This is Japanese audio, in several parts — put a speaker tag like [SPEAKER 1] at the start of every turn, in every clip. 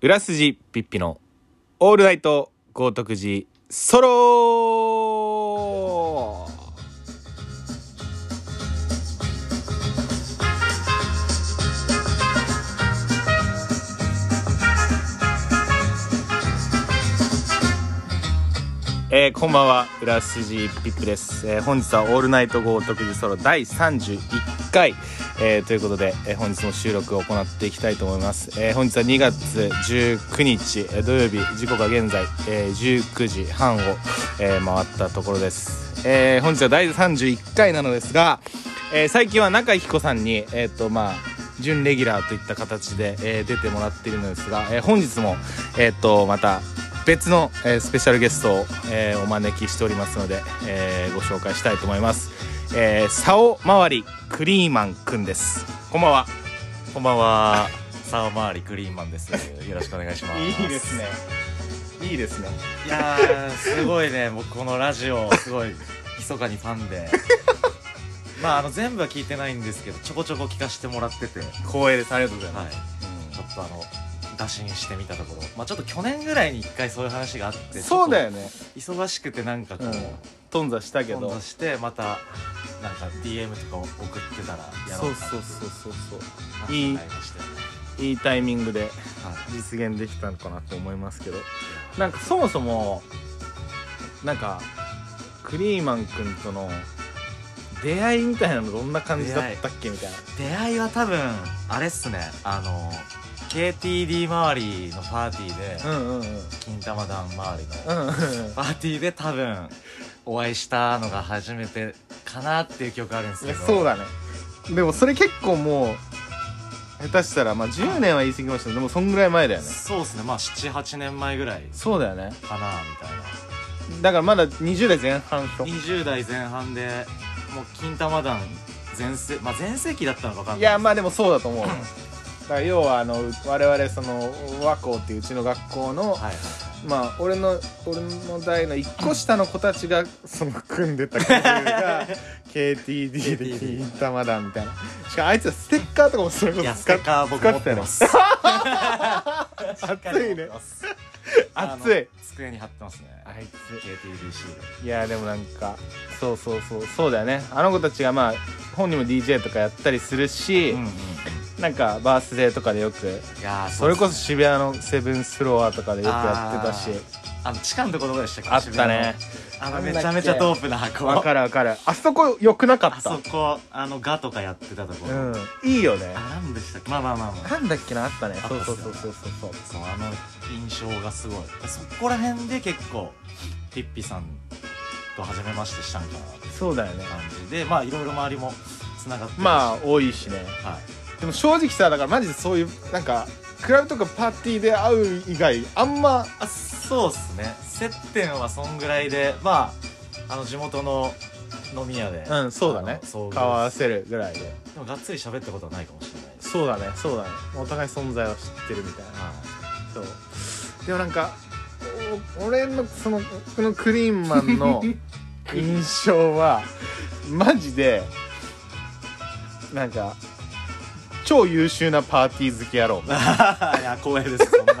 [SPEAKER 1] 裏筋ピッピのオールナイト豪徳寺ソロえー、こんばんは裏筋ピッピです、えー本日は「オールナイト豪徳寺ソロ」第31回、えーということで、えー本日も収録を行っていきたいと思います、えー本日は2月19日、えー土曜日時刻は現在、えー19時半を、えー回ったところです、えー本日は第31回なのですが、えー最近は中井貴子さんにえっ、とまあ準レギュラーといった形で、えー出てもらっているのですが、えー本日も、えー、とまた別の、えースペシャルゲストを、えーお招きしておりますので、えーご紹介したいと思います、えー、竿回りクリーマンくんですこんばんは
[SPEAKER 2] こんばんは。サーマーリクリーンマンです。よろしくお願いします。
[SPEAKER 1] ねいいですね
[SPEAKER 2] いやー、すごいね。僕このラジオすごい密かにファン で。まああの全部は聞いてないんですけど、ちょこちょこ聞かせてもらってて、はい。
[SPEAKER 1] 光栄ですありがとうございます、
[SPEAKER 2] ちょっとあの打診してみたところ、まあちょっと去年ぐらいに一回そういう話があって、
[SPEAKER 1] そうだよ
[SPEAKER 2] ね。
[SPEAKER 1] ね
[SPEAKER 2] 忙しくてなんかこう。
[SPEAKER 1] うん頓挫したけど
[SPEAKER 2] 今度してまたなんか DM とか送ってたらやろ
[SPEAKER 1] そうう
[SPEAKER 2] か
[SPEAKER 1] そうそうそうそ
[SPEAKER 2] なって
[SPEAKER 1] いい
[SPEAKER 2] なりましたよね
[SPEAKER 1] ういいタイミングで
[SPEAKER 2] はい
[SPEAKER 1] 実現できたのかなと思いますけどなんかそもそもなんかクリーマン君との出会いみたいなのどんな感じだったっけみたいな
[SPEAKER 2] 出会いは多分あれっすねあの KTD 周りのパーティーで、
[SPEAKER 1] うんうんうんうん
[SPEAKER 2] 金玉団周りの
[SPEAKER 1] うんうん
[SPEAKER 2] パーティーで多分お会いしたのが初めてかなっていう記憶あるんです
[SPEAKER 1] い
[SPEAKER 2] け
[SPEAKER 1] や
[SPEAKER 2] ど
[SPEAKER 1] そうだねでもそれ結構もう下手したらまあ10年は言い過ぎましたけどでもそんぐらい前だよね
[SPEAKER 2] そうですねまあ78年前ぐらい
[SPEAKER 1] そうだよね
[SPEAKER 2] かなみたい
[SPEAKER 1] だからまだ20代前半と
[SPEAKER 2] な20代前半でもう金玉団全盛まあ全盛期だったのか分かんない
[SPEAKER 1] いやまあでもそうだと思うよだから要はあの我々その和光っていううちの学校の、
[SPEAKER 2] はいはい
[SPEAKER 1] まあ俺の俺の代の1個下の子たちがその組んでたグループ が KTD で
[SPEAKER 2] KTD
[SPEAKER 1] 金玉だみたいなしかもあいつはステッカーとかもそれこ
[SPEAKER 2] い
[SPEAKER 1] そ
[SPEAKER 2] やステッカー僕持ってますしっかり持っ てます
[SPEAKER 1] 熱い
[SPEAKER 2] あの机に貼ってますね
[SPEAKER 1] あい
[SPEAKER 2] KTBC で
[SPEAKER 1] ついやでもなんかそうそうそうそうだよねあの子たちがまあ本人も DJ とかやったりするし、
[SPEAKER 2] うんうん、
[SPEAKER 1] なんかバースデーとかでよく
[SPEAKER 2] いやー
[SPEAKER 1] それこそ
[SPEAKER 2] う
[SPEAKER 1] 渋谷のセブンスロアとかでよくやってたし
[SPEAKER 2] ですねあの地下のところでしたっけ
[SPEAKER 1] あったね
[SPEAKER 2] 渋谷のあのめちゃめちゃドープな箱
[SPEAKER 1] わかるわかるあそこ良くなか
[SPEAKER 2] あ
[SPEAKER 1] った
[SPEAKER 2] そこあのガとかやってたとこ
[SPEAKER 1] う
[SPEAKER 2] ろ、
[SPEAKER 1] んいいよね
[SPEAKER 2] あなんでしたっけまあまあまあま
[SPEAKER 1] な
[SPEAKER 2] あ
[SPEAKER 1] んだっけなあったね
[SPEAKER 2] あった
[SPEAKER 1] そう
[SPEAKER 2] っす
[SPEAKER 1] そ
[SPEAKER 2] よ
[SPEAKER 1] う
[SPEAKER 2] ね
[SPEAKER 1] そうそうそうそう
[SPEAKER 2] そうあの印象がすごいそこら辺で結構ピッピさんと初めましてしたんかなって
[SPEAKER 1] そうだよね
[SPEAKER 2] 感じでまあいろいろ周りもつながってるし
[SPEAKER 1] まあ多いしね
[SPEAKER 2] はい
[SPEAKER 1] でも正直さだからマジでそういうなんかクラブとかパーティーで会う以外あんま
[SPEAKER 2] あそうっすね接点はそんぐらいでまああの地元の飲み屋で
[SPEAKER 1] うんそうだね
[SPEAKER 2] あの遭遇
[SPEAKER 1] 顔合わせるぐらいで
[SPEAKER 2] でもがっつり喋ったことはないかもしれないです
[SPEAKER 1] そうだねそうだねお互い存在を知ってるみたいなそうでもなんかお俺のそのこのクリーンマン の印象はマジでなんか超優秀なパーティー好き野郎
[SPEAKER 2] はいいや光栄ですそんな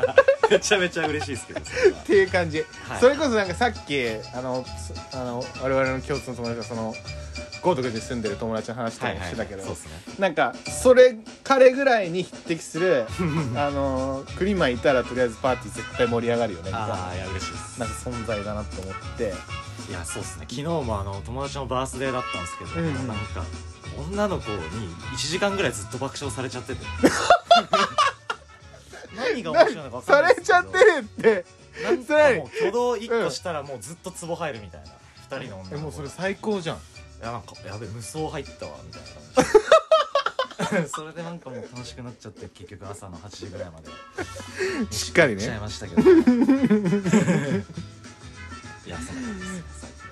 [SPEAKER 2] めちゃめちゃ嬉しいですけどそれは
[SPEAKER 1] っていう感じ、
[SPEAKER 2] はい
[SPEAKER 1] それこそなんかさっきあのそあの我々の共通の友達がその豪徳寺に住んでる友達の話とかもしてたけど、
[SPEAKER 2] そうっすね
[SPEAKER 1] なんかそれ彼ぐらいに匹敵するあのクリマンいたらとりあえずパーティー絶対盛り上がるよねみたいな
[SPEAKER 2] ああいや嬉しいです
[SPEAKER 1] なんか存在だなと思って
[SPEAKER 2] いやそうっすね昨日もあの友達のバースデーだったんですけど、
[SPEAKER 1] うんうん
[SPEAKER 2] なんか女の子に1時間ぐらいずっと爆笑されちゃ ってて何が面白いのか分か
[SPEAKER 1] さ
[SPEAKER 2] んない
[SPEAKER 1] れ
[SPEAKER 2] で
[SPEAKER 1] ち
[SPEAKER 2] すけど
[SPEAKER 1] ゃってるって
[SPEAKER 2] なん
[SPEAKER 1] それ
[SPEAKER 2] かもう挙動一個したらもうずっとツボ入るみたいな二人の女の子
[SPEAKER 1] えもうそれ最高じゃん
[SPEAKER 2] いやなんかやべえ無双入ったわみたいな感じそれでなんかもう楽しくなっちゃって結局朝の8時ぐらいまで
[SPEAKER 1] しっかり
[SPEAKER 2] しちゃい
[SPEAKER 1] ね
[SPEAKER 2] ましたけど いやそうなんです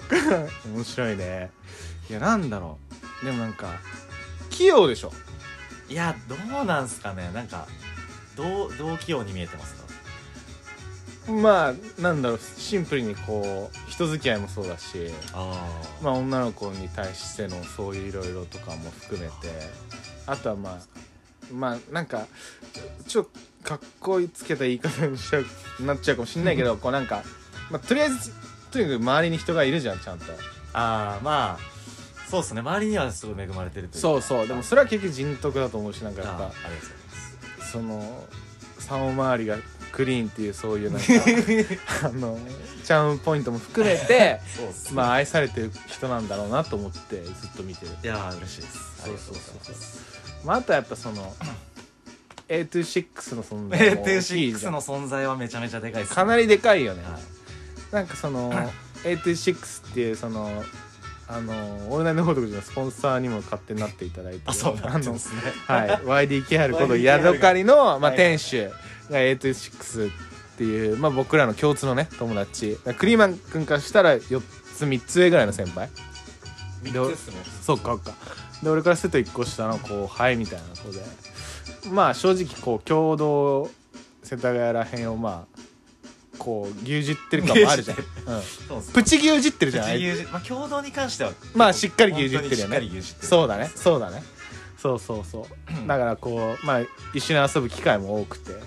[SPEAKER 2] 最近
[SPEAKER 1] 面白いねいやなんだろうでもなんか器用でしょ
[SPEAKER 2] いやどうなんすかねなんかどうどう器用に見えてますか
[SPEAKER 1] まあなんだろうシンプルにこう人付き合いもそうだし
[SPEAKER 2] あ
[SPEAKER 1] まあ女の子に対してのそういういろいろとかも含めてあとはまあまあなんかちょかっこいいつけた言い方にしちゃうなっちゃうかもしんないけ どこうなんか、まあ、とりあえずとにかく周りに人がいるじゃんちゃんと
[SPEAKER 2] ああまあそうっすね周りにはすごい恵まれてるというか
[SPEAKER 1] そうそうでもそれは結局人徳だと思うしなん
[SPEAKER 2] あ
[SPEAKER 1] かやっ
[SPEAKER 2] ーあ
[SPEAKER 1] ぱ
[SPEAKER 2] りがとうございます
[SPEAKER 1] その竿周りがクリーンっていうそういうなんか あのチャームポイントも含め て
[SPEAKER 2] そうっすね
[SPEAKER 1] まあ愛されてる人なんだろうなと思ってずっと見てる
[SPEAKER 2] いやー嬉しいですあ
[SPEAKER 1] そ
[SPEAKER 2] り
[SPEAKER 1] う
[SPEAKER 2] がと
[SPEAKER 1] そううそ
[SPEAKER 2] ござ
[SPEAKER 1] う
[SPEAKER 2] います
[SPEAKER 1] まあ、あとはやっぱその A26 の存在も大きいじゃ
[SPEAKER 2] A26
[SPEAKER 1] ん
[SPEAKER 2] の存在はめちゃめちゃでかいっすね
[SPEAKER 1] かなりでかいよね、
[SPEAKER 2] はい
[SPEAKER 1] なんかそ の A26 っていうそのあの「オールナイトホールのスポンサーにも勝手になっていただいて
[SPEAKER 2] あそうな
[SPEAKER 1] あ
[SPEAKER 2] んで
[SPEAKER 1] の
[SPEAKER 2] すね
[SPEAKER 1] はい YDKR この
[SPEAKER 2] YDKR
[SPEAKER 1] ヤドカリの、まあ、
[SPEAKER 2] はい
[SPEAKER 1] 店主が A26 っていう、まあ、僕らの共通のね友達クリーマン君からしたら4つ3つ上ぐらいの先輩
[SPEAKER 2] 三つっすね
[SPEAKER 1] そうかそうかで俺からすると1個下の後輩みたいな子でまあ正直こう共同世田谷らへんをまあこう牛耳ってる感もある じゃん、
[SPEAKER 2] 牛
[SPEAKER 1] うん
[SPEAKER 2] そうっすね
[SPEAKER 1] プチ牛耳ってるじゃ
[SPEAKER 2] 口
[SPEAKER 1] ない
[SPEAKER 2] 牛耳まあ共同に関しては
[SPEAKER 1] まあしっかり牛耳ってるよね
[SPEAKER 2] 本当にしっかり牛耳ってる
[SPEAKER 1] そうだねそうだねそうそうそうだからこうまあ一緒に遊ぶ機会も多くて
[SPEAKER 2] はい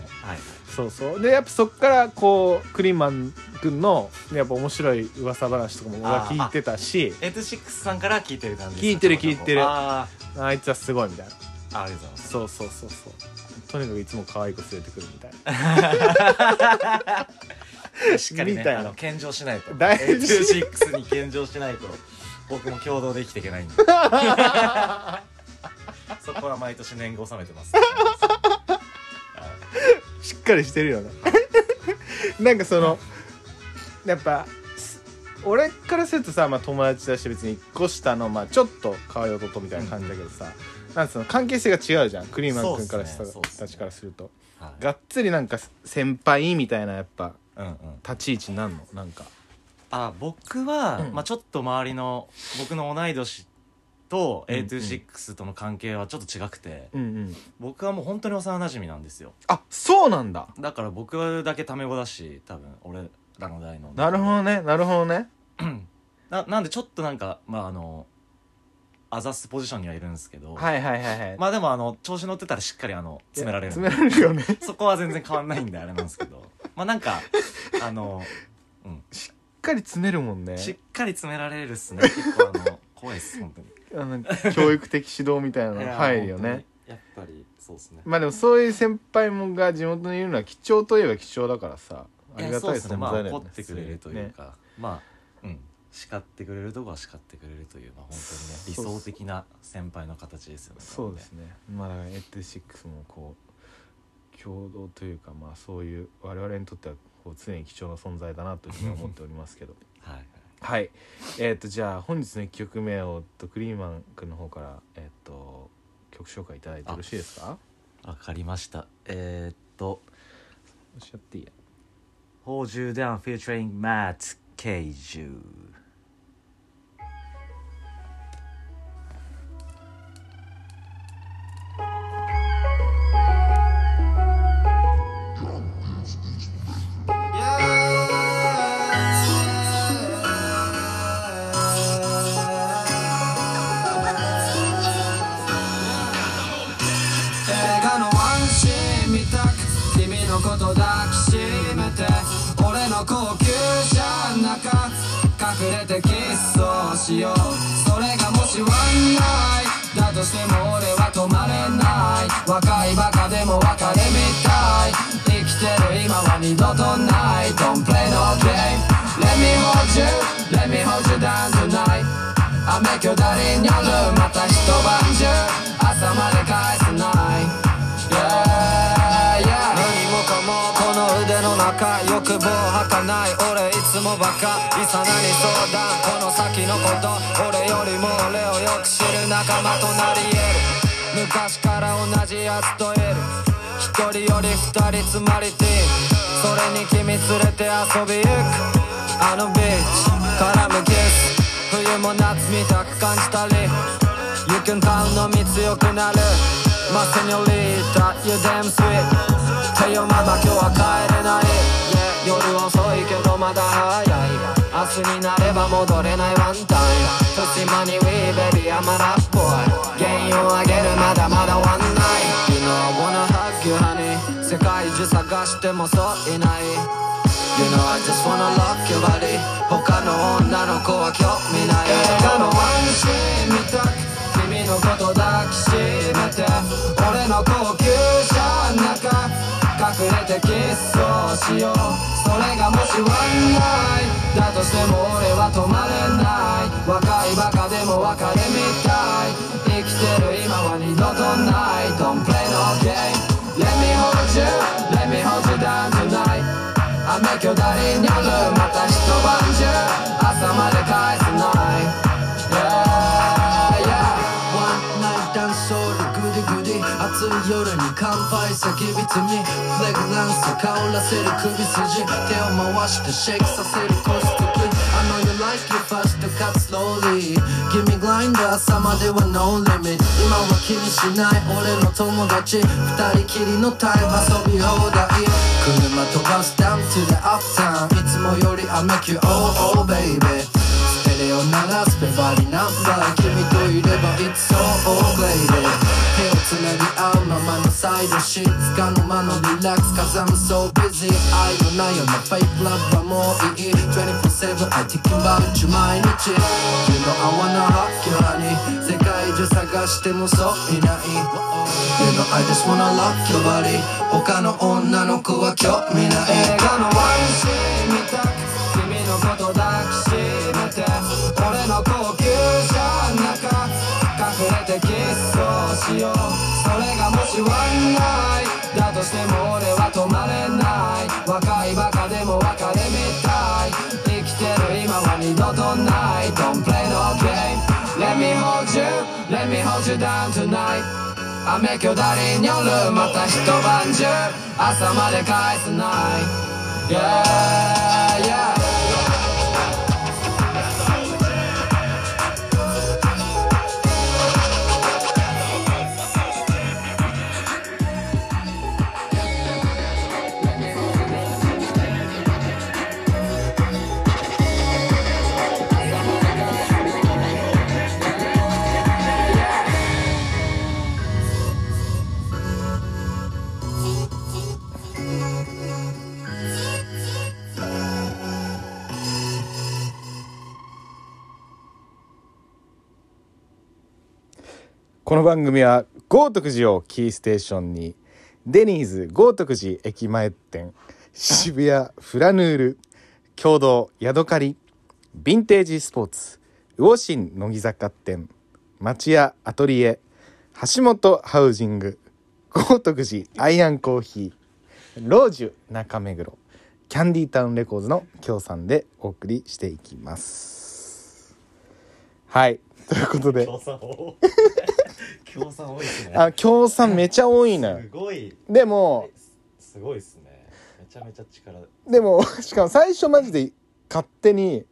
[SPEAKER 1] そうそうでやっぱそっからこうクリーンマン君のやっぱ面白い噂話とかも俺は聞いてたし
[SPEAKER 2] 86さんから聞いてる感じ
[SPEAKER 1] 聞いてる聞いてる
[SPEAKER 2] あ
[SPEAKER 1] あいつはすごいみたいな
[SPEAKER 2] ーあありがとうございます
[SPEAKER 1] そうそうそうそうとにかくいつも可愛い子連れてくるみたいな
[SPEAKER 2] しっかり
[SPEAKER 1] み
[SPEAKER 2] ね
[SPEAKER 1] たいな
[SPEAKER 2] あの献上しないと
[SPEAKER 1] 大事
[SPEAKER 2] 86に献上しないと僕も共同で生きてい けないんでそこは毎年年貢納めてます
[SPEAKER 1] しっかりしてるよね なんかそのやっぱす俺からするとさ、まあ、友達だし別に1個下の、まあ、ちょっと可愛い弟みたいな感じだけどさ、なんかその関係性が違うじゃんクリーマン君からした、
[SPEAKER 2] そうっすねそうっす
[SPEAKER 1] た
[SPEAKER 2] ね
[SPEAKER 1] ちからすると
[SPEAKER 2] はい
[SPEAKER 1] がっつりなんか先輩みたいなやっぱ
[SPEAKER 2] うんうん
[SPEAKER 1] 立ち位置になんのなんか
[SPEAKER 2] あ僕は、
[SPEAKER 1] うん
[SPEAKER 2] まあ、ちょっと周りの僕の同い年と
[SPEAKER 1] うんうん
[SPEAKER 2] A26 との関係はちょっと違くて、
[SPEAKER 1] うんうん
[SPEAKER 2] 僕はもう本当に幼馴染なんですよ
[SPEAKER 1] あそうなんだ
[SPEAKER 2] だから僕だけタメ語だし多分俺らの代の
[SPEAKER 1] なるほどねなるほどね
[SPEAKER 2] ななんでちょっとなんかまああのあざすポジションにはいるんですけど、
[SPEAKER 1] はいはいはいはい
[SPEAKER 2] まあでもあの調子乗ってたらしっかりあの詰められるんで
[SPEAKER 1] 詰められるよね
[SPEAKER 2] そこは全然変わんないんであれなんです けどまあなんかあの、うん、
[SPEAKER 1] しっかり詰めるもんね
[SPEAKER 2] しっかり詰められるっすね結構あの怖いっす本当に
[SPEAKER 1] あの教育的指導みたいな の入るよね
[SPEAKER 2] やっぱりそうですね
[SPEAKER 1] まあでもそういう先輩もが地元にいるのは貴重といえば貴重だからさありがたい
[SPEAKER 2] ですね
[SPEAKER 1] 存
[SPEAKER 2] まあ
[SPEAKER 1] 在だ
[SPEAKER 2] 怒
[SPEAKER 1] よ
[SPEAKER 2] っ
[SPEAKER 1] ね
[SPEAKER 2] てくれるという
[SPEAKER 1] ね
[SPEAKER 2] か、まあうん叱ってくれるとこは叱ってくれるというまあ本当にね理想的な先輩の形ですよね
[SPEAKER 1] そうですねまあだから86もこう共同というかまあそういう我々にとってはこう常に貴重な存在だなというふうに思っておりますけど
[SPEAKER 2] はい はい
[SPEAKER 1] はいえっ、とじゃあ本日の1曲目をとクリーマン君の方からえっ、と曲紹介いただいてよろしいですか
[SPEAKER 2] わかりましたえー、っと
[SPEAKER 1] おっしゃっていいや
[SPEAKER 2] 「ホージューダンフィーチャリングマッツ・ケイジュー」
[SPEAKER 3] 映画のワンシーン見たく君のこと抱きしめて俺の高級車の中隠れてキスをしようそれがもしワンナイトだとしても俺は止まれない若いバカでも別れみたい生きてる今は二度とない Don't play no game Let me hold you Let me hold you down tonight 雨巨大にあるまた一晩中朝まで返せない Yeah, yeah 何もかもこの腕の中欲望はかない俺いつもバカいさなに相談この先のこと俺よりも俺をよく知る仲間となり得る昔から同じやつといる一人より二人つまりティーそれに君連れて遊びゆくあのビーチ絡むキス冬も夏みたく感じたり You can count のみ強くなるまさにリータ You damn sweet てよママ今日は帰れない、Yeah 夜遅いけどまだ早い明日になれば戻れないワンタイム福島に We baby I'm a rough boy 原因をあげるまだまだワンナイ You know I wanna hug you honey 世界中中探してもそういない You know I just wanna love your body 他の女の子は興味ない映画のワンシーン見たく君のこと抱きしめて俺の高級車の中隠れてキスをしようそれがもしワンナイトだとしても俺は止まれない若いバカでも別れみたい生きてる今は二度とない Don't play no game Let me hold you Let me hold you down tonight 雨巨大にあるまた一晩中朝まで返せない Yeah, yeah ワンナイトダンスホールグリグリ暑い夜に乾杯叫び積みフレグランス香らせる首筋手を回してシェイクさせるコストプ I know you like it fast cut slowly Give me grinder 朝までは no limit 今は気にしない俺の友達二人きりのタイム遊び放題車飛ばすダンスでアップタウンいつもより I make you oh oh baby ステレオ鳴らすペバリナンバー君といれば It's so all baby 手をつなぎ合うままのサイドシーツかの間のリラックス Cause I'm so busy 愛のないような fake love はもういい24-7 I think about you 毎日 You know I wanna hug you honey 世界中探してもそういない You know I just wanna love your body 他の女の子は興味ない映画のワンシーン見たくて君のこと抱きしめて俺の高級車の中隠れてキスをしようそれがもしワンナイトだとしても俺は止まれない若いバカでも別れみたい生きてる今は二度とない Don't play no game Let me hold you Let me hold you down tonight 雨巨大に夜また一晩中朝まで返せない Yeah, yeah
[SPEAKER 1] この番組は豪徳寺をキーステーションにデニーズ豪徳寺駅前店渋谷フラヌール共同ヤドカリヴィンテージスポーツ魚心乃木坂店町屋アトリエ橋本ハウジング豪徳寺アイアンコーヒーロージュ中目黒キャンディータウンレコーズの協賛でお送りしていきます。はいということ で。
[SPEAKER 2] 協賛多い協賛多いですね
[SPEAKER 1] あ協賛めちゃ多いのよ
[SPEAKER 2] すごい
[SPEAKER 1] でも
[SPEAKER 2] すごいですねめちゃめちゃ力
[SPEAKER 1] でもしかも最初マジで勝手に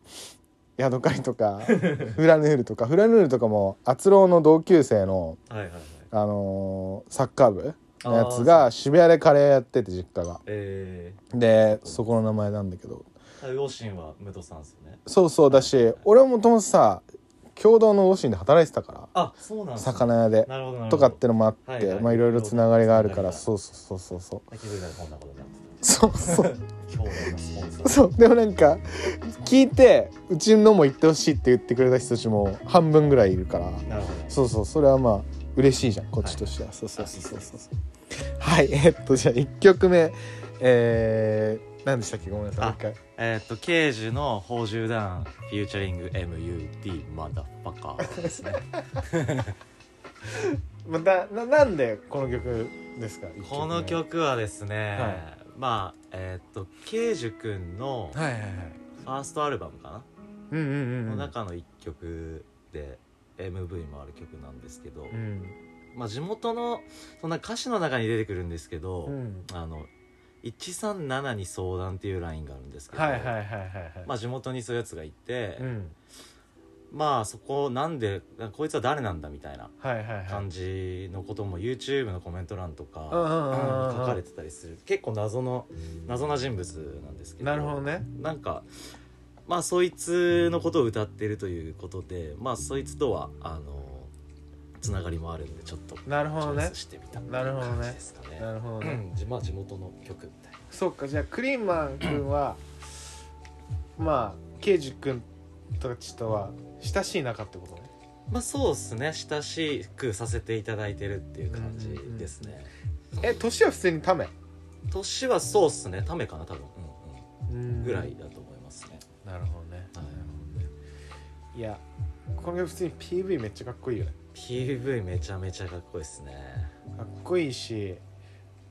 [SPEAKER 1] ヤドカリと かフラヌールとかフラヌールとかも篤郎の同級生の、
[SPEAKER 2] はいはいはい
[SPEAKER 1] あのーサッカー部
[SPEAKER 2] あー
[SPEAKER 1] のやつが渋谷でカレーやってて実家が
[SPEAKER 2] え
[SPEAKER 1] でそこの名前なんだけど
[SPEAKER 2] ー、両親は武藤さんですよね
[SPEAKER 1] そうそうだし俺もともとさ共同のオシンで働いてたか
[SPEAKER 2] あそうなん
[SPEAKER 1] ら
[SPEAKER 2] です
[SPEAKER 1] 魚屋で
[SPEAKER 2] なるほどなる
[SPEAKER 1] と
[SPEAKER 2] ほど
[SPEAKER 1] かってのもあっ
[SPEAKER 2] はい
[SPEAKER 1] て
[SPEAKER 2] はい
[SPEAKER 1] まあいろいろつながりがあるから
[SPEAKER 2] そ
[SPEAKER 1] そうそうそうそうそう
[SPEAKER 2] 気づいたらこんなことになって
[SPEAKER 1] そうそう
[SPEAKER 2] た今日のスポンサー
[SPEAKER 1] そうでもなんか聞いてうちのも行ってほしいって言ってくれた人たちも半分ぐらいいるから
[SPEAKER 2] なるほど
[SPEAKER 1] そうそうそれはまあ嬉しいじゃんこっちとしては、そうそうそうそうそうはいえっとじゃあ1曲目えー、何でしたっけごめんなさい
[SPEAKER 2] あ
[SPEAKER 1] もう一回
[SPEAKER 2] えーっと刑事の宝珠弾フューチャリング MUD マダファカーですね
[SPEAKER 1] またななんでこの曲ですか一
[SPEAKER 2] この
[SPEAKER 1] 目
[SPEAKER 2] 曲はですね、
[SPEAKER 1] は
[SPEAKER 2] まあえーっと刑事くんのフ
[SPEAKER 1] はいはいはい
[SPEAKER 2] ァーストアルバムかな、
[SPEAKER 1] うんうんうん
[SPEAKER 2] の中の一曲で MV もある曲なんですけど、
[SPEAKER 1] うん
[SPEAKER 2] まあ地元のそんな歌詞の中に出てくるんですけど、
[SPEAKER 1] うん
[SPEAKER 2] あの137に相談っていうラインがあるんですけど、
[SPEAKER 1] はいはいはいはいはい
[SPEAKER 2] まあ地元にそういうやつがいて、
[SPEAKER 1] うん
[SPEAKER 2] まあそこなんでこいつは誰なんだみたいな
[SPEAKER 1] はいはいはい
[SPEAKER 2] 感じのことも YouTube のコメント欄と
[SPEAKER 1] うんう
[SPEAKER 2] か
[SPEAKER 1] んうんうん
[SPEAKER 2] 書かれてたりする結構謎の謎な人物なんですけど
[SPEAKER 1] なるほどね
[SPEAKER 2] なんかまあそいつのことを歌ってるということでまあそいつとはあのつながりもあるんでちょっと
[SPEAKER 1] なるほどね
[SPEAKER 2] チョイスしてみたっていう
[SPEAKER 1] なるほどね
[SPEAKER 2] 感じですかね
[SPEAKER 1] なるほど
[SPEAKER 2] う
[SPEAKER 1] ね、
[SPEAKER 2] んじまあ地元の曲みたいな
[SPEAKER 1] そっかじゃあクリーンマン君 はまあケイジ君たちとは親しい仲ってことね
[SPEAKER 2] まあそうですね親しくさせていただいてるっていう感じですね、
[SPEAKER 1] え年は普通にため
[SPEAKER 2] 年はそうっすねためかな多分、うんうん、ぐら
[SPEAKER 1] い
[SPEAKER 2] いだと思いますね、
[SPEAKER 1] なるほどね
[SPEAKER 2] はい、
[SPEAKER 1] いやこれ普通に PV めっちゃかっこいいよね
[SPEAKER 2] PV めちゃめちゃかっこいいっすね
[SPEAKER 1] かっこいいし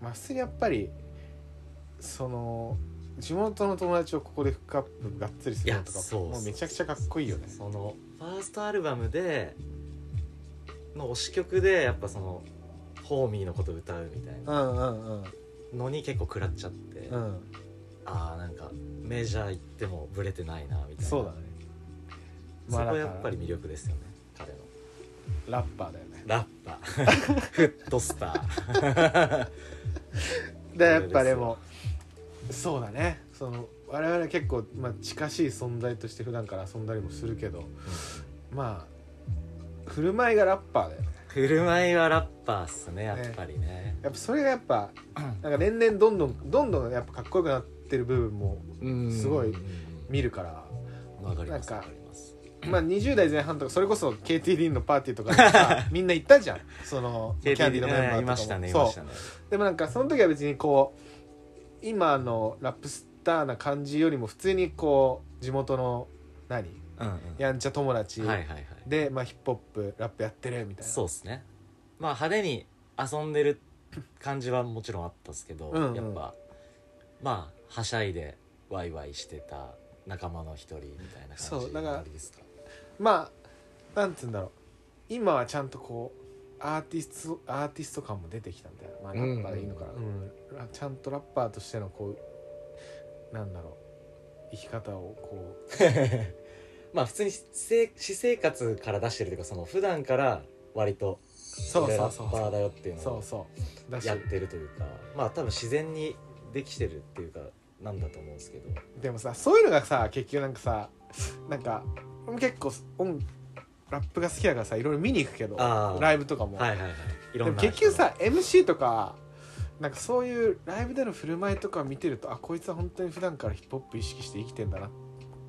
[SPEAKER 1] まあ普通にやっぱりその地元の友達をここでフックアップがっつりするのと
[SPEAKER 2] い
[SPEAKER 1] か
[SPEAKER 2] やそう
[SPEAKER 1] もうめちゃくちゃかっこいいよね
[SPEAKER 2] そのファーストアルバムでの推し曲でやっぱそのホーミーのこと歌うみたいな
[SPEAKER 1] うんうんうん
[SPEAKER 2] のに結構食らっちゃって、
[SPEAKER 1] うん
[SPEAKER 2] ああなんかメジャー行ってもブレてないなみたいな
[SPEAKER 1] そうだね
[SPEAKER 2] そ
[SPEAKER 1] まあ
[SPEAKER 2] こ
[SPEAKER 1] だ
[SPEAKER 2] や
[SPEAKER 1] か
[SPEAKER 2] っ
[SPEAKER 1] ら
[SPEAKER 2] ぱり魅力ですよね彼の
[SPEAKER 1] ラッパーだよね
[SPEAKER 2] ラッパー フットスター
[SPEAKER 1] でやっぱでもそうだねその我々は結構、まあ、近しい存在として普段から遊んだりもするけど、まあ振る舞いがラッパーだよね
[SPEAKER 2] 振る舞いはラッパーっすねやっぱりね
[SPEAKER 1] やっぱそれがやっぱなんか年々どんどんどんどんやっぱかっこよくなってる部分も
[SPEAKER 2] うん
[SPEAKER 1] すごい
[SPEAKER 2] うん
[SPEAKER 1] 見るから、
[SPEAKER 2] わかります
[SPEAKER 1] なん
[SPEAKER 2] わ
[SPEAKER 1] か
[SPEAKER 2] かります
[SPEAKER 1] まあ20代前半とかそれこそ KTD のパーティーとかで さみんな行ったじゃんそのキャンディーのメンバーとかも
[SPEAKER 2] いましたねい
[SPEAKER 1] そう
[SPEAKER 2] ましたね
[SPEAKER 1] でもなんかその時は別にこう今のラップスターな感じよりも普通にこう地元の何
[SPEAKER 2] うんうん
[SPEAKER 1] やんちゃ友達
[SPEAKER 2] はいはいはい
[SPEAKER 1] で、まあ、ヒップホップラップやってるみたいな
[SPEAKER 2] そうですねまあ派手に遊んでる感じはもちろんあったっすけど、
[SPEAKER 1] うんうん
[SPEAKER 2] やっぱまあはしゃいでワイワイしてた仲間の一人みたいな感
[SPEAKER 1] そう
[SPEAKER 2] じ
[SPEAKER 1] だから
[SPEAKER 2] ですか
[SPEAKER 1] まあなんつうんだろう今はちゃんとこうアーティストアーティスト感も出てきたみたいな、まあ、ラッパーでいいのかな、
[SPEAKER 2] う
[SPEAKER 1] うんラちゃんとラッパーとしてのこうなんだろう生き方をこう
[SPEAKER 2] まあ普通に私私生活から出してるというかその普段から割と
[SPEAKER 1] そう
[SPEAKER 2] 俺
[SPEAKER 1] そ
[SPEAKER 2] ラ
[SPEAKER 1] うそう
[SPEAKER 2] ッパーだよっていうの
[SPEAKER 1] そう
[SPEAKER 2] を
[SPEAKER 1] そうだし
[SPEAKER 2] やってるというかまあ多分自然にできてるっていうかなんだと思うんですけど
[SPEAKER 1] でもさそういうのがさ結局なんかさなんか俺も結構音ラップが好きだからさいろいろ見に行くけど
[SPEAKER 2] あー
[SPEAKER 1] ライブとかも、
[SPEAKER 2] はいはいはいい
[SPEAKER 1] で
[SPEAKER 2] ろ
[SPEAKER 1] も
[SPEAKER 2] んな
[SPEAKER 1] 結局さ MC とかなんかそういうライブでの振る舞いとか見てるとあこいつは本当に普段からヒップホップ意識して生きてんだな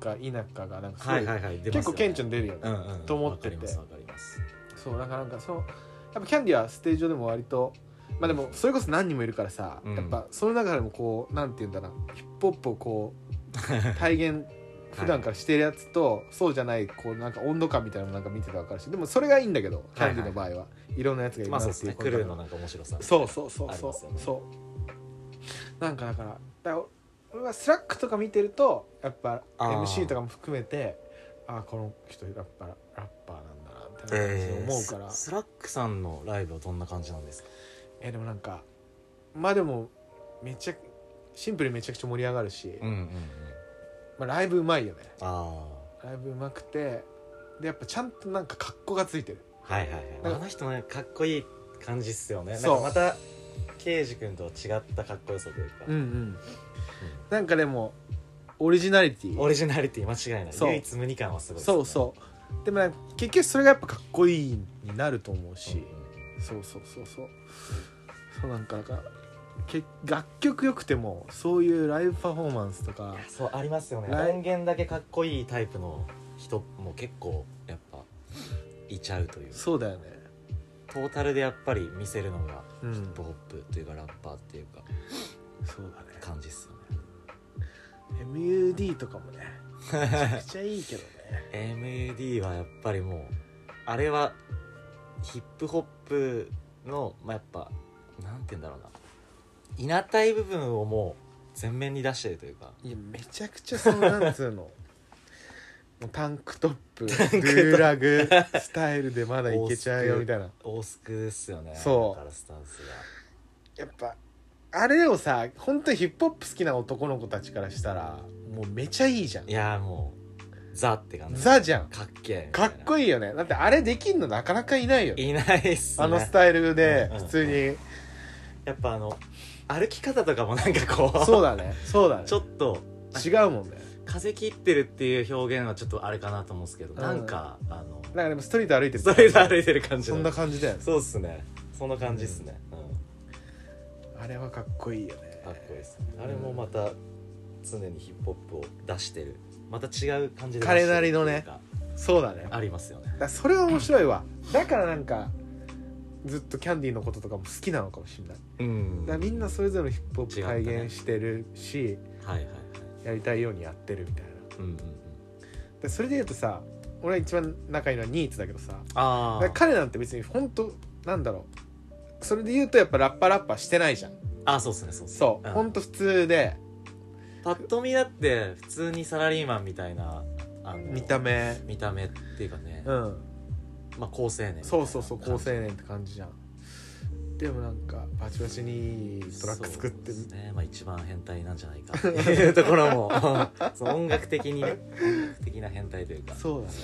[SPEAKER 1] か否かがなんかすごい、
[SPEAKER 2] はいはいはい出ます
[SPEAKER 1] 結
[SPEAKER 2] よ
[SPEAKER 1] 構
[SPEAKER 2] ね
[SPEAKER 1] 顕著に出るよね、
[SPEAKER 2] うんうん
[SPEAKER 1] と思ってて
[SPEAKER 2] わかりますわかります
[SPEAKER 1] そうなんかなんかそのやっぱキャンディはステージ上でも割とまあでもそれこそ何人もいるからさ、
[SPEAKER 2] うん
[SPEAKER 1] やっぱその中でもこうなんて言うんだなヒップホップをこう体現普段からしてるやつと、そうじゃないこうなんか温度感みたいなのなんか見てたら分かるしでもそれがいいんだけどキャンディの場合は、いろんなやつがいる
[SPEAKER 2] ま
[SPEAKER 1] な
[SPEAKER 2] あ
[SPEAKER 1] っ
[SPEAKER 2] そ
[SPEAKER 1] ていう
[SPEAKER 2] うですね
[SPEAKER 1] こ
[SPEAKER 2] ク
[SPEAKER 1] と
[SPEAKER 2] ルーのなんか面白さ
[SPEAKER 1] そうそうそう
[SPEAKER 2] あり
[SPEAKER 1] そ
[SPEAKER 2] ますよ
[SPEAKER 1] う
[SPEAKER 2] ね
[SPEAKER 1] そうなんかだからだから俺はスラックとか見てるとやっぱ
[SPEAKER 2] あー
[SPEAKER 1] MC とかも含めてああこの人やっぱラッパーなんだなみたいな感じで思うから、え
[SPEAKER 2] ススラックさんのライブはどんな感じなんですか
[SPEAKER 1] でもなんかまあでもめちゃくシンプルにめちゃくちゃ盛り上がるし、
[SPEAKER 2] うんうんうん
[SPEAKER 1] まあ、ライブうまいよね
[SPEAKER 2] あ
[SPEAKER 1] ライブうまくてでやっぱちゃんとなんか格好がついてる
[SPEAKER 2] あはいはいはいあの人ねかっこいい感じっすよねなん
[SPEAKER 1] そう
[SPEAKER 2] かまたケイジ君とは違ったかっこよさというか、
[SPEAKER 1] うんうんなんかでもオリジナリティ
[SPEAKER 2] オリジナリティ間違いない
[SPEAKER 1] そう
[SPEAKER 2] 唯一無二感はすごいっすね
[SPEAKER 1] そうそうでもなんか結局それがやっぱかっこいいになると思うし、そうそうそうそうそうなんかなんかけ楽曲良くてもそういうライブパフォーマンスとか
[SPEAKER 2] そうありますよね
[SPEAKER 1] ライ
[SPEAKER 2] 音源だけかっこいいタイプの人も結構やっぱいちゃうというか
[SPEAKER 1] そうだよね
[SPEAKER 2] トータルでやっぱり見せるのが
[SPEAKER 1] うん
[SPEAKER 2] ヒップホップというかラッパーっていうか
[SPEAKER 1] そうだね
[SPEAKER 2] 感じっすよね
[SPEAKER 1] MUD とかもねめちゃくちゃいい けどね
[SPEAKER 2] MUD はやっぱりもうあれはヒップホップの、まあ、やっぱなんて言うんだろうな稲なたい部分をもう全面に出してるというか
[SPEAKER 1] いやめちゃくちゃそのなんつう のもうタンクトップルーラグスタイルでまだいけちゃうよみたいな
[SPEAKER 2] 大スクですよね
[SPEAKER 1] そう
[SPEAKER 2] だからスタンス
[SPEAKER 1] やっぱあれをさ本当にヒップホップ好きな男の子たちからしたらもうめちゃいいじゃん
[SPEAKER 2] がいやーもうザって感じ
[SPEAKER 1] ザじゃん
[SPEAKER 2] かっけえみた
[SPEAKER 1] かっこ
[SPEAKER 2] い
[SPEAKER 1] いいよねだってあれできんのなかなかいないよね
[SPEAKER 2] ないいないっすね
[SPEAKER 1] あのスタイルで
[SPEAKER 2] うん
[SPEAKER 1] 普通に、
[SPEAKER 2] やっぱあの歩き方とかもなんかこう
[SPEAKER 1] そうだねそうだね
[SPEAKER 2] ちょっと
[SPEAKER 1] 違うもんね
[SPEAKER 2] 風切ってるっていう表現はちょっとあれかなと思うんですけど、なんかあの
[SPEAKER 1] なんかでもストリート歩いてる
[SPEAKER 2] ストレート歩いてる感じ
[SPEAKER 1] そんな感じだよね
[SPEAKER 2] そうっすねそんな感じっすね、うん
[SPEAKER 1] あれはかっこいいよね
[SPEAKER 2] かっこいいですねあれもまた常にヒップホップを出してるまた違う感じで出してるっていうか
[SPEAKER 1] 彼なりのねそうだねだか
[SPEAKER 2] ありますよね
[SPEAKER 1] らそれは面白いわだからなんかずっとキャンディーのこととかも好きなのかもしれない
[SPEAKER 2] うん
[SPEAKER 1] だからみんなそれぞれのヒップホップ体現してるし、
[SPEAKER 2] はいはいはい
[SPEAKER 1] やりたいようにやってるみたいな
[SPEAKER 2] うんうんうん
[SPEAKER 1] でそれで言うとさ俺が一番仲いいのはニーツだけどさ
[SPEAKER 2] あ
[SPEAKER 1] だから
[SPEAKER 2] ー
[SPEAKER 1] 彼なんて別に本当なんだろうそれで言うとやっぱラッパラッパしてないじゃん
[SPEAKER 2] あそうっすねそうっすね
[SPEAKER 1] そう、
[SPEAKER 2] ん
[SPEAKER 1] ほんと普通で
[SPEAKER 2] パッと見だって普通にサラリーマンみたいなあの
[SPEAKER 1] 見た目
[SPEAKER 2] 見た目っていうかね、
[SPEAKER 1] うん
[SPEAKER 2] まあ好青年
[SPEAKER 1] そうそうそう高青
[SPEAKER 2] 年
[SPEAKER 1] 年って感じじゃんでもなんかバチバチにトラック作って
[SPEAKER 2] そうですね、まあ、一番変態なんじゃな いかっていうところもその音楽的にね音楽的な変態というか
[SPEAKER 1] そうだね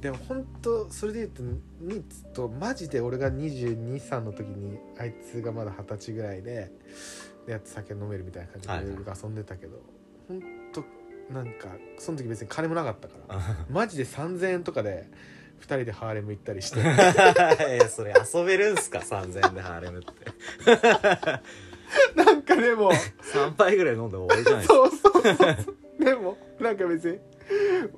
[SPEAKER 1] でも本当それで言うとニーツとマジで俺が223の時にあいつがまだ二十歳ぐらいででやって酒飲めるみたいな感じで
[SPEAKER 2] はいはい
[SPEAKER 1] 俺が遊んでたけど、本当なんかその時別に金もなかったから
[SPEAKER 2] あ
[SPEAKER 1] マジで3,000円とかで2人でハーレム行ったりして
[SPEAKER 2] いやそれ遊べるんすか3000円でハーレムって
[SPEAKER 1] なんかでも
[SPEAKER 2] 3杯ぐらい飲んで終わりじゃないですか
[SPEAKER 1] そうそうそうそうでもなんか別に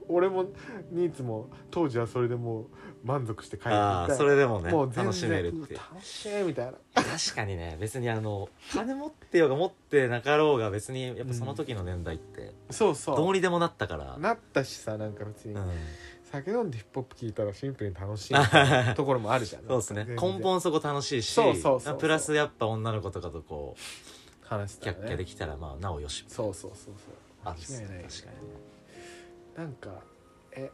[SPEAKER 1] 俺もニーツも当時はそれでもう満足して帰ってき
[SPEAKER 2] あ
[SPEAKER 1] た
[SPEAKER 2] あそれでもね
[SPEAKER 1] もう全然
[SPEAKER 2] 楽しめるっていう
[SPEAKER 1] 楽しいみたいな
[SPEAKER 2] 確かにね別にあの金持ってようが持ってなかろうが別にやっぱその時の年代って
[SPEAKER 1] そうそう
[SPEAKER 2] どうにでもなったから、
[SPEAKER 1] なったしさなんか別に、
[SPEAKER 2] うん
[SPEAKER 1] 酒飲んでヒップホップ聞いたらシンプルに楽しいみたい なところもあるじゃん
[SPEAKER 2] そうですね
[SPEAKER 1] 全然
[SPEAKER 2] 根本そこ楽しいし
[SPEAKER 1] そうそうそうそう
[SPEAKER 2] プラスやっぱ女の子とかとこ
[SPEAKER 1] 話し
[SPEAKER 2] うキ
[SPEAKER 1] た
[SPEAKER 2] ャ
[SPEAKER 1] ら
[SPEAKER 2] ッキャ
[SPEAKER 1] ね
[SPEAKER 2] できたらまあなおよし
[SPEAKER 1] そうそうそう
[SPEAKER 2] あ
[SPEAKER 1] そう
[SPEAKER 2] るっす
[SPEAKER 1] 間違いない
[SPEAKER 2] 確かにね
[SPEAKER 1] なんかえ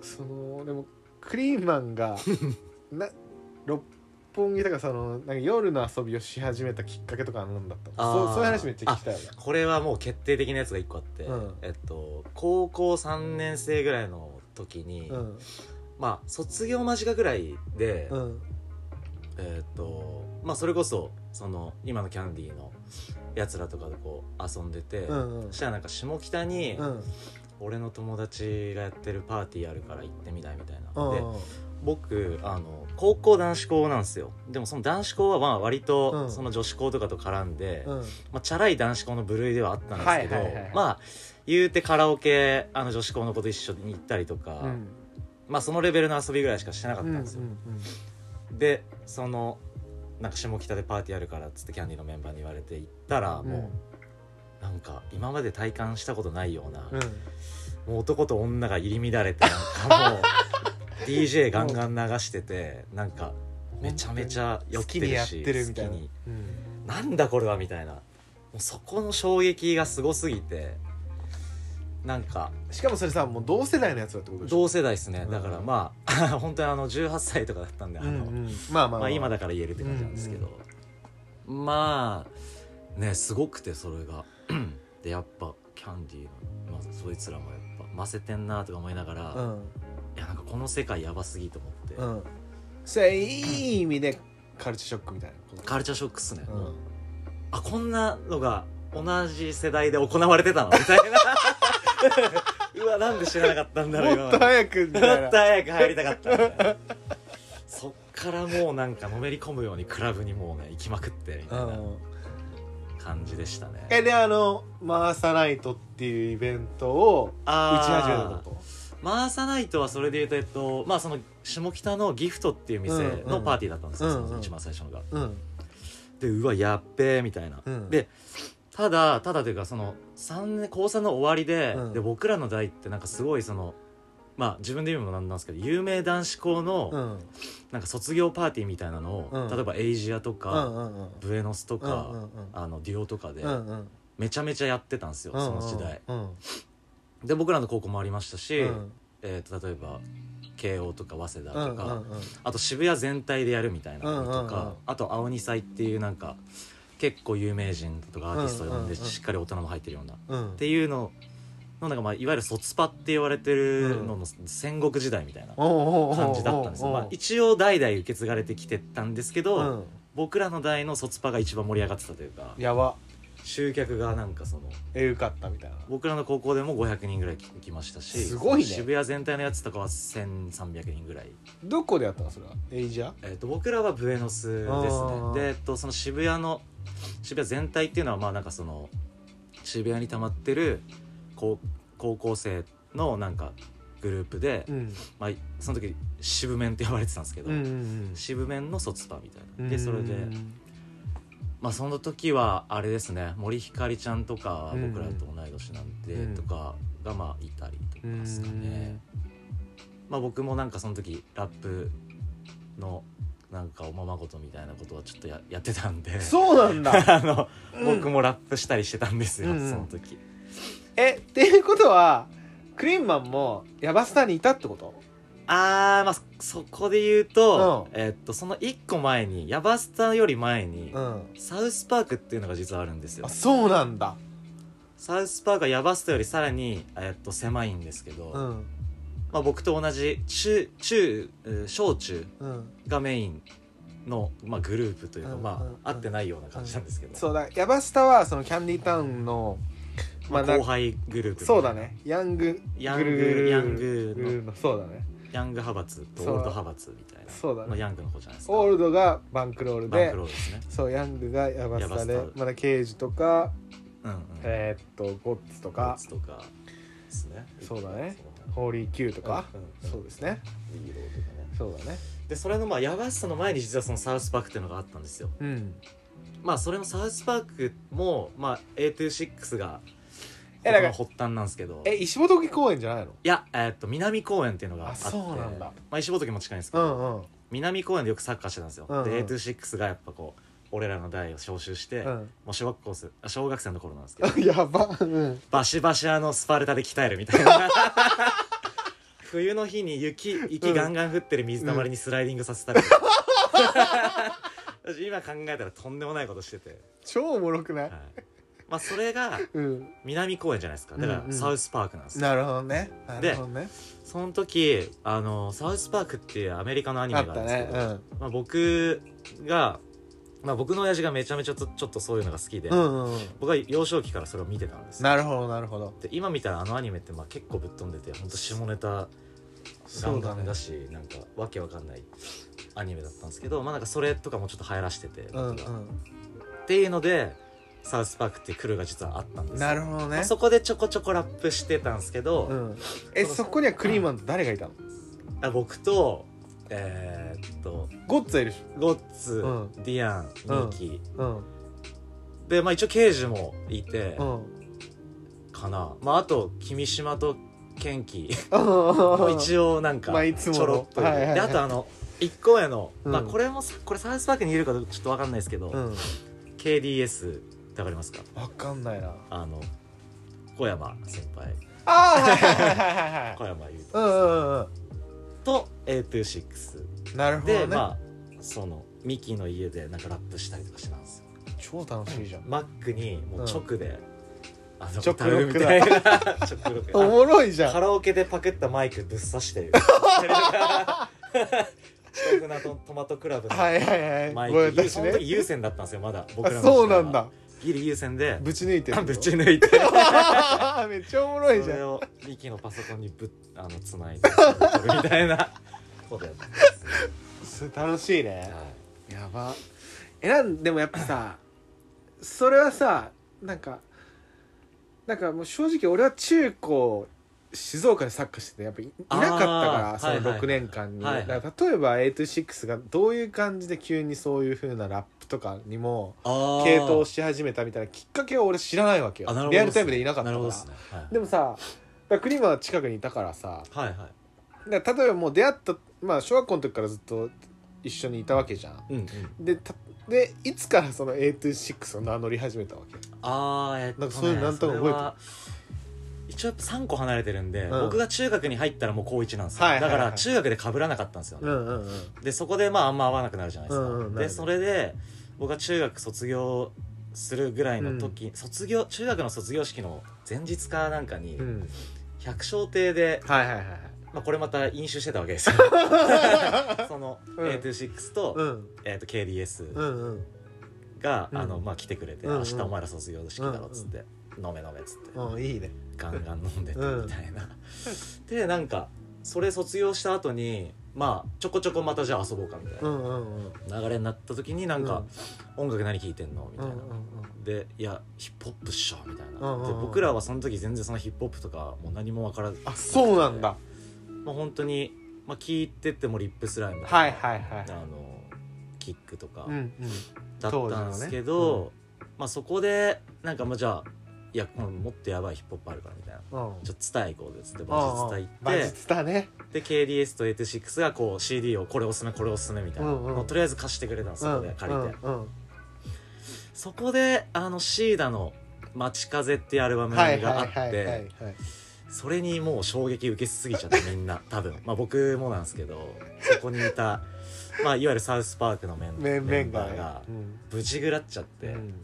[SPEAKER 1] そのでもクリーンマン がな六本木とかそのなんか夜の遊びをし始めたきっかけとかは何だった
[SPEAKER 2] あー
[SPEAKER 1] のそうそういう話めっちゃ聞きたいよね
[SPEAKER 2] これはもう決定的なやつが一個あって、
[SPEAKER 1] うん
[SPEAKER 2] えっと高校3年生ぐらいの時に、
[SPEAKER 1] うん
[SPEAKER 2] まあ卒業間近ぐらいで、
[SPEAKER 1] うん
[SPEAKER 2] えっとまあそれこそその今のキャンディーのやつらとかとこう遊んでて、
[SPEAKER 1] うんうん
[SPEAKER 2] そしたらなんか下北に、
[SPEAKER 1] うん
[SPEAKER 2] 俺の友達がやってるパーティーあるから行ってみたいみたいな、
[SPEAKER 1] うん
[SPEAKER 2] で僕あの高校男子校なんですよでもその男子校はまあ割
[SPEAKER 1] う
[SPEAKER 2] と
[SPEAKER 1] ん
[SPEAKER 2] その女子校とかと絡んで、
[SPEAKER 1] うん
[SPEAKER 2] まあ、チャラい男子校の部類ではあったんですけど、
[SPEAKER 1] はいはいはいはい
[SPEAKER 2] まあ言うてカラオケあの女子校の子と一緒に行ったりとか、
[SPEAKER 1] うん
[SPEAKER 2] まあそのレベルの遊びぐらいしかしてなかった
[SPEAKER 1] うんん
[SPEAKER 2] ですよ、でそのなんか下北でパーティーあるからっつってキャンディーのメンバーに言われて行ったら
[SPEAKER 1] うん
[SPEAKER 2] もうなんか今まで体感したことないような、
[SPEAKER 1] うん
[SPEAKER 2] もう男と女が入り乱れてなんかもう DJ ガンガン流しててなんかめちゃめちゃ酔
[SPEAKER 1] 好
[SPEAKER 2] っ
[SPEAKER 1] き
[SPEAKER 2] て
[SPEAKER 1] に
[SPEAKER 2] る
[SPEAKER 1] やっ
[SPEAKER 2] して
[SPEAKER 1] るみたい
[SPEAKER 2] 好
[SPEAKER 1] な
[SPEAKER 2] きに
[SPEAKER 1] うん
[SPEAKER 2] なんだこれはみたいなもうそこの衝撃がすごすぎてなんか
[SPEAKER 1] しかもそれさもう同世代のやつだってことでしょ
[SPEAKER 2] 同世代ですね
[SPEAKER 1] うん
[SPEAKER 2] だからまあ 本当にあの18歳とかだったんであ
[SPEAKER 1] うん
[SPEAKER 2] の、
[SPEAKER 1] うんまあまあ
[SPEAKER 2] まあ、今だから言えるって感じなんですけど、まあねすごくてそれが でやっぱキャンディーの、まあ、そいつらもやっぱませてんなとか思いながら、
[SPEAKER 1] う
[SPEAKER 2] い
[SPEAKER 1] ん
[SPEAKER 2] やなんかこの世界やばすぎと思って、
[SPEAKER 1] うんそれいい意味でカルチャーショックみたいなこと
[SPEAKER 2] カルチャーショックっすね、
[SPEAKER 1] う
[SPEAKER 2] もうんあこんなのが同じ世代で行われてたのみたいな うわなんで知らなかったんだろう
[SPEAKER 1] もっと早くみ
[SPEAKER 2] 今
[SPEAKER 1] た
[SPEAKER 2] ま
[SPEAKER 1] いな
[SPEAKER 2] でも っと早く入りたかったみたいなそっからもうなんかのめり込むようにクラブにもうね行きまくってみたいな
[SPEAKER 1] うん
[SPEAKER 2] 感じでしたね、
[SPEAKER 1] えであのマーサナイトっていうイベントを打ち始めた
[SPEAKER 2] あ
[SPEAKER 1] こ
[SPEAKER 2] マーサナイトはそれで言うと、えっと、まあその下北のギフトっていう店のパーティーだったんですよ、
[SPEAKER 1] うんうん
[SPEAKER 2] その一番最初のが。
[SPEAKER 1] とうん
[SPEAKER 2] で、うわ、やっべーみたいな。
[SPEAKER 1] うん
[SPEAKER 2] で、ただ、ただというか、その、三年、高三の終わりで、
[SPEAKER 1] うん
[SPEAKER 2] で、僕らの代ってなんかすごいその、まあ自分で言うのもなんなんですけど、有名男子校の、
[SPEAKER 1] うん
[SPEAKER 2] なんか卒業パーティーみたいなのを、
[SPEAKER 1] うん
[SPEAKER 2] 例えばエイジアと
[SPEAKER 1] うんうん
[SPEAKER 2] か、
[SPEAKER 1] うん
[SPEAKER 2] ブエノスと
[SPEAKER 1] う
[SPEAKER 2] か、
[SPEAKER 1] んうんうん
[SPEAKER 2] あの、デュオとかで、
[SPEAKER 1] うんうん
[SPEAKER 2] めちゃめちゃやってたんですよ、その時代。
[SPEAKER 1] うん
[SPEAKER 2] で、僕らの高校もありましたし、
[SPEAKER 1] うん
[SPEAKER 2] えー、と例えば慶応とか早稲田
[SPEAKER 1] うんう
[SPEAKER 2] と
[SPEAKER 1] ん
[SPEAKER 2] か、
[SPEAKER 1] うん
[SPEAKER 2] あと渋谷全体でやるみたいなのとか、
[SPEAKER 1] うんうんうん
[SPEAKER 2] あと青二祭っていうなんか結構有名人とかアーティストを呼ん
[SPEAKER 1] う
[SPEAKER 2] で
[SPEAKER 1] んうんうん
[SPEAKER 2] しっかり大人も入ってるような、っ
[SPEAKER 1] うん
[SPEAKER 2] ていうののなんかまあいわゆる卒パって言われてるのの戦国時代みたいな感じだったんですよ、まあ、一応代々受け継がれてきてたんですけど、
[SPEAKER 1] うん
[SPEAKER 2] 僕らの代の卒パが一番盛り上がってたというか
[SPEAKER 1] やば
[SPEAKER 2] 集客がなんかその
[SPEAKER 1] えぐかったみたいな
[SPEAKER 2] 僕らの高校でも500人ぐらい行きましたし
[SPEAKER 1] すごいね
[SPEAKER 2] 渋谷全体のやつとかは1300人ぐらい、
[SPEAKER 1] どこでやったのそれはエイジア
[SPEAKER 2] えー、と僕らはブエノス
[SPEAKER 1] あ
[SPEAKER 2] です
[SPEAKER 1] ー
[SPEAKER 2] ねで、えっと、その渋谷の渋谷全体っていうのはまあなんかその渋谷に溜まってる高高校生のなんかグループで、
[SPEAKER 1] うん
[SPEAKER 2] まあ、その時渋面って呼ばれてたんですけど、
[SPEAKER 1] うんうん
[SPEAKER 2] 渋面の卒パみたい
[SPEAKER 1] うん
[SPEAKER 2] なでそれで、まあ、その時はあれですね森ひかりちゃんとかは僕らと同い年なんで、
[SPEAKER 1] うん
[SPEAKER 2] とかがまあいたりとかですかね、まあ、僕もなんかその時ラップのなんかおままごとみたいなことはちょっとややってたんで
[SPEAKER 1] そうなんだ
[SPEAKER 2] あの、僕もラップしたりしてたんですよ、
[SPEAKER 1] うん
[SPEAKER 2] その時
[SPEAKER 1] えっていうことはクリーンマンもヤバスタにいたってこと
[SPEAKER 2] あーまあそこで言うと、
[SPEAKER 1] う
[SPEAKER 2] えっとその1個前にヤバスタより前に、
[SPEAKER 1] うん
[SPEAKER 2] サウスパークっていうのが実はあるんですよ
[SPEAKER 1] あそうなんだ
[SPEAKER 2] サウスパークはヤバスタよりさらに、えっと、狭いんですけど、
[SPEAKER 1] うん
[SPEAKER 2] まあ、僕と同じ中中えー小中
[SPEAKER 1] うん
[SPEAKER 2] がメインの、まあ、グループというか、
[SPEAKER 1] うん
[SPEAKER 2] まあ
[SPEAKER 1] うん
[SPEAKER 2] 合ってないような感じなんですけど、
[SPEAKER 1] そうだヤバスタはそのキャンディタウンのまあ
[SPEAKER 2] まあ、
[SPEAKER 1] な
[SPEAKER 2] 後輩グループ
[SPEAKER 1] そうだねヤング
[SPEAKER 2] ヤング
[SPEAKER 1] ぐるぐる
[SPEAKER 2] ヤングの
[SPEAKER 1] ぐるのそうだね
[SPEAKER 2] ヤング派閥とオールド派閥みたいな
[SPEAKER 1] そうだね
[SPEAKER 2] まあ、ヤングの方じゃないですか
[SPEAKER 1] オールドがバンクロール
[SPEAKER 2] バン
[SPEAKER 1] で
[SPEAKER 2] クロールですね
[SPEAKER 1] そうヤングがヤバスタで
[SPEAKER 2] ヤバスタ
[SPEAKER 1] まだケージとか
[SPEAKER 2] うんうん
[SPEAKER 1] えーっとゴッツと
[SPEAKER 2] 派
[SPEAKER 1] か
[SPEAKER 2] 閥とかですね
[SPEAKER 1] そうだね
[SPEAKER 2] そ
[SPEAKER 1] ホーリー Q とか
[SPEAKER 2] うんうんうん
[SPEAKER 1] そうですね
[SPEAKER 2] のリードとかね
[SPEAKER 1] そうだね
[SPEAKER 2] でそれのまあヤバさの前に実はそのサウスパークっていうのがあったんですよ
[SPEAKER 1] うん
[SPEAKER 2] まあそれのサウスパークも、まあ、A26 が
[SPEAKER 1] えだから
[SPEAKER 2] ここの発端なんですけど
[SPEAKER 1] え石本公園じゃないの
[SPEAKER 2] いや、えーっと南公園っていうのがあ
[SPEAKER 1] あ
[SPEAKER 2] って
[SPEAKER 1] そうなんだ
[SPEAKER 2] まあ、石本も近いんですけ
[SPEAKER 1] う
[SPEAKER 2] ど、
[SPEAKER 1] んうん
[SPEAKER 2] 南公園でよくサッカーしてたんですよ、
[SPEAKER 1] うんうん
[SPEAKER 2] で A26 がやっぱこう俺らの代を招集して、
[SPEAKER 1] う
[SPEAKER 2] も
[SPEAKER 1] ん
[SPEAKER 2] う小学校生あ小学生の頃なんです けど
[SPEAKER 1] やばうん
[SPEAKER 2] バシバシあのスパルタで鍛えるみたいな 冬の日に雪雪ガンガン降ってる水たまりにスライディングさせたりと か、私今考えたらとんでもないことしてて、
[SPEAKER 1] 超おもろくな
[SPEAKER 2] はい
[SPEAKER 1] い
[SPEAKER 2] まあ、それが
[SPEAKER 1] うん
[SPEAKER 2] 南公園じゃないですかだか
[SPEAKER 1] うんう
[SPEAKER 2] ら
[SPEAKER 1] ん
[SPEAKER 2] サウスパークなんですよ、
[SPEAKER 1] なるほどねなるほどね
[SPEAKER 2] その時あのサウスパークっていうアメリカのアニ
[SPEAKER 1] あ
[SPEAKER 2] メ
[SPEAKER 1] っ
[SPEAKER 2] がある
[SPEAKER 1] た
[SPEAKER 2] んですけ
[SPEAKER 1] ね
[SPEAKER 2] ど、
[SPEAKER 1] うん
[SPEAKER 2] まあ、僕が、まあ、僕の親父がめちゃめちゃちょちょっとそういうのが好きで、
[SPEAKER 1] うんうんうん
[SPEAKER 2] 僕は幼少期からそれを見てたんですよ
[SPEAKER 1] なるほどなるほど
[SPEAKER 2] で今見たらあのアニメってまあ結構ぶっ飛んでて本当下ネタガ
[SPEAKER 1] そう
[SPEAKER 2] ンガ
[SPEAKER 1] だ
[SPEAKER 2] ン
[SPEAKER 1] ね
[SPEAKER 2] だしなんかわけわかんないアニメだったんですけど、まあ、なんかそれとかもちょっと流行らしてて、
[SPEAKER 1] うんう
[SPEAKER 2] 僕がっ
[SPEAKER 1] ん
[SPEAKER 2] ていうのでサウスパークっていうクルーが実はあったんですよ
[SPEAKER 1] なるほど
[SPEAKER 2] ま
[SPEAKER 1] ね
[SPEAKER 2] あそこでちょこちょこラップしてたんですけど、
[SPEAKER 1] うんえそこにはクリーマンと誰がいたの
[SPEAKER 2] あ僕とえーっと
[SPEAKER 1] ゴッツはいるでし
[SPEAKER 2] ゴッツ、
[SPEAKER 1] うん
[SPEAKER 2] ディアン
[SPEAKER 1] う
[SPEAKER 2] ミ
[SPEAKER 1] ん
[SPEAKER 2] ーキ
[SPEAKER 1] ょうん
[SPEAKER 2] ーでまあ一応刑事もいて、
[SPEAKER 1] うん
[SPEAKER 2] かなまああと君島とケンキも
[SPEAKER 1] あ
[SPEAKER 2] 一応なんか
[SPEAKER 1] まあいつもの
[SPEAKER 2] ちょろっといる、
[SPEAKER 1] はいはいはい
[SPEAKER 2] であとあの一個への、
[SPEAKER 1] うん
[SPEAKER 2] まあこれもさこれサウスパークにいるかどうかちょっとわかんないですけど、
[SPEAKER 1] うん
[SPEAKER 2] KDS ってわかりますか
[SPEAKER 1] わかんないな
[SPEAKER 2] あの小山先輩
[SPEAKER 1] ああはいはいはいはいはい
[SPEAKER 2] 小山 優
[SPEAKER 1] うんう
[SPEAKER 2] 斗
[SPEAKER 1] んうん
[SPEAKER 2] と A26
[SPEAKER 1] うんなるほど
[SPEAKER 2] で、
[SPEAKER 1] ね
[SPEAKER 2] まあそのミキの家でなんかラップしたりとかしてたんですよ
[SPEAKER 1] 超楽しいじゃん
[SPEAKER 2] マックにもう直で、あの
[SPEAKER 1] 直
[SPEAKER 2] 歌うみたいな直録
[SPEAKER 1] おもろいじ
[SPEAKER 2] あ
[SPEAKER 1] ゃ
[SPEAKER 2] カ
[SPEAKER 1] ん
[SPEAKER 2] ラオケでパクったマイクぶっ刺してる近くのトトマトクラブの
[SPEAKER 1] はいはいは
[SPEAKER 2] マ
[SPEAKER 1] い
[SPEAKER 2] イ
[SPEAKER 1] ごめん
[SPEAKER 2] ク、
[SPEAKER 1] 私
[SPEAKER 2] その時
[SPEAKER 1] ね
[SPEAKER 2] 優先だったんですよまだ僕
[SPEAKER 1] あ
[SPEAKER 2] らの時代は
[SPEAKER 1] そうなんだ
[SPEAKER 2] ギリ優先 で
[SPEAKER 1] ぶち抜いてる
[SPEAKER 2] ぶち抜いて
[SPEAKER 1] めっちゃおもろい
[SPEAKER 2] そ
[SPEAKER 1] じゃ
[SPEAKER 2] れ
[SPEAKER 1] ん
[SPEAKER 2] をミキのパソコンにぶっあのつないでみたいなことやったんですよ
[SPEAKER 1] それ楽しいね
[SPEAKER 2] は
[SPEAKER 1] やばえなんでもやっぱさそれはさなんかなんかもう正直俺は中高静岡でサッカーしててやっぱいいなかったか
[SPEAKER 2] あー
[SPEAKER 1] らその
[SPEAKER 2] はいはいはい
[SPEAKER 1] 6年間に、
[SPEAKER 2] はいはい
[SPEAKER 1] だから例えば A26 がどういう感じで急にそういう風なラップとかにも
[SPEAKER 2] い
[SPEAKER 1] 系統し始めたみたいなきっかけは俺知らないわけよ
[SPEAKER 2] あなるほど
[SPEAKER 1] リアル
[SPEAKER 2] っすね
[SPEAKER 1] タイムでいなかった
[SPEAKER 2] な
[SPEAKER 1] か
[SPEAKER 2] る
[SPEAKER 1] ら
[SPEAKER 2] ほどですねはい
[SPEAKER 1] でもさだからクリーマーは近くにいたからさ
[SPEAKER 2] はいはい
[SPEAKER 1] だから例えばもう出会った、まあ、小学校の時からずっと一緒にいたわけじゃん
[SPEAKER 2] うんうん
[SPEAKER 1] でたでいつからその A26 を名乗り始めたわけ
[SPEAKER 2] あーえっと、ね、
[SPEAKER 1] なんかそういうのなんとなく覚えてる
[SPEAKER 2] それは一応やっぱ3個離れてるんで、
[SPEAKER 1] うん
[SPEAKER 2] 僕が中学に入ったらもう高1なんですよ、
[SPEAKER 1] はいはいはい
[SPEAKER 2] だから中学で被らなかったんですよね、
[SPEAKER 1] んうんうん
[SPEAKER 2] でそこでまああんま合わなくなるじゃないですか、
[SPEAKER 1] うんうんなるね
[SPEAKER 2] でそれで僕が中学卒業するぐらいの時、卒業中学の卒業式の前日かなんかに
[SPEAKER 1] うん
[SPEAKER 2] 百姓亭で、
[SPEAKER 1] はいはいはいはい
[SPEAKER 2] まあ、これまた飲酒してたわ けですよその
[SPEAKER 1] うん
[SPEAKER 2] A26 と,、
[SPEAKER 1] うん
[SPEAKER 2] えっと KDS
[SPEAKER 1] うんうん
[SPEAKER 2] が、
[SPEAKER 1] うん
[SPEAKER 2] あのまあ、来てくれて、
[SPEAKER 1] うんうん
[SPEAKER 2] 明日お前ら卒業式だろ」っつって、飲め飲め」っつって、
[SPEAKER 1] うんいいね
[SPEAKER 2] ガンガン飲んでた
[SPEAKER 1] うん
[SPEAKER 2] みたいな、でなんかそれ卒業した後にまあちょこちょこまたじゃあ遊ぼうかみたい
[SPEAKER 1] うんうんうん
[SPEAKER 2] な、流れになった時になんか「音楽何聴いてんの?」み
[SPEAKER 1] う
[SPEAKER 2] たい
[SPEAKER 1] ん
[SPEAKER 2] な、
[SPEAKER 1] うんうん
[SPEAKER 2] で「いやヒップホップっしょ」みたいな、
[SPEAKER 1] うんうんうん
[SPEAKER 2] で僕らはその時全然そのヒップホップとかもう何も分からず
[SPEAKER 1] あそうなんだ
[SPEAKER 2] まあ本当にまあ聞いてってもリップスライムとか、
[SPEAKER 1] はいはいはい
[SPEAKER 2] あのキックとか
[SPEAKER 1] うんうん
[SPEAKER 2] だったんですけど、まあそこでなんかまあじゃあいやこのもっとやばいヒップホップあるからみたいな
[SPEAKER 1] うん
[SPEAKER 2] じゃあ伝え行こうぜっつって
[SPEAKER 1] うんうん
[SPEAKER 2] バジ伝え行
[SPEAKER 1] 馬
[SPEAKER 2] って
[SPEAKER 1] 術だね
[SPEAKER 2] で KDS と86がこう CD をこれおすすめこれおすすめみたいな、
[SPEAKER 1] うんうん
[SPEAKER 2] のをとりあえず貸してくれたんですそこで借りて、
[SPEAKER 1] うんうん
[SPEAKER 2] そこであのシーダの「街風」っていうアルバ
[SPEAKER 1] うん
[SPEAKER 2] ムが
[SPEAKER 1] は
[SPEAKER 2] あっ
[SPEAKER 1] い
[SPEAKER 2] て、
[SPEAKER 1] はいはいはいはい
[SPEAKER 2] それにもう衝撃受けすぎちゃってみんな多分 まあ僕もなんですけどそこにいた、まあ、いわゆるサウスパークのメン
[SPEAKER 1] 面
[SPEAKER 2] メ
[SPEAKER 1] 々
[SPEAKER 2] ンバ
[SPEAKER 1] が
[SPEAKER 2] ー
[SPEAKER 1] ね
[SPEAKER 2] が
[SPEAKER 1] うん
[SPEAKER 2] 無事ぐらっちゃって、
[SPEAKER 1] うん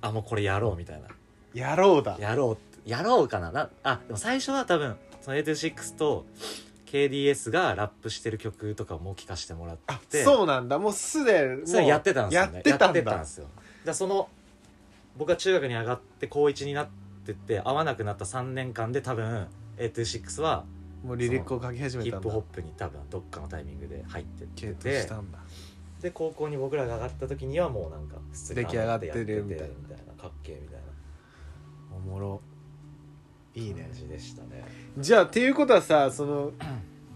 [SPEAKER 2] あもうこれやろうみたいな
[SPEAKER 1] やろうだ
[SPEAKER 2] やろうってやろうかななあでも最初は多分その86と KDS がラップしてる曲とかも聞かせてもらっ
[SPEAKER 1] あ
[SPEAKER 2] て
[SPEAKER 1] そうなんだもうすでに
[SPEAKER 2] それやってたんですよね
[SPEAKER 1] やってたんだ
[SPEAKER 2] ですよだその僕が中学に上がって高1になってて会わなくなった3年間で多分86は
[SPEAKER 1] もうリリックを書き始め
[SPEAKER 2] ヒ
[SPEAKER 1] た
[SPEAKER 2] ッ
[SPEAKER 1] ん
[SPEAKER 2] プ
[SPEAKER 1] だ
[SPEAKER 2] ホップに多分どっかのタイミングで入ってって
[SPEAKER 1] 系統してたんだ
[SPEAKER 2] で高校に僕らが上がった時にはもうなんか普通に
[SPEAKER 1] 出来上がってる
[SPEAKER 2] や
[SPEAKER 1] みたいな
[SPEAKER 2] みたいなかっけえみたいな
[SPEAKER 1] おもろいいね
[SPEAKER 2] 感じでしたね
[SPEAKER 1] じゃあっていうことはさその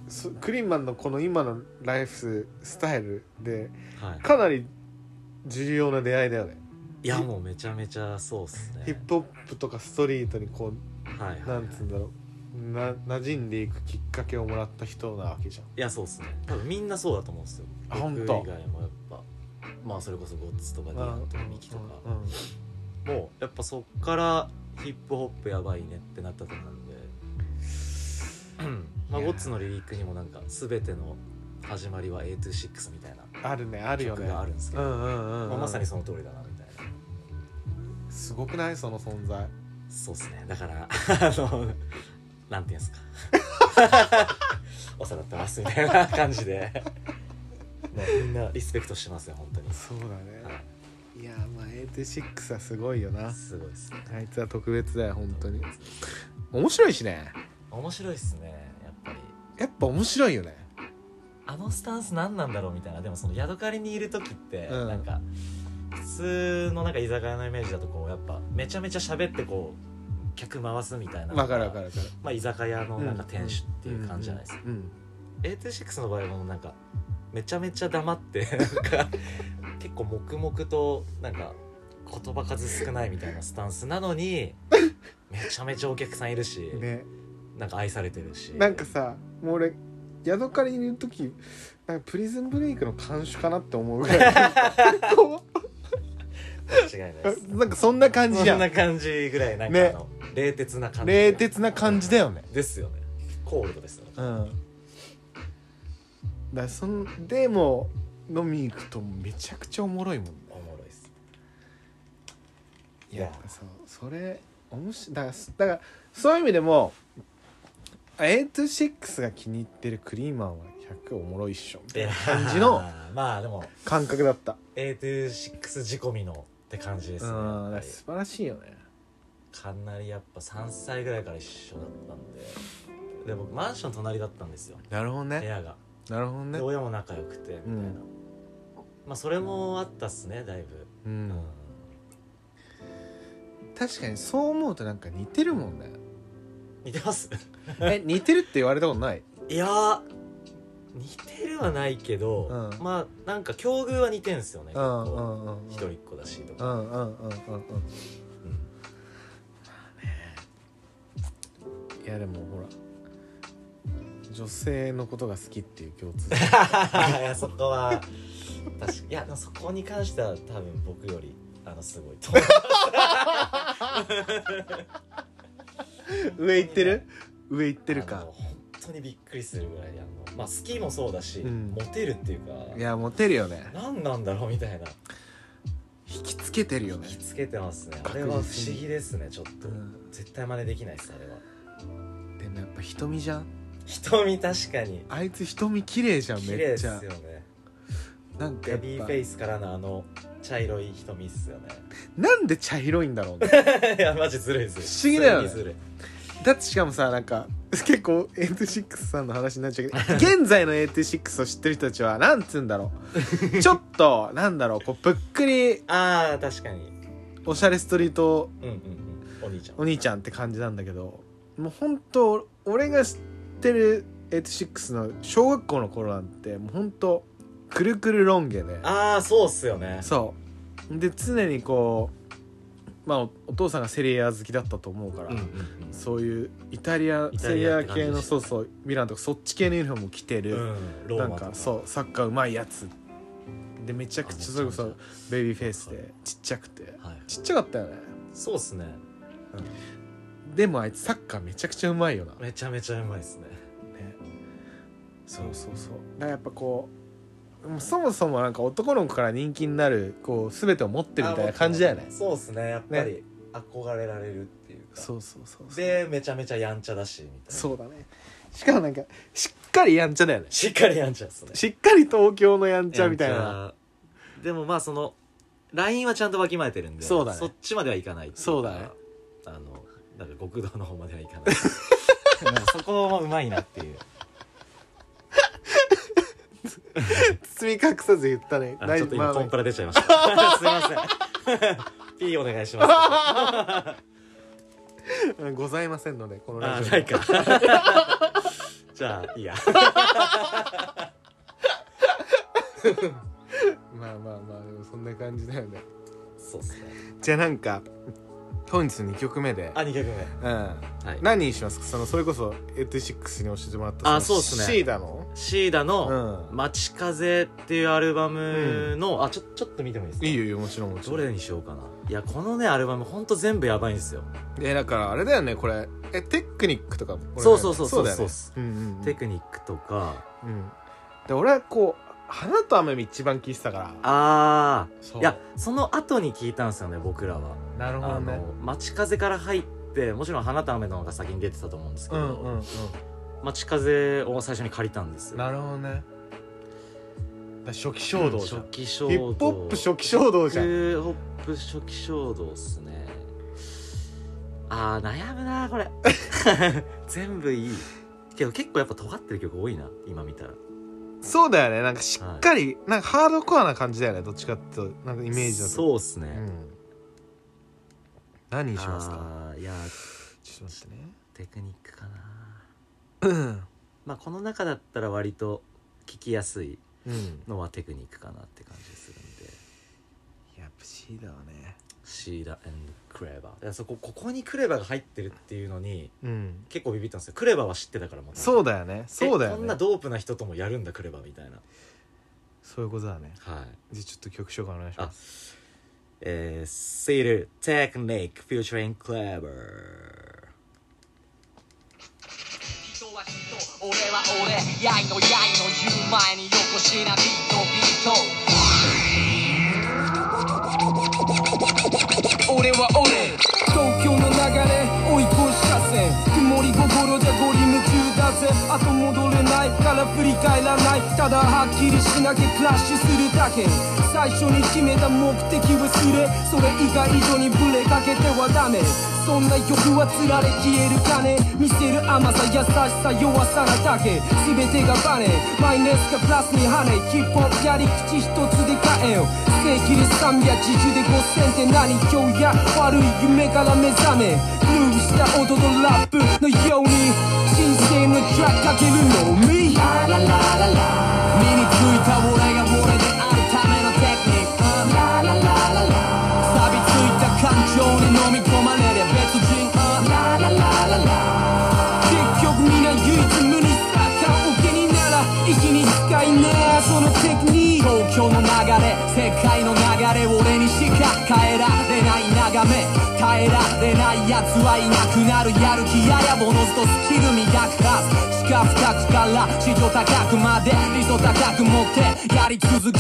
[SPEAKER 1] そクリーンマンのこの今のライフスタイルで
[SPEAKER 2] はい
[SPEAKER 1] かなり重要な出会いだよね
[SPEAKER 2] いやもうめちゃめちゃそうっすね
[SPEAKER 1] ヒップホップとかストリートにこ
[SPEAKER 2] はいは
[SPEAKER 1] う
[SPEAKER 2] い、
[SPEAKER 1] なんつうんだろうな馴染んでいくきっかけをもらった人なわけじゃん
[SPEAKER 2] いやそうっすね多分みんなそうだと思うんですよ
[SPEAKER 1] あほんと
[SPEAKER 2] 僕以外もやっぱまあそれこそゴッツとかディアンとかミキとか
[SPEAKER 1] うんうん
[SPEAKER 2] もうやっぱそっからヒップホップやばいねってなったと思うんで、うんまあ、
[SPEAKER 1] いやー
[SPEAKER 2] ゴッツのリリックにもなんか全ての始まりは A26 みたいな
[SPEAKER 1] あるねあるよ
[SPEAKER 2] 曲
[SPEAKER 1] ね
[SPEAKER 2] があるんですけ
[SPEAKER 1] う
[SPEAKER 2] ど、
[SPEAKER 1] んうんうんうん、
[SPEAKER 2] まあ、まさにその通りだなみたいな
[SPEAKER 1] すごくないその存在
[SPEAKER 2] そうっすねだから あのなんていうんですか お世話になってますみたいな感じでもうみんなリスペクトしてますよ本当に
[SPEAKER 1] そうだね
[SPEAKER 2] はい
[SPEAKER 1] やまあ86はすごいよな
[SPEAKER 2] すごいですね
[SPEAKER 1] あいつは特別だよ本当に面白いしね
[SPEAKER 2] 面白いっすねやっぱり
[SPEAKER 1] やっぱ面白いよね
[SPEAKER 2] あのスタンス何なんだろうみたいなでもその宿狩りにいる時って
[SPEAKER 1] うん
[SPEAKER 2] なんか普通のなんか居酒屋のイメージだとこうやっぱめちゃめちゃ喋ってこう客回すみたいな
[SPEAKER 1] わかるわかるわかる
[SPEAKER 2] まあ居酒屋のなんか店主っていう感じじゃないですか、
[SPEAKER 1] うん、
[SPEAKER 2] A26 の場合はもうなんかめちゃめちゃ黙ってなんか結構黙々となんか言葉数少ないみたいなスタンスなのにめちゃめちゃお客さんいるし、
[SPEAKER 1] ね
[SPEAKER 2] なんか愛されてるし
[SPEAKER 1] なんかさもう俺宿狩りにいる時なんかプリズンブレイクの監修かなって思うぐら いこ
[SPEAKER 2] 間違いないです
[SPEAKER 1] うなんかそんな感じじ
[SPEAKER 2] そ
[SPEAKER 1] ゃ
[SPEAKER 2] んなん感じぐらいなんかあ
[SPEAKER 1] ね
[SPEAKER 2] の、冷徹な感じ
[SPEAKER 1] 冷徹な感じだよね
[SPEAKER 2] ですよねコールドですよね
[SPEAKER 1] うんだからそんでも飲み行くとめちゃくちゃおもろいもんね
[SPEAKER 2] おもろいっす
[SPEAKER 1] い
[SPEAKER 2] い
[SPEAKER 1] や
[SPEAKER 2] や
[SPEAKER 1] そうそれ面白いだからすだからそういう意味でも A26 が気に入ってるクリーマンは100おもろいっしょみたいな感じ の
[SPEAKER 2] まあでも
[SPEAKER 1] 感覚だった、
[SPEAKER 2] A26 仕込みのって感じです
[SPEAKER 1] う
[SPEAKER 2] ねや
[SPEAKER 1] ん
[SPEAKER 2] っ
[SPEAKER 1] だから
[SPEAKER 2] ぱり
[SPEAKER 1] 素晴らしいよね
[SPEAKER 2] かなりやっぱ3歳ぐらいから一緒だったんでで僕マンション隣だったんですよ
[SPEAKER 1] なるほど
[SPEAKER 2] 部屋が、
[SPEAKER 1] なるほど
[SPEAKER 2] で
[SPEAKER 1] ね
[SPEAKER 2] 親も仲良くてみたいな、
[SPEAKER 1] うん
[SPEAKER 2] まあそれもあったっすねだいぶ、
[SPEAKER 1] う
[SPEAKER 2] うん
[SPEAKER 1] ん、確かにそう思うとなんか似てるも んね
[SPEAKER 2] 似てます
[SPEAKER 1] え似てるって言われたことない
[SPEAKER 2] いやー似てるはないけど、
[SPEAKER 1] うん
[SPEAKER 2] まあなんか境遇は似てんすよね
[SPEAKER 1] うんう
[SPEAKER 2] 結
[SPEAKER 1] ん
[SPEAKER 2] 構
[SPEAKER 1] うんうん
[SPEAKER 2] 一人っ子だしと
[SPEAKER 1] う
[SPEAKER 2] か、
[SPEAKER 1] んうんうんうんうんいやでもほら女性のことが好きっていう共通点
[SPEAKER 2] いやそこは確かいやでもそこに関しては多分僕よりあのすごいと思う
[SPEAKER 1] 上行ってる上行ってる
[SPEAKER 2] あ
[SPEAKER 1] か
[SPEAKER 2] の本当にびっくりするぐらいあのまあ好きもそうだし、
[SPEAKER 1] うん
[SPEAKER 2] モテるっていうか
[SPEAKER 1] いやモテるよね
[SPEAKER 2] 何なんだろうみたいな
[SPEAKER 1] 引きつけてるよね
[SPEAKER 2] 引きつけてますねあ
[SPEAKER 1] 確実
[SPEAKER 2] れ
[SPEAKER 1] に
[SPEAKER 2] は不思議ですねちょっと、
[SPEAKER 1] うん
[SPEAKER 2] 絶対真似できないですあれは
[SPEAKER 1] でもやっぱ瞳じゃん
[SPEAKER 2] 瞳確かに
[SPEAKER 1] あいつ瞳綺麗じゃん
[SPEAKER 2] 綺
[SPEAKER 1] め
[SPEAKER 2] 麗
[SPEAKER 1] っ
[SPEAKER 2] です
[SPEAKER 1] ち
[SPEAKER 2] よ
[SPEAKER 1] ゃ
[SPEAKER 2] ね
[SPEAKER 1] なんか
[SPEAKER 2] ベ
[SPEAKER 1] やっ
[SPEAKER 2] ビー
[SPEAKER 1] ぱ
[SPEAKER 2] フェイスからのあの茶色い瞳っすよね
[SPEAKER 1] なんで茶色いんだろうね
[SPEAKER 2] いやマジずるいずるい
[SPEAKER 1] 不思議だよね
[SPEAKER 2] 普通にずるい
[SPEAKER 1] だってしかもさなんか結構86さんの話になっちゃうけど現在の86を知ってる人たちはなんつうんだろうちょっとなんだろうこうぷっくり
[SPEAKER 2] ああ確かに
[SPEAKER 1] おしゃれストリート
[SPEAKER 2] うんうんうんお兄ちゃん
[SPEAKER 1] お兄ちゃんって感じなんだけどもう本当俺が知ってる86の小学校の頃なんてもう本当くるくるロン毛で
[SPEAKER 2] ああそうっすよね
[SPEAKER 1] そうで常にこうまあおお父さんがセリア好きだったと思うから、
[SPEAKER 2] うんうん
[SPEAKER 1] そういうイタリア
[SPEAKER 2] イタ
[SPEAKER 1] セ
[SPEAKER 2] リ
[SPEAKER 1] リ
[SPEAKER 2] ア
[SPEAKER 1] ア
[SPEAKER 2] って感じ
[SPEAKER 1] 系
[SPEAKER 2] で
[SPEAKER 1] の
[SPEAKER 2] した
[SPEAKER 1] そ
[SPEAKER 2] ね
[SPEAKER 1] うそうミランとかそっち系のユニフォームを着て
[SPEAKER 2] う
[SPEAKER 1] る、
[SPEAKER 2] んロー
[SPEAKER 1] な
[SPEAKER 2] マ
[SPEAKER 1] ん
[SPEAKER 2] とか
[SPEAKER 1] かそうサッカーうまいやつでめちゃくちゃそれこ
[SPEAKER 2] あめ
[SPEAKER 1] そ
[SPEAKER 2] ちゃ
[SPEAKER 1] ベビーフェイスでちっちゃくて
[SPEAKER 2] はい
[SPEAKER 1] ちっちゃかったよね
[SPEAKER 2] そうっすね
[SPEAKER 1] でもあいつサッカーめちゃくちゃうまいよな、ね、
[SPEAKER 2] めちゃめちゃうまいっすね
[SPEAKER 1] そうそうそうだからやっぱこうもうそもそもなんか男の子から人気になるこう全てを持ってるみたいな感じだよね
[SPEAKER 2] そうっすねやっぱり憧れられるっていうか
[SPEAKER 1] そうそうそうそう
[SPEAKER 2] でめちゃめちゃやんちゃだしみたいな
[SPEAKER 1] そうだねしかもなんかしっかりやんちゃだよね
[SPEAKER 2] しっかりやんちゃっすね
[SPEAKER 1] しっかり東京のやんちゃみたいな
[SPEAKER 2] やんちゃでもまあその LINE はちゃんとわきまえてるんで
[SPEAKER 1] そうだね
[SPEAKER 2] っちまではいかないっていか
[SPEAKER 1] そうだね
[SPEAKER 2] あのなんか極道の方まではいかない なんかそこもうまいなっていう
[SPEAKER 1] 包み隠さず言ったね
[SPEAKER 2] あ
[SPEAKER 1] 大
[SPEAKER 2] ちょっと
[SPEAKER 1] ま
[SPEAKER 2] 今
[SPEAKER 1] あ
[SPEAKER 2] コンプラ出ちゃいました すいません P お願いしますあ
[SPEAKER 1] うんございませんのでこのラジオ
[SPEAKER 2] ないか じゃあいいや
[SPEAKER 1] まあまあまあでもそんな感じだよね
[SPEAKER 2] そうっすね
[SPEAKER 1] じゃあなんか本日2曲目で
[SPEAKER 2] あ2曲
[SPEAKER 1] うん
[SPEAKER 2] 目はい
[SPEAKER 1] 何にしますかそのそれこそ86に教えてもらった
[SPEAKER 2] あ
[SPEAKER 1] の
[SPEAKER 2] そうっすね
[SPEAKER 1] シーダの
[SPEAKER 2] シーダ
[SPEAKER 1] う
[SPEAKER 2] の「
[SPEAKER 1] ん
[SPEAKER 2] 街風」っていうアルバムの、あちょちょっと見てもいいですか
[SPEAKER 1] いいよいいよもちろんもちろ
[SPEAKER 2] ど
[SPEAKER 1] ん
[SPEAKER 2] れにしようかないやこのねアルバムほんと全部やばいんですよ、
[SPEAKER 1] えだからあれだよねこれえテクニックとかもこれ
[SPEAKER 2] そうそうそう
[SPEAKER 1] そうだよ
[SPEAKER 2] そう
[SPEAKER 1] ね
[SPEAKER 2] そ
[SPEAKER 1] うんうんうん
[SPEAKER 2] テクニックとか
[SPEAKER 1] うんで俺はこう「花と雨」一番聴いてたから
[SPEAKER 2] あ
[SPEAKER 1] そ
[SPEAKER 2] あ
[SPEAKER 1] う
[SPEAKER 2] いやその後に聞いたんですよね僕らは、
[SPEAKER 1] なるほ
[SPEAKER 2] あ
[SPEAKER 1] ど
[SPEAKER 2] の
[SPEAKER 1] ね
[SPEAKER 2] 「街風」から入ってもちろん「花と雨」の方が先に出てたと思うんですけ
[SPEAKER 1] う
[SPEAKER 2] ど
[SPEAKER 1] ん
[SPEAKER 2] 「
[SPEAKER 1] うんうん
[SPEAKER 2] 街風」を最初に借りたんですよ
[SPEAKER 1] なるほどねだから初期衝動じゃん
[SPEAKER 2] 初期衝動
[SPEAKER 1] ヒップホップ初期衝動じゃん
[SPEAKER 2] ヒップホップ初期衝動っすねあー悩むなこれ 全部いいけど結構やっぱ尖ってる曲多いな今見たら
[SPEAKER 1] そうだよねなんかしっかり、なんかハードコアな感じだよねどっちかっていうとなんかイメージだと
[SPEAKER 2] そうっすね、
[SPEAKER 1] う、ん、何にしますか
[SPEAKER 2] あーいや
[SPEAKER 1] ちょっと待ってね
[SPEAKER 2] テクニックかな
[SPEAKER 1] うん
[SPEAKER 2] まあこの中だったら割と聞きやすい
[SPEAKER 1] うん
[SPEAKER 2] のはテクニックかなって感じするんで
[SPEAKER 1] やっぱ C だわね
[SPEAKER 2] シーラクレバーいやそこここにクレバーが入ってるっていうのに
[SPEAKER 1] うん
[SPEAKER 2] 結構ビビったんですよクレバーは知ってたからも
[SPEAKER 1] そう
[SPEAKER 2] だ
[SPEAKER 1] だよねそうだよ
[SPEAKER 2] こんな
[SPEAKER 1] ね
[SPEAKER 2] ドープな人ともやるんだクレバーみたいな
[SPEAKER 1] そういうことだね
[SPEAKER 2] はい
[SPEAKER 1] じゃあちょっと曲紹介お願いします
[SPEAKER 2] えー、セールテクニックフューチャリングクレバー
[SPEAKER 4] 人は人俺は俺やいのやいの言う前によこしなビートビート俺は俺
[SPEAKER 3] 東京の流れ追い越したぜ曇り心じゃゴリ夢中だぜ後戻れないから振り返らないただはっきりしなきゃクラッシュするだけ最初に決めた目的はすれそれ以外以上にブレかけてはダメそんな欲はつられ消える金見せる甘さ優しさ弱さなだけ全てがバネマイナスかプラスに跳ねヒップホップやり口一つで変えよう正規で300自重で5000って何今日や悪い夢から目覚めルーした音とラップのように人生のトラックかけるのみ
[SPEAKER 4] ラララララ身についた俺が俺であるためのテクニックラララララ
[SPEAKER 3] 錆びついた感情に飲み込まれりゃ別人
[SPEAKER 4] ラララララ
[SPEAKER 3] 結局皆唯一無二さ棺桶になら息に使いねえそのテクニック
[SPEAKER 4] 東京の流れ世界の流れ俺にしか変えられない眺め変えられない奴はいなくなるやる気ややぼのずとスキル磨くはず地下深くから地上高くまで理想高く持ってやり続け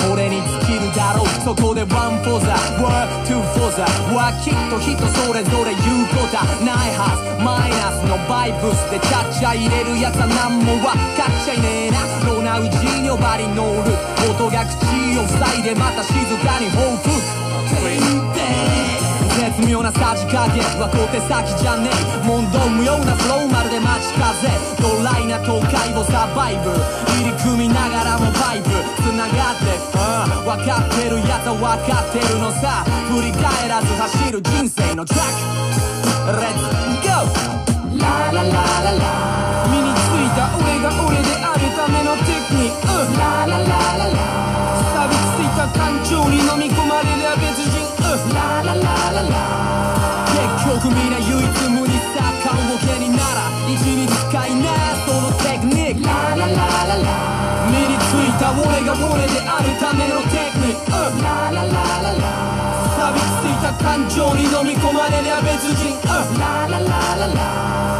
[SPEAKER 4] それに尽きるだろうそこでワンフォーザワーツーフォーザはきっと人それぞれ言うことはないはずマイナスのバイブスでちゃっちゃ入れるやつは何もわかっちゃいねえなロナウジーニョバリノール音が口を塞いでまた静かに報復絶妙なさじ加減は小手先じゃねえ問答無用なフローまるで街風ドライな都会をサバイブ入り組みながらもバイブ繋がってうん分かってるやつは分かってるのさ振り返らず走る人生のトラックレッツゴーラララララ
[SPEAKER 5] 身についた俺が俺であるためのテクニックうん
[SPEAKER 4] ラララララ
[SPEAKER 5] 錆びついた感情に飲み込まれりゃ別人
[SPEAKER 4] uh.
[SPEAKER 5] うん
[SPEAKER 4] ラララララ結局皆唯一無二さ顔ボケになら一日使いなそのテクニックラララララ
[SPEAKER 5] 身についた俺が俺であるためのテクニックうん
[SPEAKER 4] ラララララ
[SPEAKER 5] 錆びついた感情に飲み込まれりゃ別人うん
[SPEAKER 4] ラララララ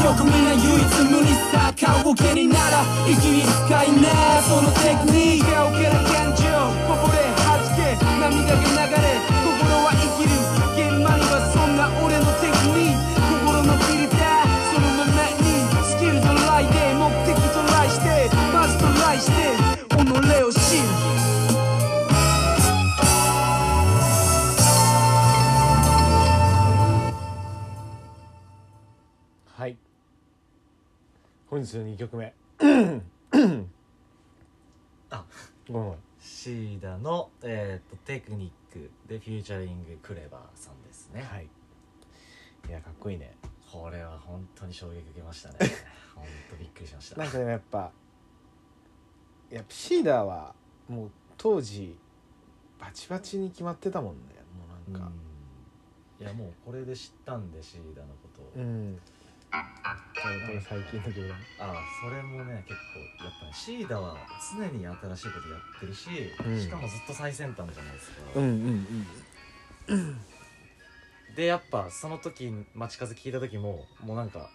[SPEAKER 5] 結局みんな唯一無二さ顔を気になら一日使いなそのテクニックを受ける感情こぼれはじけ涙が流れ心は生きる現場にはそんな俺のテクニック心のフィルターそのままにスキルとライで目的とライしてまずとライして己を知る
[SPEAKER 1] はい本日の2曲 目
[SPEAKER 2] あ
[SPEAKER 1] ごめんごめん
[SPEAKER 2] シーダの、えー、とテクニックでフューチャリングクレバーさんですね、
[SPEAKER 1] はいいやかっこいいね
[SPEAKER 2] これは本当に衝撃受けました ね本当びっくりしました
[SPEAKER 1] なんかでもやっぱやっぱシーダーはもう当時バチバチに決まってたもんねもうなんか
[SPEAKER 2] うんいやもうこれで知ったんでシーダのことを、
[SPEAKER 1] うん、これ最近の曲だね
[SPEAKER 2] ああそれもね結構やっぱねシーダは常に新しいことやってるし、
[SPEAKER 1] うん
[SPEAKER 2] しかもずっと最先端じゃないですか、
[SPEAKER 1] うんうん
[SPEAKER 2] でやっぱその時街風聞いた時ももうなんか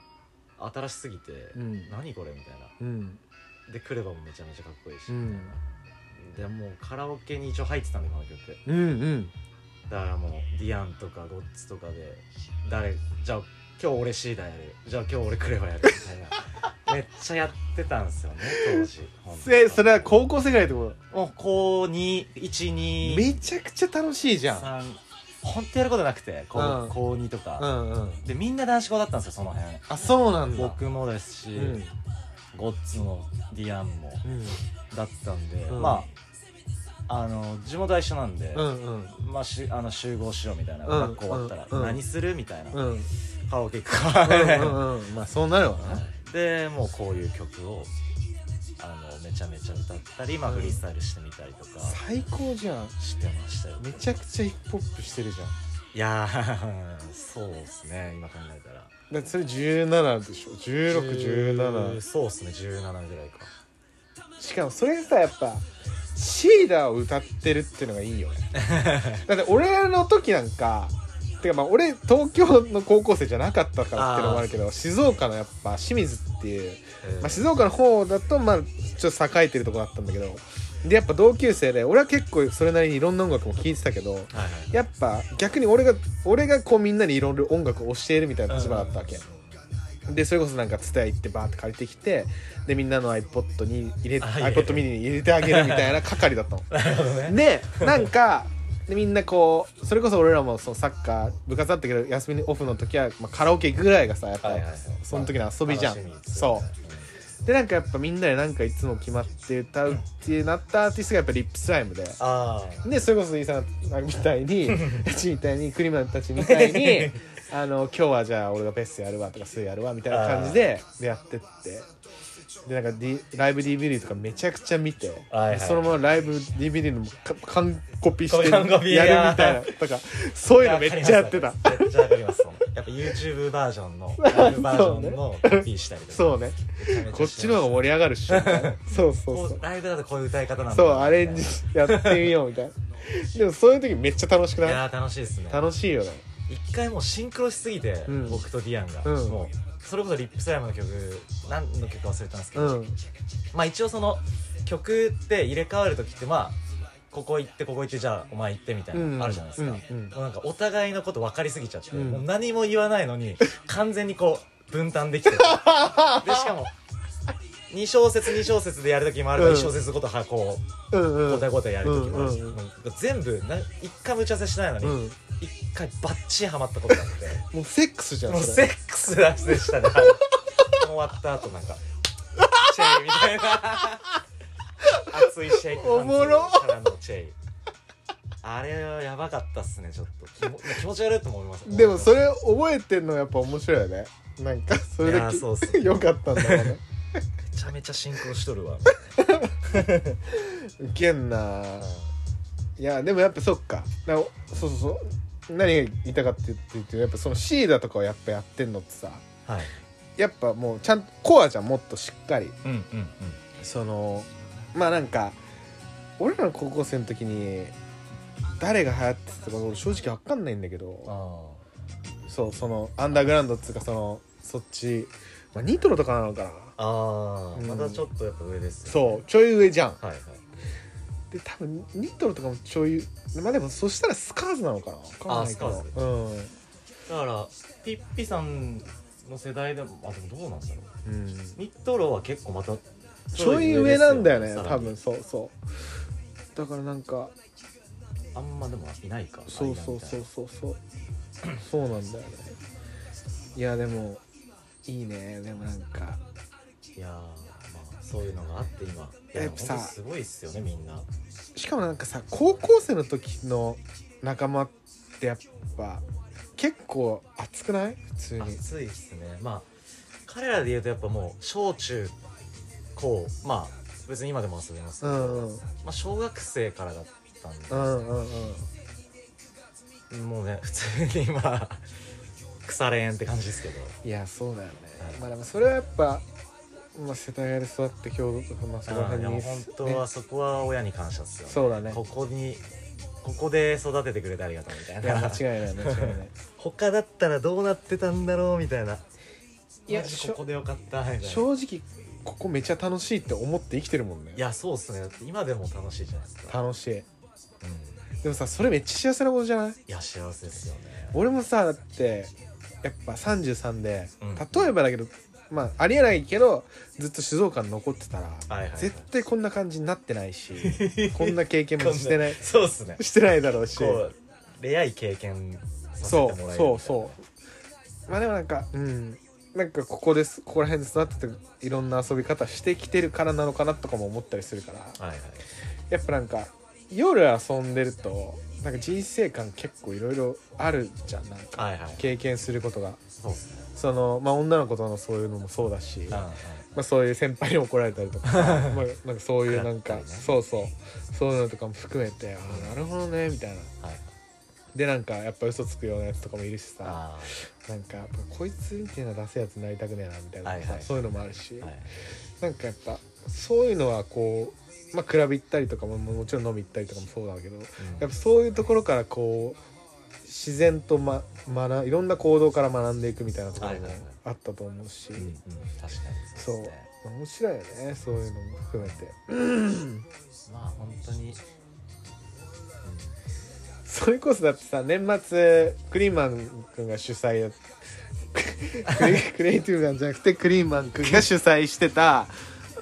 [SPEAKER 2] 新しすぎて、
[SPEAKER 1] うん
[SPEAKER 2] 何これみたいな
[SPEAKER 1] うんうん
[SPEAKER 2] でクレバもめちゃめちゃかっこいいし、
[SPEAKER 1] うん
[SPEAKER 2] でもうカラオケに一応入ってたんでこの曲
[SPEAKER 1] うんうん
[SPEAKER 2] だからもうディアンとかゴッツとかで誰じゃあ今日俺シーダやるじゃあ今日俺クレバやるみたい なめっちゃやってたんですよね当時本当に
[SPEAKER 1] えそれは高校生ぐらいってこと
[SPEAKER 2] もう高212
[SPEAKER 1] めちゃくちゃ楽しいじゃん
[SPEAKER 2] 3本当やることなくて高,、
[SPEAKER 1] うん
[SPEAKER 2] 高2とか、
[SPEAKER 1] うんうん
[SPEAKER 2] でみんな男子校だったんですよその辺
[SPEAKER 1] あそうなんだ
[SPEAKER 2] 僕もですし、
[SPEAKER 1] うん
[SPEAKER 2] ゴッツもディアンも
[SPEAKER 1] うん
[SPEAKER 2] だったんで、
[SPEAKER 1] うん
[SPEAKER 2] まああの地元は一緒なんで、
[SPEAKER 1] うんうん
[SPEAKER 2] まあ、しあの集合しようみたいな、
[SPEAKER 1] うん
[SPEAKER 2] 学校終わったら、
[SPEAKER 1] うん
[SPEAKER 2] 何するみたいな、
[SPEAKER 1] うん
[SPEAKER 2] カラオケ行くから、
[SPEAKER 1] うん うんまあそうなるわな
[SPEAKER 2] でもうこういう曲をあのめちゃめちゃ歌ったり、まあ、
[SPEAKER 1] うん
[SPEAKER 2] フリースタイルしてみたりとか
[SPEAKER 1] 最高じゃん
[SPEAKER 2] してましたよ、
[SPEAKER 1] めちゃくちゃヒップホップしてるじゃん
[SPEAKER 2] いやーそうですね今考えたら
[SPEAKER 1] だってそれ17でしょ
[SPEAKER 2] 10
[SPEAKER 1] 1617
[SPEAKER 2] そうっすね17ぐらいか
[SPEAKER 1] しかもそれさやっぱシーダーを歌ってるっていうのがいいよ ねだって俺の時なんかてかまあ俺東京の高校生じゃなかったからっていうのもあるけど静岡のやっぱ清水っていう、
[SPEAKER 2] えー
[SPEAKER 1] まあ、静岡の方だとまあちょっと栄えてるとこだったんだけどでやっぱ同級生で俺は結構それなりにいろんな音楽も聴いてたけど
[SPEAKER 2] はいはい
[SPEAKER 1] やっぱ逆に俺が俺がこうみんなにいろいろ音楽を教えるみたいな立場だったわけ、でそれこそなんか蔦屋行ってバーって借りてきてでみんなの iPod に入れ
[SPEAKER 2] あいやいや
[SPEAKER 1] iPod ミニに入れてあげるみたいな 係だったの
[SPEAKER 2] なるほどね
[SPEAKER 1] でなんかでみんなこうそれこそ俺らもそのサッカー部活だったけど休みオフの時は、まあ、カラオケ行くぐらいがさやっぱ、
[SPEAKER 2] はいはいはい
[SPEAKER 1] その時の遊びじゃん
[SPEAKER 2] 楽しみです
[SPEAKER 1] そ
[SPEAKER 2] よね
[SPEAKER 1] うでなんかやっぱみんなでなんかいつも決まって歌うってなったアーティストがやっぱリップスライムで
[SPEAKER 2] ああ
[SPEAKER 1] でそれこそイさんみた いにたちみたいにクリマンたちみたいにあの今日はじゃあ俺がベストやるわとかスーやるわみたいな感じででやってってでなんか、D、ライブ DVD とかめちゃくちゃ見て、
[SPEAKER 2] はいはい
[SPEAKER 1] そのままライブ DVD のか完コピしてや
[SPEAKER 2] 完
[SPEAKER 1] る
[SPEAKER 2] コピ
[SPEAKER 1] みたいなとかそういうのめっちゃやってた
[SPEAKER 2] わかりますめっちゃわかりますやっぱ YouTube バージョンのライブバージョンのコピーしたりとか
[SPEAKER 1] そうね
[SPEAKER 2] めちゃめちゃしてます
[SPEAKER 1] こっちの方が盛り上がるっし ょみたいなそうそう
[SPEAKER 2] こ
[SPEAKER 1] そう
[SPEAKER 2] うライブだとこういう歌い方なんだ
[SPEAKER 1] そうアレンジやってみようみたいなでもそういう時めっちゃ楽しく
[SPEAKER 2] い
[SPEAKER 1] ない
[SPEAKER 2] やー楽しいですね
[SPEAKER 1] 楽しいよね
[SPEAKER 2] 一回もうシンクロしすぎて、
[SPEAKER 1] うん
[SPEAKER 2] 僕とディアンが、
[SPEAKER 1] うん
[SPEAKER 2] もうそれこそリップスライムの曲何の曲か忘れたんですけ
[SPEAKER 1] う
[SPEAKER 2] ど、
[SPEAKER 1] ん
[SPEAKER 2] まあ一応その曲って入れ替わる時ってまあここ行ってここ行ってじゃあお前行ってみたいな、
[SPEAKER 1] うん
[SPEAKER 2] あるじゃないですか、
[SPEAKER 1] うんうん
[SPEAKER 2] もうなんかお互いのこと分かりすぎちゃって、
[SPEAKER 1] ん
[SPEAKER 2] もう何も言わないのに完全にこう分担でき てるでしかも2小節2小節でやる時もあれば
[SPEAKER 1] うん
[SPEAKER 2] 1小節ごとはこう
[SPEAKER 1] うんうん
[SPEAKER 2] 交代交代やる時もあるし、
[SPEAKER 1] うんうんうん
[SPEAKER 2] もう全部な一回も打ち合わせしないの
[SPEAKER 1] う
[SPEAKER 2] に
[SPEAKER 1] ん
[SPEAKER 2] 一、回バッチリハマったことがあって。
[SPEAKER 1] もうセックスじゃん
[SPEAKER 2] もう
[SPEAKER 1] そ
[SPEAKER 2] セ
[SPEAKER 1] れ
[SPEAKER 2] ックスだしでした ね終わった後なんかチェイみたいな熱いシェイク
[SPEAKER 1] おもろ
[SPEAKER 2] からのチェイあれはやばかったっすねちょっと気も気持ち悪いとも思いま す
[SPEAKER 1] でもそれ覚えてんのやっぱ面白いよねなんかそれ
[SPEAKER 2] いや
[SPEAKER 1] だ
[SPEAKER 2] ーそうっす
[SPEAKER 1] けよかったんだろうね
[SPEAKER 2] めちゃめちゃ進行しとるわ
[SPEAKER 1] ウケんなあいやでもやっぱそっかなそうそうそう何が言いたかったっていうとやっぱそのシーダとかをやっぱやってんのってさ
[SPEAKER 2] はい
[SPEAKER 1] やっぱもうちゃんとコアじゃんもっとしっかり
[SPEAKER 2] うんうんうん
[SPEAKER 1] そのまあなんか俺らの高校生の時に誰が流行ってたか俺正直わかんないんだけど
[SPEAKER 2] あ
[SPEAKER 1] そうそのアンダーグラウンドっつうかそのそっち、まあ、ニトロとかなのかな
[SPEAKER 2] ああ
[SPEAKER 1] うん
[SPEAKER 2] ーまたちょっとやっぱ上ですよ
[SPEAKER 1] そうちょい上じゃん
[SPEAKER 2] はいはい
[SPEAKER 1] で多分ニトロとかもちょいまあでもそしたらスカーズなのかなわかんないけど
[SPEAKER 2] あスカ
[SPEAKER 1] うん
[SPEAKER 2] だからピッピさんの世代でもあでもどうなんだろう
[SPEAKER 1] うん
[SPEAKER 2] ニットロは結構また
[SPEAKER 1] ちょい上なんだよね
[SPEAKER 2] さらに
[SPEAKER 1] 多分そうそうだからなんか
[SPEAKER 2] あんまでもいないか
[SPEAKER 1] そうそうそうそうそうそうなんだよねいやでもいいねでもなんか
[SPEAKER 2] いやーまあそういうのがあって今いや
[SPEAKER 1] やっぱさ
[SPEAKER 2] ほんとすごいっすよねみんな
[SPEAKER 1] しかもなんかさ高校生の時の仲間ってやっぱ結構熱くない普通に
[SPEAKER 2] 熱いっすねまあ彼らで言うとやっぱもう小中高まあ別に今でも遊びますけ
[SPEAKER 1] う
[SPEAKER 2] ど、
[SPEAKER 1] んうん
[SPEAKER 2] まあ、小学生からだったんで
[SPEAKER 1] うんうんうん
[SPEAKER 2] もうね 普通に今腐れ縁って感じですけど
[SPEAKER 1] いやそうだよねまあでもそれはやっぱ、まあ、世田谷で育って郷土とかまあそこら
[SPEAKER 2] あー
[SPEAKER 1] 辺
[SPEAKER 2] いや
[SPEAKER 1] に、
[SPEAKER 2] も
[SPEAKER 1] ね
[SPEAKER 2] う、本当はそこは親に感謝っすよね
[SPEAKER 1] そうだね
[SPEAKER 2] ここにここで育ててくれてありがとうみたい
[SPEAKER 1] いや
[SPEAKER 2] な
[SPEAKER 1] 間違いない間違いない
[SPEAKER 2] 他だったらどうなってたんだろうみたいない
[SPEAKER 1] や
[SPEAKER 2] マジここでよかったみたいな
[SPEAKER 1] 正直ここめちゃ楽しいって思って生きてるもんね
[SPEAKER 2] いやそうっすねだって今でも楽しいじゃないですか、
[SPEAKER 1] 楽しい
[SPEAKER 2] うん、い
[SPEAKER 1] でもさそれめっちゃ幸せなことじゃない
[SPEAKER 2] や幸せですよね
[SPEAKER 1] 俺もさだってやっぱ33で、
[SPEAKER 2] うん
[SPEAKER 1] 例えばだけどまあありえないけどずっと静岡に残ってたら、
[SPEAKER 2] はいはいはい
[SPEAKER 1] 絶対こんな感じになってないし こんな経験もしてない
[SPEAKER 2] そうっすね
[SPEAKER 1] してないだろうし
[SPEAKER 2] こうレアい経験させて
[SPEAKER 1] そ
[SPEAKER 2] もら
[SPEAKER 1] う
[SPEAKER 2] えるみたいな
[SPEAKER 1] そうそうまあでもなんかうんなんかここですここら辺で育ってていろんな遊び方してきてるからなのかなとかも思ったりするから
[SPEAKER 2] はいはい
[SPEAKER 1] やっぱなんか夜遊んでるとなんか人生観結構いろいろあるじゃんなんか
[SPEAKER 2] はいはい
[SPEAKER 1] 経験することが
[SPEAKER 2] そうっすね
[SPEAKER 1] そのまあ女の子とのそういうのもそうだし、
[SPEAKER 2] うん
[SPEAKER 1] ま
[SPEAKER 2] うん
[SPEAKER 1] あ、そういう先輩に怒られたりと かまあなんかそういうなんか、
[SPEAKER 2] 食らったりね
[SPEAKER 1] そうそうそういうのとかも含めてああなるほどねみたいな
[SPEAKER 2] はい
[SPEAKER 1] でなんかやっぱ嘘つくようなやつとかもいるしさ
[SPEAKER 2] あ
[SPEAKER 1] なんかやっぱこいつみたいな出せやつになりたくねえなみたいなさ、
[SPEAKER 2] はいはい
[SPEAKER 1] そういうのもあるし、
[SPEAKER 2] ーはい
[SPEAKER 1] なんかやっぱそういうのはこうまあクラブ行ったりとかももちろん飲み行ったりとかもそうだけど、やっぱそういうところからこう自然と、ま、学いろんな行動から学んでいくみたいなところも
[SPEAKER 2] はいはいはい
[SPEAKER 1] あったと思うし、
[SPEAKER 2] うんうん確かに
[SPEAKER 1] そ
[SPEAKER 2] っすね
[SPEAKER 1] う面白いよねそういうのも含めて
[SPEAKER 2] まあ本当に
[SPEAKER 1] それこそだってさ年末クリーンマン君が主催や クリクリエイティブガンじゃなくてクリーンマン君が主催してた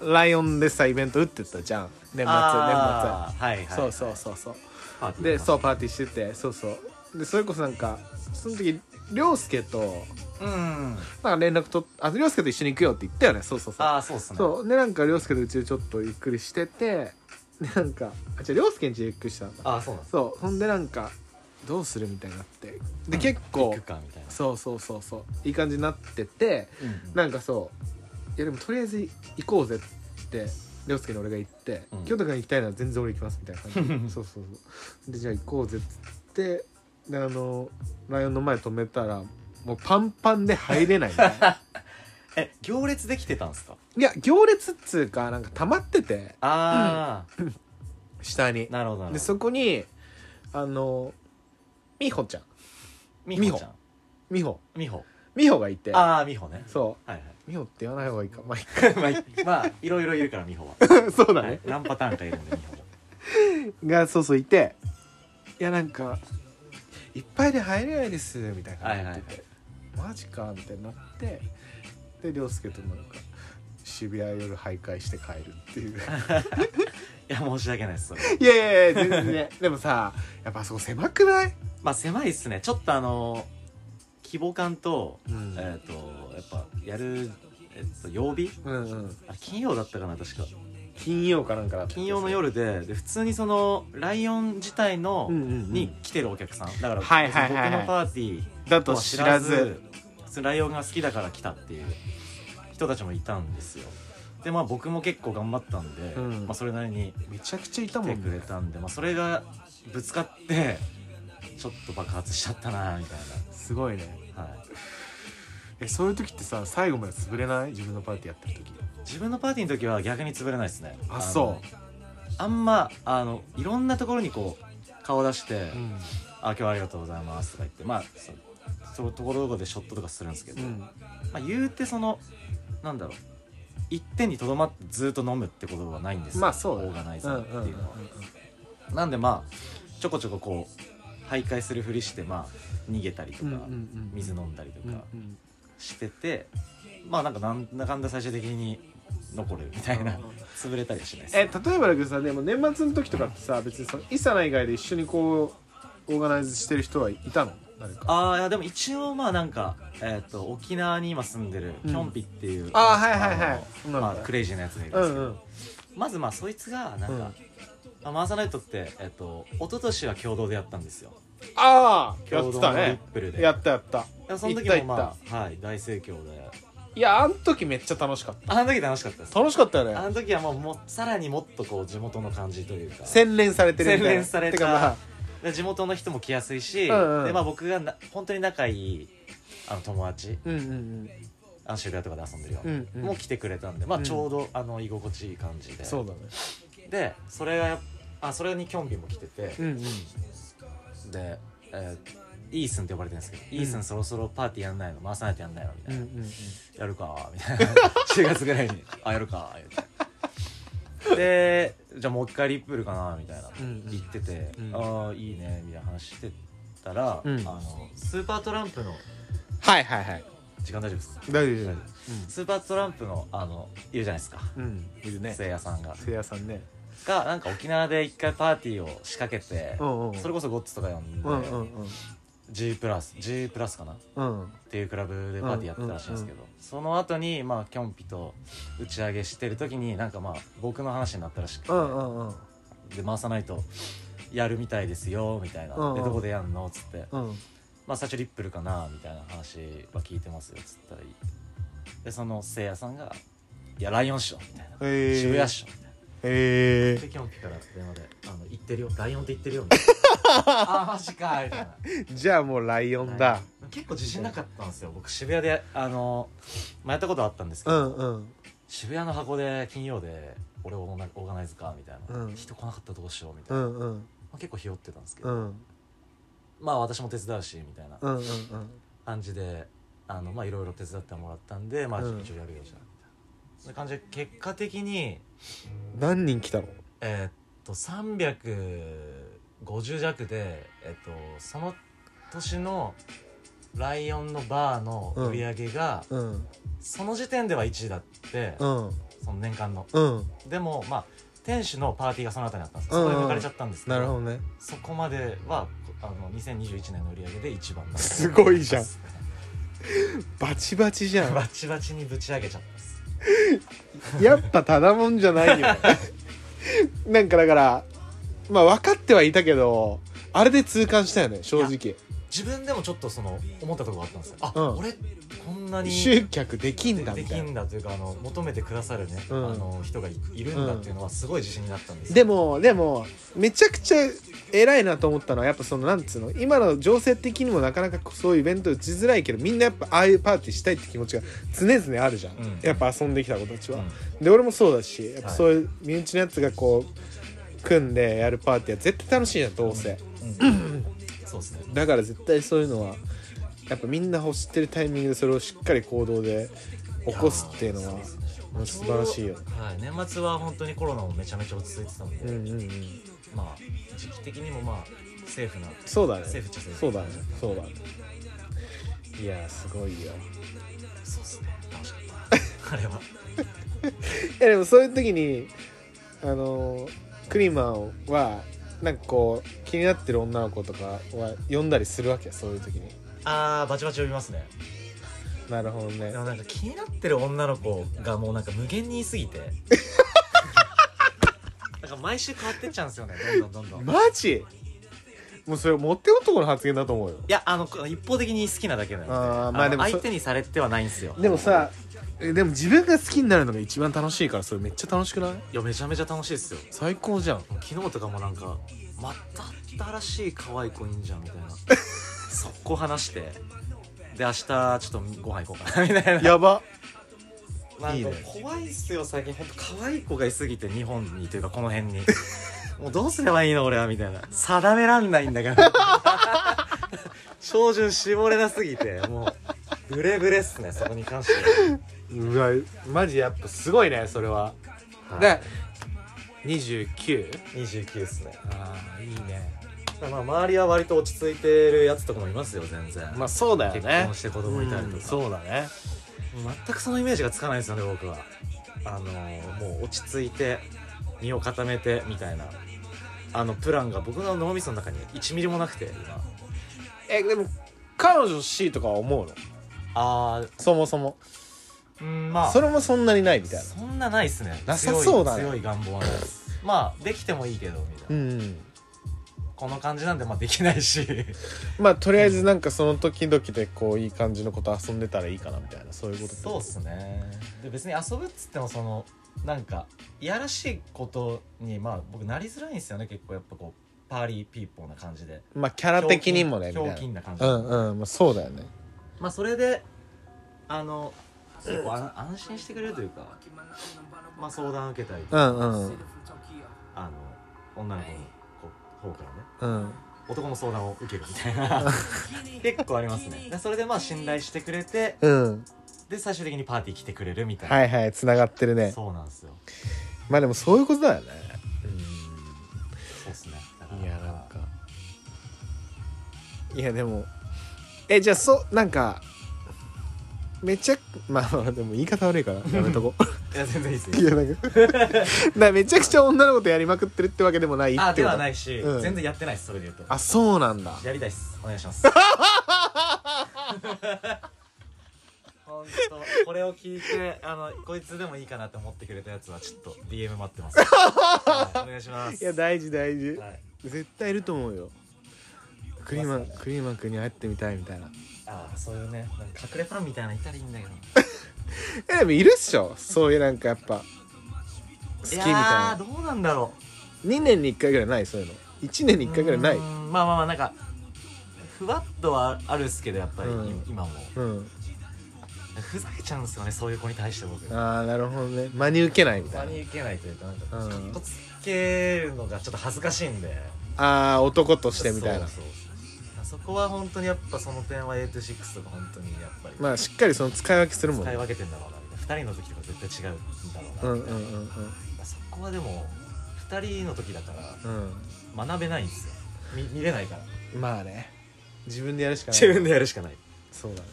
[SPEAKER 1] ライオンでさイベント打ってたじゃん年末年末、
[SPEAKER 2] あーはいはい
[SPEAKER 1] そうそうそうそう
[SPEAKER 2] パーティー
[SPEAKER 1] で
[SPEAKER 2] か
[SPEAKER 1] そうパーティーしててそうそうでそれこそなんかその時涼介と
[SPEAKER 2] うん
[SPEAKER 1] なんか連絡取っあ涼介と一緒に行くよって言ったよねそうそうそう
[SPEAKER 2] ああそうっすね
[SPEAKER 1] そうでなんか涼介とうちでちょっとゆっくりしててでなんかあじゃ涼介ん家でゆっくりしたんだ
[SPEAKER 2] ああそうなんですか
[SPEAKER 1] そうほんでなんかどうするみたいになってで結構
[SPEAKER 2] 行くかみたいな
[SPEAKER 1] そうそうそうそういい感じになっててなんかそういやでもとりあえず行こうぜって涼介に俺が言って「
[SPEAKER 2] うん
[SPEAKER 1] 京都から行きたいなら全然俺行きます」みたいな感 じそうそうそうでじゃあ行こうぜっつってであのライオンの前止めたらもうパンパンで入れない みたいな
[SPEAKER 2] え行列できてたんですか
[SPEAKER 1] いや行列っつうかなんか溜まってて
[SPEAKER 2] ああ
[SPEAKER 1] 下に
[SPEAKER 2] なるほどなる
[SPEAKER 1] で
[SPEAKER 2] ほど
[SPEAKER 1] そこにあの美穂ちゃん
[SPEAKER 2] みほちゃん
[SPEAKER 1] 美穂
[SPEAKER 2] みほ
[SPEAKER 1] 美穂がいて
[SPEAKER 2] ああみほね
[SPEAKER 1] そ
[SPEAKER 2] はいは
[SPEAKER 1] う美穂って言わない方がいいか まあいい
[SPEAKER 2] いまあいろいろいるからみほは
[SPEAKER 1] かそうだ
[SPEAKER 2] はい
[SPEAKER 1] ね
[SPEAKER 2] 何パターンかいるんでみほも
[SPEAKER 1] がそうそういていやなんかいっぱいで入れないですみたいな言ってて、マジかみたいになってで涼介となんか渋谷夜徘徊して帰るって いう
[SPEAKER 2] いや申し訳ないですそれ
[SPEAKER 1] いやいやいや全然でもさやっぱあそこ狭くない、
[SPEAKER 2] まあ狭いっすねちょっとあの規模感と
[SPEAKER 1] うん
[SPEAKER 2] えっ、とやっぱやる、えっと曜日
[SPEAKER 1] うんうん、
[SPEAKER 2] あ金曜だったかな確か
[SPEAKER 1] 金曜かなんかだった
[SPEAKER 2] 金曜の夜でで普通にそのライオン自体の、
[SPEAKER 1] うんうんうん
[SPEAKER 2] に来てるお客さんだから、
[SPEAKER 1] はいはいはいはい
[SPEAKER 2] 僕のパーティー
[SPEAKER 1] だ
[SPEAKER 2] と
[SPEAKER 1] と
[SPEAKER 2] は
[SPEAKER 1] 知らず
[SPEAKER 2] 普通にライオンが好きだから来たっていう人たちもいたんですよでまあ僕も結構頑張ったんで、
[SPEAKER 1] うん
[SPEAKER 2] まあ、それなりに
[SPEAKER 1] めちゃくちゃいた
[SPEAKER 2] 来
[SPEAKER 1] も
[SPEAKER 2] て
[SPEAKER 1] ん
[SPEAKER 2] く
[SPEAKER 1] ね
[SPEAKER 2] れたんで、まあ、それがぶつかってちょっと爆発しちゃったなみたい
[SPEAKER 1] すごいね
[SPEAKER 2] な、はい、
[SPEAKER 1] えそういう時ってさ最後まで潰れない自分のパーティーやってる時
[SPEAKER 2] 自分のパーティーの時は逆に潰れないですね
[SPEAKER 1] あそ
[SPEAKER 2] あのあんまあのいろんなところにこう顔出して
[SPEAKER 1] う、うん
[SPEAKER 2] 「あ今日はありがとうございます」とか言ってまあそそういうところどころでショットとかするんですけど、
[SPEAKER 1] うん
[SPEAKER 2] まあ、言うてそのなんだろう一点にとどまってずっと飲むってことはないんですよ、
[SPEAKER 1] まあそうだ
[SPEAKER 2] オーガナイザーっていうのは、
[SPEAKER 1] うんうん
[SPEAKER 2] なんでまあちょこちょここう徘徊するふりしてまあ逃げたりとか、
[SPEAKER 1] うんうんうん
[SPEAKER 2] 水飲んだりと
[SPEAKER 1] うんうん
[SPEAKER 2] かしてて、まあなんかなんだかんだ最終的に残るみたいな、潰れたりはしないです、
[SPEAKER 1] え例えばだけどさでも年末の時とかってさ別にそのイサナ以外で一緒にこうオーガナイズしてる人はいたの誰か
[SPEAKER 2] あーいやでも一応まあなんか、えー、と沖縄に今住んでる
[SPEAKER 1] う
[SPEAKER 2] キ
[SPEAKER 1] ん
[SPEAKER 2] ョンピっていう、
[SPEAKER 1] あーはいはいはい
[SPEAKER 2] あ
[SPEAKER 1] な
[SPEAKER 2] の
[SPEAKER 1] んだ
[SPEAKER 2] まあ、クレイジーなやつがいるん
[SPEAKER 1] う
[SPEAKER 2] ですけ
[SPEAKER 1] ん
[SPEAKER 2] ど、
[SPEAKER 1] うん
[SPEAKER 2] まずまあそいつがなんか、
[SPEAKER 1] うん
[SPEAKER 2] まあマーサナイトって、えー、と一昨年は共同でやったんですよ
[SPEAKER 1] ああやって
[SPEAKER 2] 共同
[SPEAKER 1] た
[SPEAKER 2] のリッ
[SPEAKER 1] ね
[SPEAKER 2] プルで
[SPEAKER 1] やったやった
[SPEAKER 2] でその時
[SPEAKER 1] 行った
[SPEAKER 2] もまあ、はい、大盛況で
[SPEAKER 1] いやあん時めっちゃ楽しかっ
[SPEAKER 2] あの時楽しかったです
[SPEAKER 1] た楽しかったよ
[SPEAKER 2] あ
[SPEAKER 1] ね
[SPEAKER 2] の時はもうもうさらにもっとこう地元の感じというか
[SPEAKER 1] 洗練されてるみたいな
[SPEAKER 2] 洗練された
[SPEAKER 1] てかまあ
[SPEAKER 2] で地元の人も来やすいし、
[SPEAKER 1] うんうん
[SPEAKER 2] でまあ、僕がな本当に仲いいあの友達
[SPEAKER 1] うんうん
[SPEAKER 2] あの渋谷とかで遊んでるような、
[SPEAKER 1] うんうん
[SPEAKER 2] もう来てくれたんで、まあ、
[SPEAKER 1] うん
[SPEAKER 2] ちょうど、あの居心地いい感じ
[SPEAKER 1] う
[SPEAKER 2] で
[SPEAKER 1] んそうだね
[SPEAKER 2] でそれがやっあそれにキョンビも来てて、
[SPEAKER 1] うんうん
[SPEAKER 2] で、えーイースンって呼ばれてるんですけど、イースンそろそろパーティーやんないの回さないとやんないのみた
[SPEAKER 1] う
[SPEAKER 2] い
[SPEAKER 1] ん
[SPEAKER 2] な、
[SPEAKER 1] うん
[SPEAKER 2] やるかみたいな 4月ぐらいに「あやるか」言うてでじゃあもう一回リップルかなみたいな、
[SPEAKER 1] うんうん
[SPEAKER 2] 言ってて「
[SPEAKER 1] うん
[SPEAKER 2] ああいいね」みたいな話してたら、
[SPEAKER 1] うん
[SPEAKER 2] あのスーパートランプの
[SPEAKER 1] はいはいはい
[SPEAKER 2] 時間大丈夫ですか
[SPEAKER 1] 大丈夫大丈
[SPEAKER 2] スーパートランプのあのいるじゃないですか
[SPEAKER 1] 夫うんいるね
[SPEAKER 2] せいやさんが
[SPEAKER 1] せいやさんね
[SPEAKER 2] がなんか沖縄で一回パーティーを仕掛けて、
[SPEAKER 1] うんうんうん
[SPEAKER 2] それこそゴッツとか呼んで、
[SPEAKER 1] うんうんうん
[SPEAKER 2] G プラス G プラスかな
[SPEAKER 1] うん
[SPEAKER 2] っていうクラブでパーティーやってたらしいんですけど、その後にまあキョンピと打ち上げしてる時になんかまあ僕の話になったらしくて、
[SPEAKER 1] うんうんうん
[SPEAKER 2] で回さないとやるみたいですよみたいな、
[SPEAKER 1] うんうん
[SPEAKER 2] でどこでやんのっつって、
[SPEAKER 1] うん
[SPEAKER 2] まあ最初リップルかなみたいな話は聞いてますよっつったらいいでそのせいやさんが「いやライオンっしょ」みたいな
[SPEAKER 1] へ
[SPEAKER 2] 「
[SPEAKER 1] ー
[SPEAKER 2] 渋谷っしょ」みたいな
[SPEAKER 1] へ
[SPEAKER 2] でキョンピから電話で「あの言ってるよライオンって言ってるよ」みたいな「あーマジか」みたいな。
[SPEAKER 1] えじゃあもうライオンだ
[SPEAKER 2] 結構自信なかったんですよ僕渋谷であのまあやったことあったんですけ
[SPEAKER 1] う
[SPEAKER 2] ど、
[SPEAKER 1] んうん
[SPEAKER 2] 渋谷の箱で金曜で俺オーナオーガナイズかみたいな、
[SPEAKER 1] うん
[SPEAKER 2] 人来なかったらどうしようみたいうな、
[SPEAKER 1] んうん
[SPEAKER 2] まあ、結構ひよってたんですけ
[SPEAKER 1] う
[SPEAKER 2] ど、
[SPEAKER 1] ん
[SPEAKER 2] まあ私も手伝うしみたいな
[SPEAKER 1] うんうんうん
[SPEAKER 2] 感じであのまあいろいろ手伝ってもらったんでまあ
[SPEAKER 1] うん
[SPEAKER 2] 一応やるよじゃあみたいな、そんな感じで結果的に
[SPEAKER 1] 何人来たの
[SPEAKER 2] えーっと350弱でえっとその年のライオンのバーの売り上げが、
[SPEAKER 1] うん
[SPEAKER 2] その時点では1位だって、
[SPEAKER 1] うん
[SPEAKER 2] その年間の
[SPEAKER 1] うん
[SPEAKER 2] でもまあ店主のパーティーがその後にあったんですそこで抜かれちゃったんですけど,、
[SPEAKER 1] なるほどね
[SPEAKER 2] そこまではあの2021年の売り上げで一番だった
[SPEAKER 1] すごいじゃんバチバチじゃ
[SPEAKER 2] バチバチにぶち上げちゃったです
[SPEAKER 1] んやっぱただもんじゃない よなんかだからまあ分かってはいたけどあれで痛感したよね正直
[SPEAKER 2] 自分でもちょっとその思ったところがあったんですよあ、
[SPEAKER 1] うん
[SPEAKER 2] 俺こんなに
[SPEAKER 1] 集客できんだ
[SPEAKER 2] で
[SPEAKER 1] み
[SPEAKER 2] き
[SPEAKER 1] たい
[SPEAKER 2] ん
[SPEAKER 1] な
[SPEAKER 2] だというかあの求めてくださるね、
[SPEAKER 1] うん
[SPEAKER 2] あの人がいいるんだっていうのはすごい自信になったんですよ
[SPEAKER 1] でもでもめちゃくちゃ偉いなと思ったのはやっぱそのなんつうの今の情勢的にもなかなかそういうイベント打ちづらいけどみんなやっぱああいうパーティーしたいって気持ちが常々あるじゃん、
[SPEAKER 2] うん
[SPEAKER 1] やっぱ遊んできた子たちは、
[SPEAKER 2] うん
[SPEAKER 1] で俺もそうだしやっぱそういう身内のやつがこう組んでやるパーティーは絶対楽しいじゃんどうせ、
[SPEAKER 2] そうですね
[SPEAKER 1] だから絶対そういうのはやっぱみんな欲してるタイミングでそれをしっかり行動で起こすっていうのはもう素晴らしいよ
[SPEAKER 2] はい、年末は本当にコロナもめちゃめちゃ落ち着いてたんで、
[SPEAKER 1] うんうんうん
[SPEAKER 2] まあ時期的にもまあセーフな
[SPEAKER 1] そうだね
[SPEAKER 2] セーフっちゃセーフ
[SPEAKER 1] そうだねそうだねいやーすご いよ
[SPEAKER 2] そうっすね楽しかったあれはい
[SPEAKER 1] やでもそういう時にあのークリマンはなんかこう気になってる女の子とかは呼んだりするわけそういう時に
[SPEAKER 2] あーバチバチ呼びますね
[SPEAKER 1] なるほどね
[SPEAKER 2] でもなんか気になってる女の子がもうなんか無限にいすぎてなんか毎週変わってっちゃうんですよねどんどんどんどん
[SPEAKER 1] マジもうそれ持って男の発言だと思うよ
[SPEAKER 2] いやあの一方的に好きなだけなので
[SPEAKER 1] あーまあ
[SPEAKER 2] の
[SPEAKER 1] でもそ
[SPEAKER 2] 相手にされてはないんですよ
[SPEAKER 1] でもさえでも自分が好きになるのが一番楽しいからそれめっちゃ楽しくない
[SPEAKER 2] いやめちゃめちゃ楽しいですよ
[SPEAKER 1] 最高じゃん
[SPEAKER 2] 昨日とかもなんかまた新しい可愛い子いいんじゃんみたいな速攻話してで明日ちょっとご飯行こうかなみたいな
[SPEAKER 1] やば
[SPEAKER 2] なん
[SPEAKER 1] いい
[SPEAKER 2] か
[SPEAKER 1] ね
[SPEAKER 2] 怖いっすよ最近ほんと可愛い子がいすぎて日本にというかこの辺にもうどうすればいいの俺はみたいな定めらんないんだから 照準絞れなすぎてもうブレブレっすねそこに関しては
[SPEAKER 1] うわマジやっぱすごいねそれは、
[SPEAKER 2] はい
[SPEAKER 1] で 29?
[SPEAKER 2] 29っすね
[SPEAKER 1] ああいいね
[SPEAKER 2] まあ周りは割と落ち着いてるやつとかもいますよ全然
[SPEAKER 1] まあそうだよね
[SPEAKER 2] 結婚して子供いたりとか
[SPEAKER 1] うんそうだね
[SPEAKER 2] 全くそのイメージがつかないですよね僕はあのーもう落ち着いて身を固めてみたいなあのプランが僕の脳みその中に1ミリもなくて今
[SPEAKER 1] えでも彼女 C とかは思うの
[SPEAKER 2] あー
[SPEAKER 1] そもそも
[SPEAKER 2] うんまあ
[SPEAKER 1] それもそんなにないみたいな
[SPEAKER 2] そんなないっすね
[SPEAKER 1] なさそうだね
[SPEAKER 2] 強い強い願望はないですまあできてもいいけどみたいな、
[SPEAKER 1] うん
[SPEAKER 2] この感じなんでまあできないし
[SPEAKER 1] まあとりあえずなんかその時々でこういい感じのこと遊んでたらいいかなみたいなそういうこと
[SPEAKER 2] そうっすねで別に遊ぶっつってもそのなんかいやらしいことにまあ僕なりづらいんですよね結構やっぱこうパーリーピーポーな感じで
[SPEAKER 1] まあキャラ的にもねみ
[SPEAKER 2] ひ
[SPEAKER 1] た
[SPEAKER 2] ょ
[SPEAKER 1] いうな
[SPEAKER 2] きんな感じ、
[SPEAKER 1] うんうん、まあ、そうだよね
[SPEAKER 2] まあそれであの結構あ安心してくれるというか、まあ、相談受けたり
[SPEAKER 1] うんうん
[SPEAKER 2] あの女の子のこ方からね
[SPEAKER 1] うん
[SPEAKER 2] 男の相談を受けるみたいな結構ありますねでそれでまあ信頼してくれて
[SPEAKER 1] うん
[SPEAKER 2] で最終的にパーティー来てくれるみたいな、
[SPEAKER 1] はいはいつながってるね
[SPEAKER 2] そうなんですよ
[SPEAKER 1] まあでもそういうことだよね
[SPEAKER 2] そうっすねだか
[SPEAKER 1] う
[SPEAKER 2] ら
[SPEAKER 1] んいやなんかいやでもえじゃあそうなんかめちゃくまあまあでも言い方悪いからやめとこう
[SPEAKER 2] いや全然いいっすよ
[SPEAKER 1] いやなんかなめちゃくちゃ女の子とやりまくってるってわけでもないってこと
[SPEAKER 2] あではないし、
[SPEAKER 1] うん
[SPEAKER 2] 全然やってないっすそれで言うと
[SPEAKER 1] あそうなんだ
[SPEAKER 2] やりたいっすお願いします 本当これを聞いてあのこいつでもいいかなって思ってくれたやつはちょっと DM 待って ます、はいお願いします
[SPEAKER 1] いや大事大事、
[SPEAKER 2] はい
[SPEAKER 1] 絶対いると思うよクリーマンクリーマン君に会ってみたいみたいな
[SPEAKER 2] ああそういうねなんか隠れファンみたいなのいたらいいんだけど
[SPEAKER 1] えでもいるっしょそういうなんかやっぱ好きみたい
[SPEAKER 2] や
[SPEAKER 1] な
[SPEAKER 2] ーどうなんだろ
[SPEAKER 1] 2年に1回ぐらいないそういうの1年
[SPEAKER 2] う
[SPEAKER 1] に1回ぐらいないう
[SPEAKER 2] ーんまあまあまあなんかふわっとはあるっすけどやっぱり、
[SPEAKER 1] うん
[SPEAKER 2] 今も
[SPEAKER 1] うん
[SPEAKER 2] ふざけちゃうんですよねそういう子に対して僕
[SPEAKER 1] ああなるほどね真に受けないみた
[SPEAKER 2] 真
[SPEAKER 1] いな
[SPEAKER 2] に受けないというかなんか
[SPEAKER 1] うん
[SPEAKER 2] かっこつけるのがちょっと恥ずかしいんで、
[SPEAKER 1] ああ男としてみたいな
[SPEAKER 2] そうそうそこは本当にやっぱその点は826とか本当にやっぱり、
[SPEAKER 1] まあしっかりその使い分けするもん
[SPEAKER 2] 使い
[SPEAKER 1] ね
[SPEAKER 2] 分けてんだろうなみたいな2人の時とか絶対違うんだろうなみた
[SPEAKER 1] う
[SPEAKER 2] い
[SPEAKER 1] んう
[SPEAKER 2] な、
[SPEAKER 1] んうんうん
[SPEAKER 2] そこはでも2人の時だから
[SPEAKER 1] う
[SPEAKER 2] 学べないんですよ見見れないから
[SPEAKER 1] んまあね自分でやるしかない
[SPEAKER 2] 自分でやるしかない
[SPEAKER 1] そうだね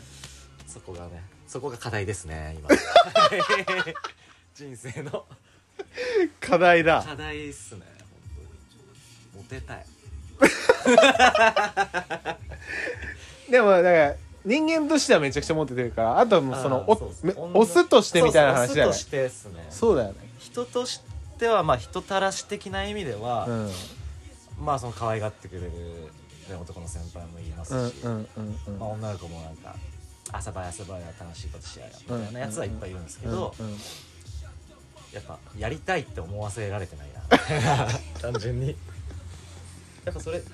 [SPEAKER 2] そこがねそこが課題ですね 今人生の
[SPEAKER 1] 課題だ
[SPEAKER 2] 課題っすね本当にモテたい
[SPEAKER 1] でもだから人間としてはめちゃくちゃモテてるからあとはもうその
[SPEAKER 2] あー
[SPEAKER 1] お
[SPEAKER 2] う
[SPEAKER 1] め
[SPEAKER 2] そう
[SPEAKER 1] オスとしてみたいな話じ
[SPEAKER 2] そうそう
[SPEAKER 1] ゃ
[SPEAKER 2] オ
[SPEAKER 1] ない
[SPEAKER 2] スとしてっすね
[SPEAKER 1] そうだよね
[SPEAKER 2] 人としてはまあ人たらし的な意味では、
[SPEAKER 1] うん
[SPEAKER 2] まあその可愛がってくれるね男の先輩もい
[SPEAKER 1] う
[SPEAKER 2] ま
[SPEAKER 1] ん
[SPEAKER 2] すし、
[SPEAKER 1] うんうんうん
[SPEAKER 2] まあ、女の子もなんか朝早朝早楽しいことしやよみたいなやつはいっぱいいるんですけ
[SPEAKER 1] うん
[SPEAKER 2] ど、
[SPEAKER 1] うん
[SPEAKER 2] やっぱやりたいって思わせられてない な単純にやっぱそれ、うん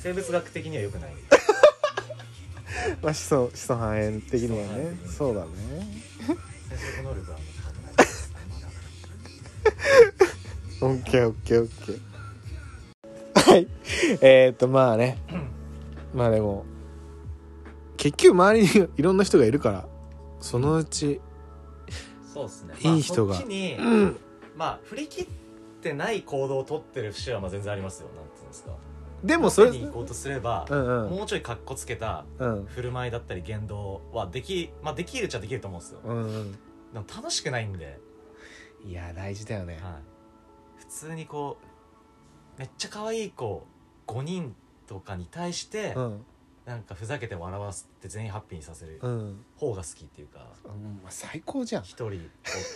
[SPEAKER 2] 生物学的には良くない
[SPEAKER 1] まあ子孫子孫繁栄的には
[SPEAKER 2] 子孫繁
[SPEAKER 1] ね
[SPEAKER 2] 栄的に
[SPEAKER 1] そうだね
[SPEAKER 2] 生殖能力は高くないですねまだ
[SPEAKER 1] OKOKOK はいえー、っとまあねまあでも結局周りにいろんな人がいるからそのうち
[SPEAKER 2] そうですね
[SPEAKER 1] いい人が
[SPEAKER 2] まあ、そっちに、まあ振り切ってない行動を取ってる節はまあ全然ありますよなんていうんですか
[SPEAKER 1] でもそ
[SPEAKER 2] 取
[SPEAKER 1] れ
[SPEAKER 2] りに行こうとすれば、
[SPEAKER 1] うんうん
[SPEAKER 2] もうちょいかっこつけた
[SPEAKER 1] うん
[SPEAKER 2] 振る舞いだったり言動はでき,、まあ、できるっちゃできると思うんですよ
[SPEAKER 1] うんうん
[SPEAKER 2] でも楽しくないんで、
[SPEAKER 1] いや大事だよね
[SPEAKER 2] はい、普通にこうめっちゃ可愛い子5人とかに対して、
[SPEAKER 1] うん
[SPEAKER 2] なんかふざけて笑わせて全員ハッピーにさせる
[SPEAKER 1] うん
[SPEAKER 2] 方が好きっていうか
[SPEAKER 1] うん最高じゃん
[SPEAKER 2] 一人を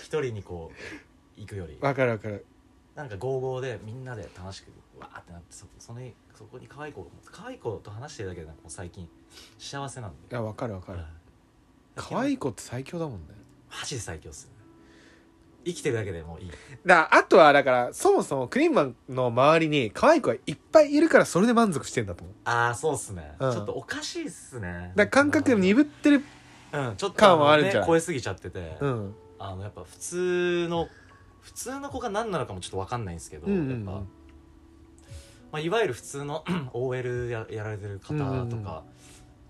[SPEAKER 2] 一人にこう行くより
[SPEAKER 1] わかるわかる
[SPEAKER 2] なんか合々でみんなで楽しくわーってなってそそのそこに可愛い子が可愛い子と話してるだけでなんかもう最近幸せなん
[SPEAKER 1] い
[SPEAKER 2] で
[SPEAKER 1] やわかるわかる
[SPEAKER 2] はい
[SPEAKER 1] 可愛い子って最強だもんね
[SPEAKER 2] マジで最強っすね生きてるだけでもういい
[SPEAKER 1] だあとはだからそもそもクリームマンの周りに可愛い子がいっぱいいるからそれで満足してんだと思う
[SPEAKER 2] ああそうっすね、
[SPEAKER 1] うん
[SPEAKER 2] ちょっとおかしいっすね
[SPEAKER 1] だから感覚鈍ってる
[SPEAKER 2] うんちょっと
[SPEAKER 1] 感はあるんじゃない
[SPEAKER 2] のね超えすぎちゃってて、
[SPEAKER 1] うん
[SPEAKER 2] あのやっぱ普通の普通の子が何なのかもちょっと分かんないんですけど、
[SPEAKER 1] うんうんうん
[SPEAKER 2] やっぱ、まあ、いわゆる普通の OL ややられてる方とか,、
[SPEAKER 1] うんうんうん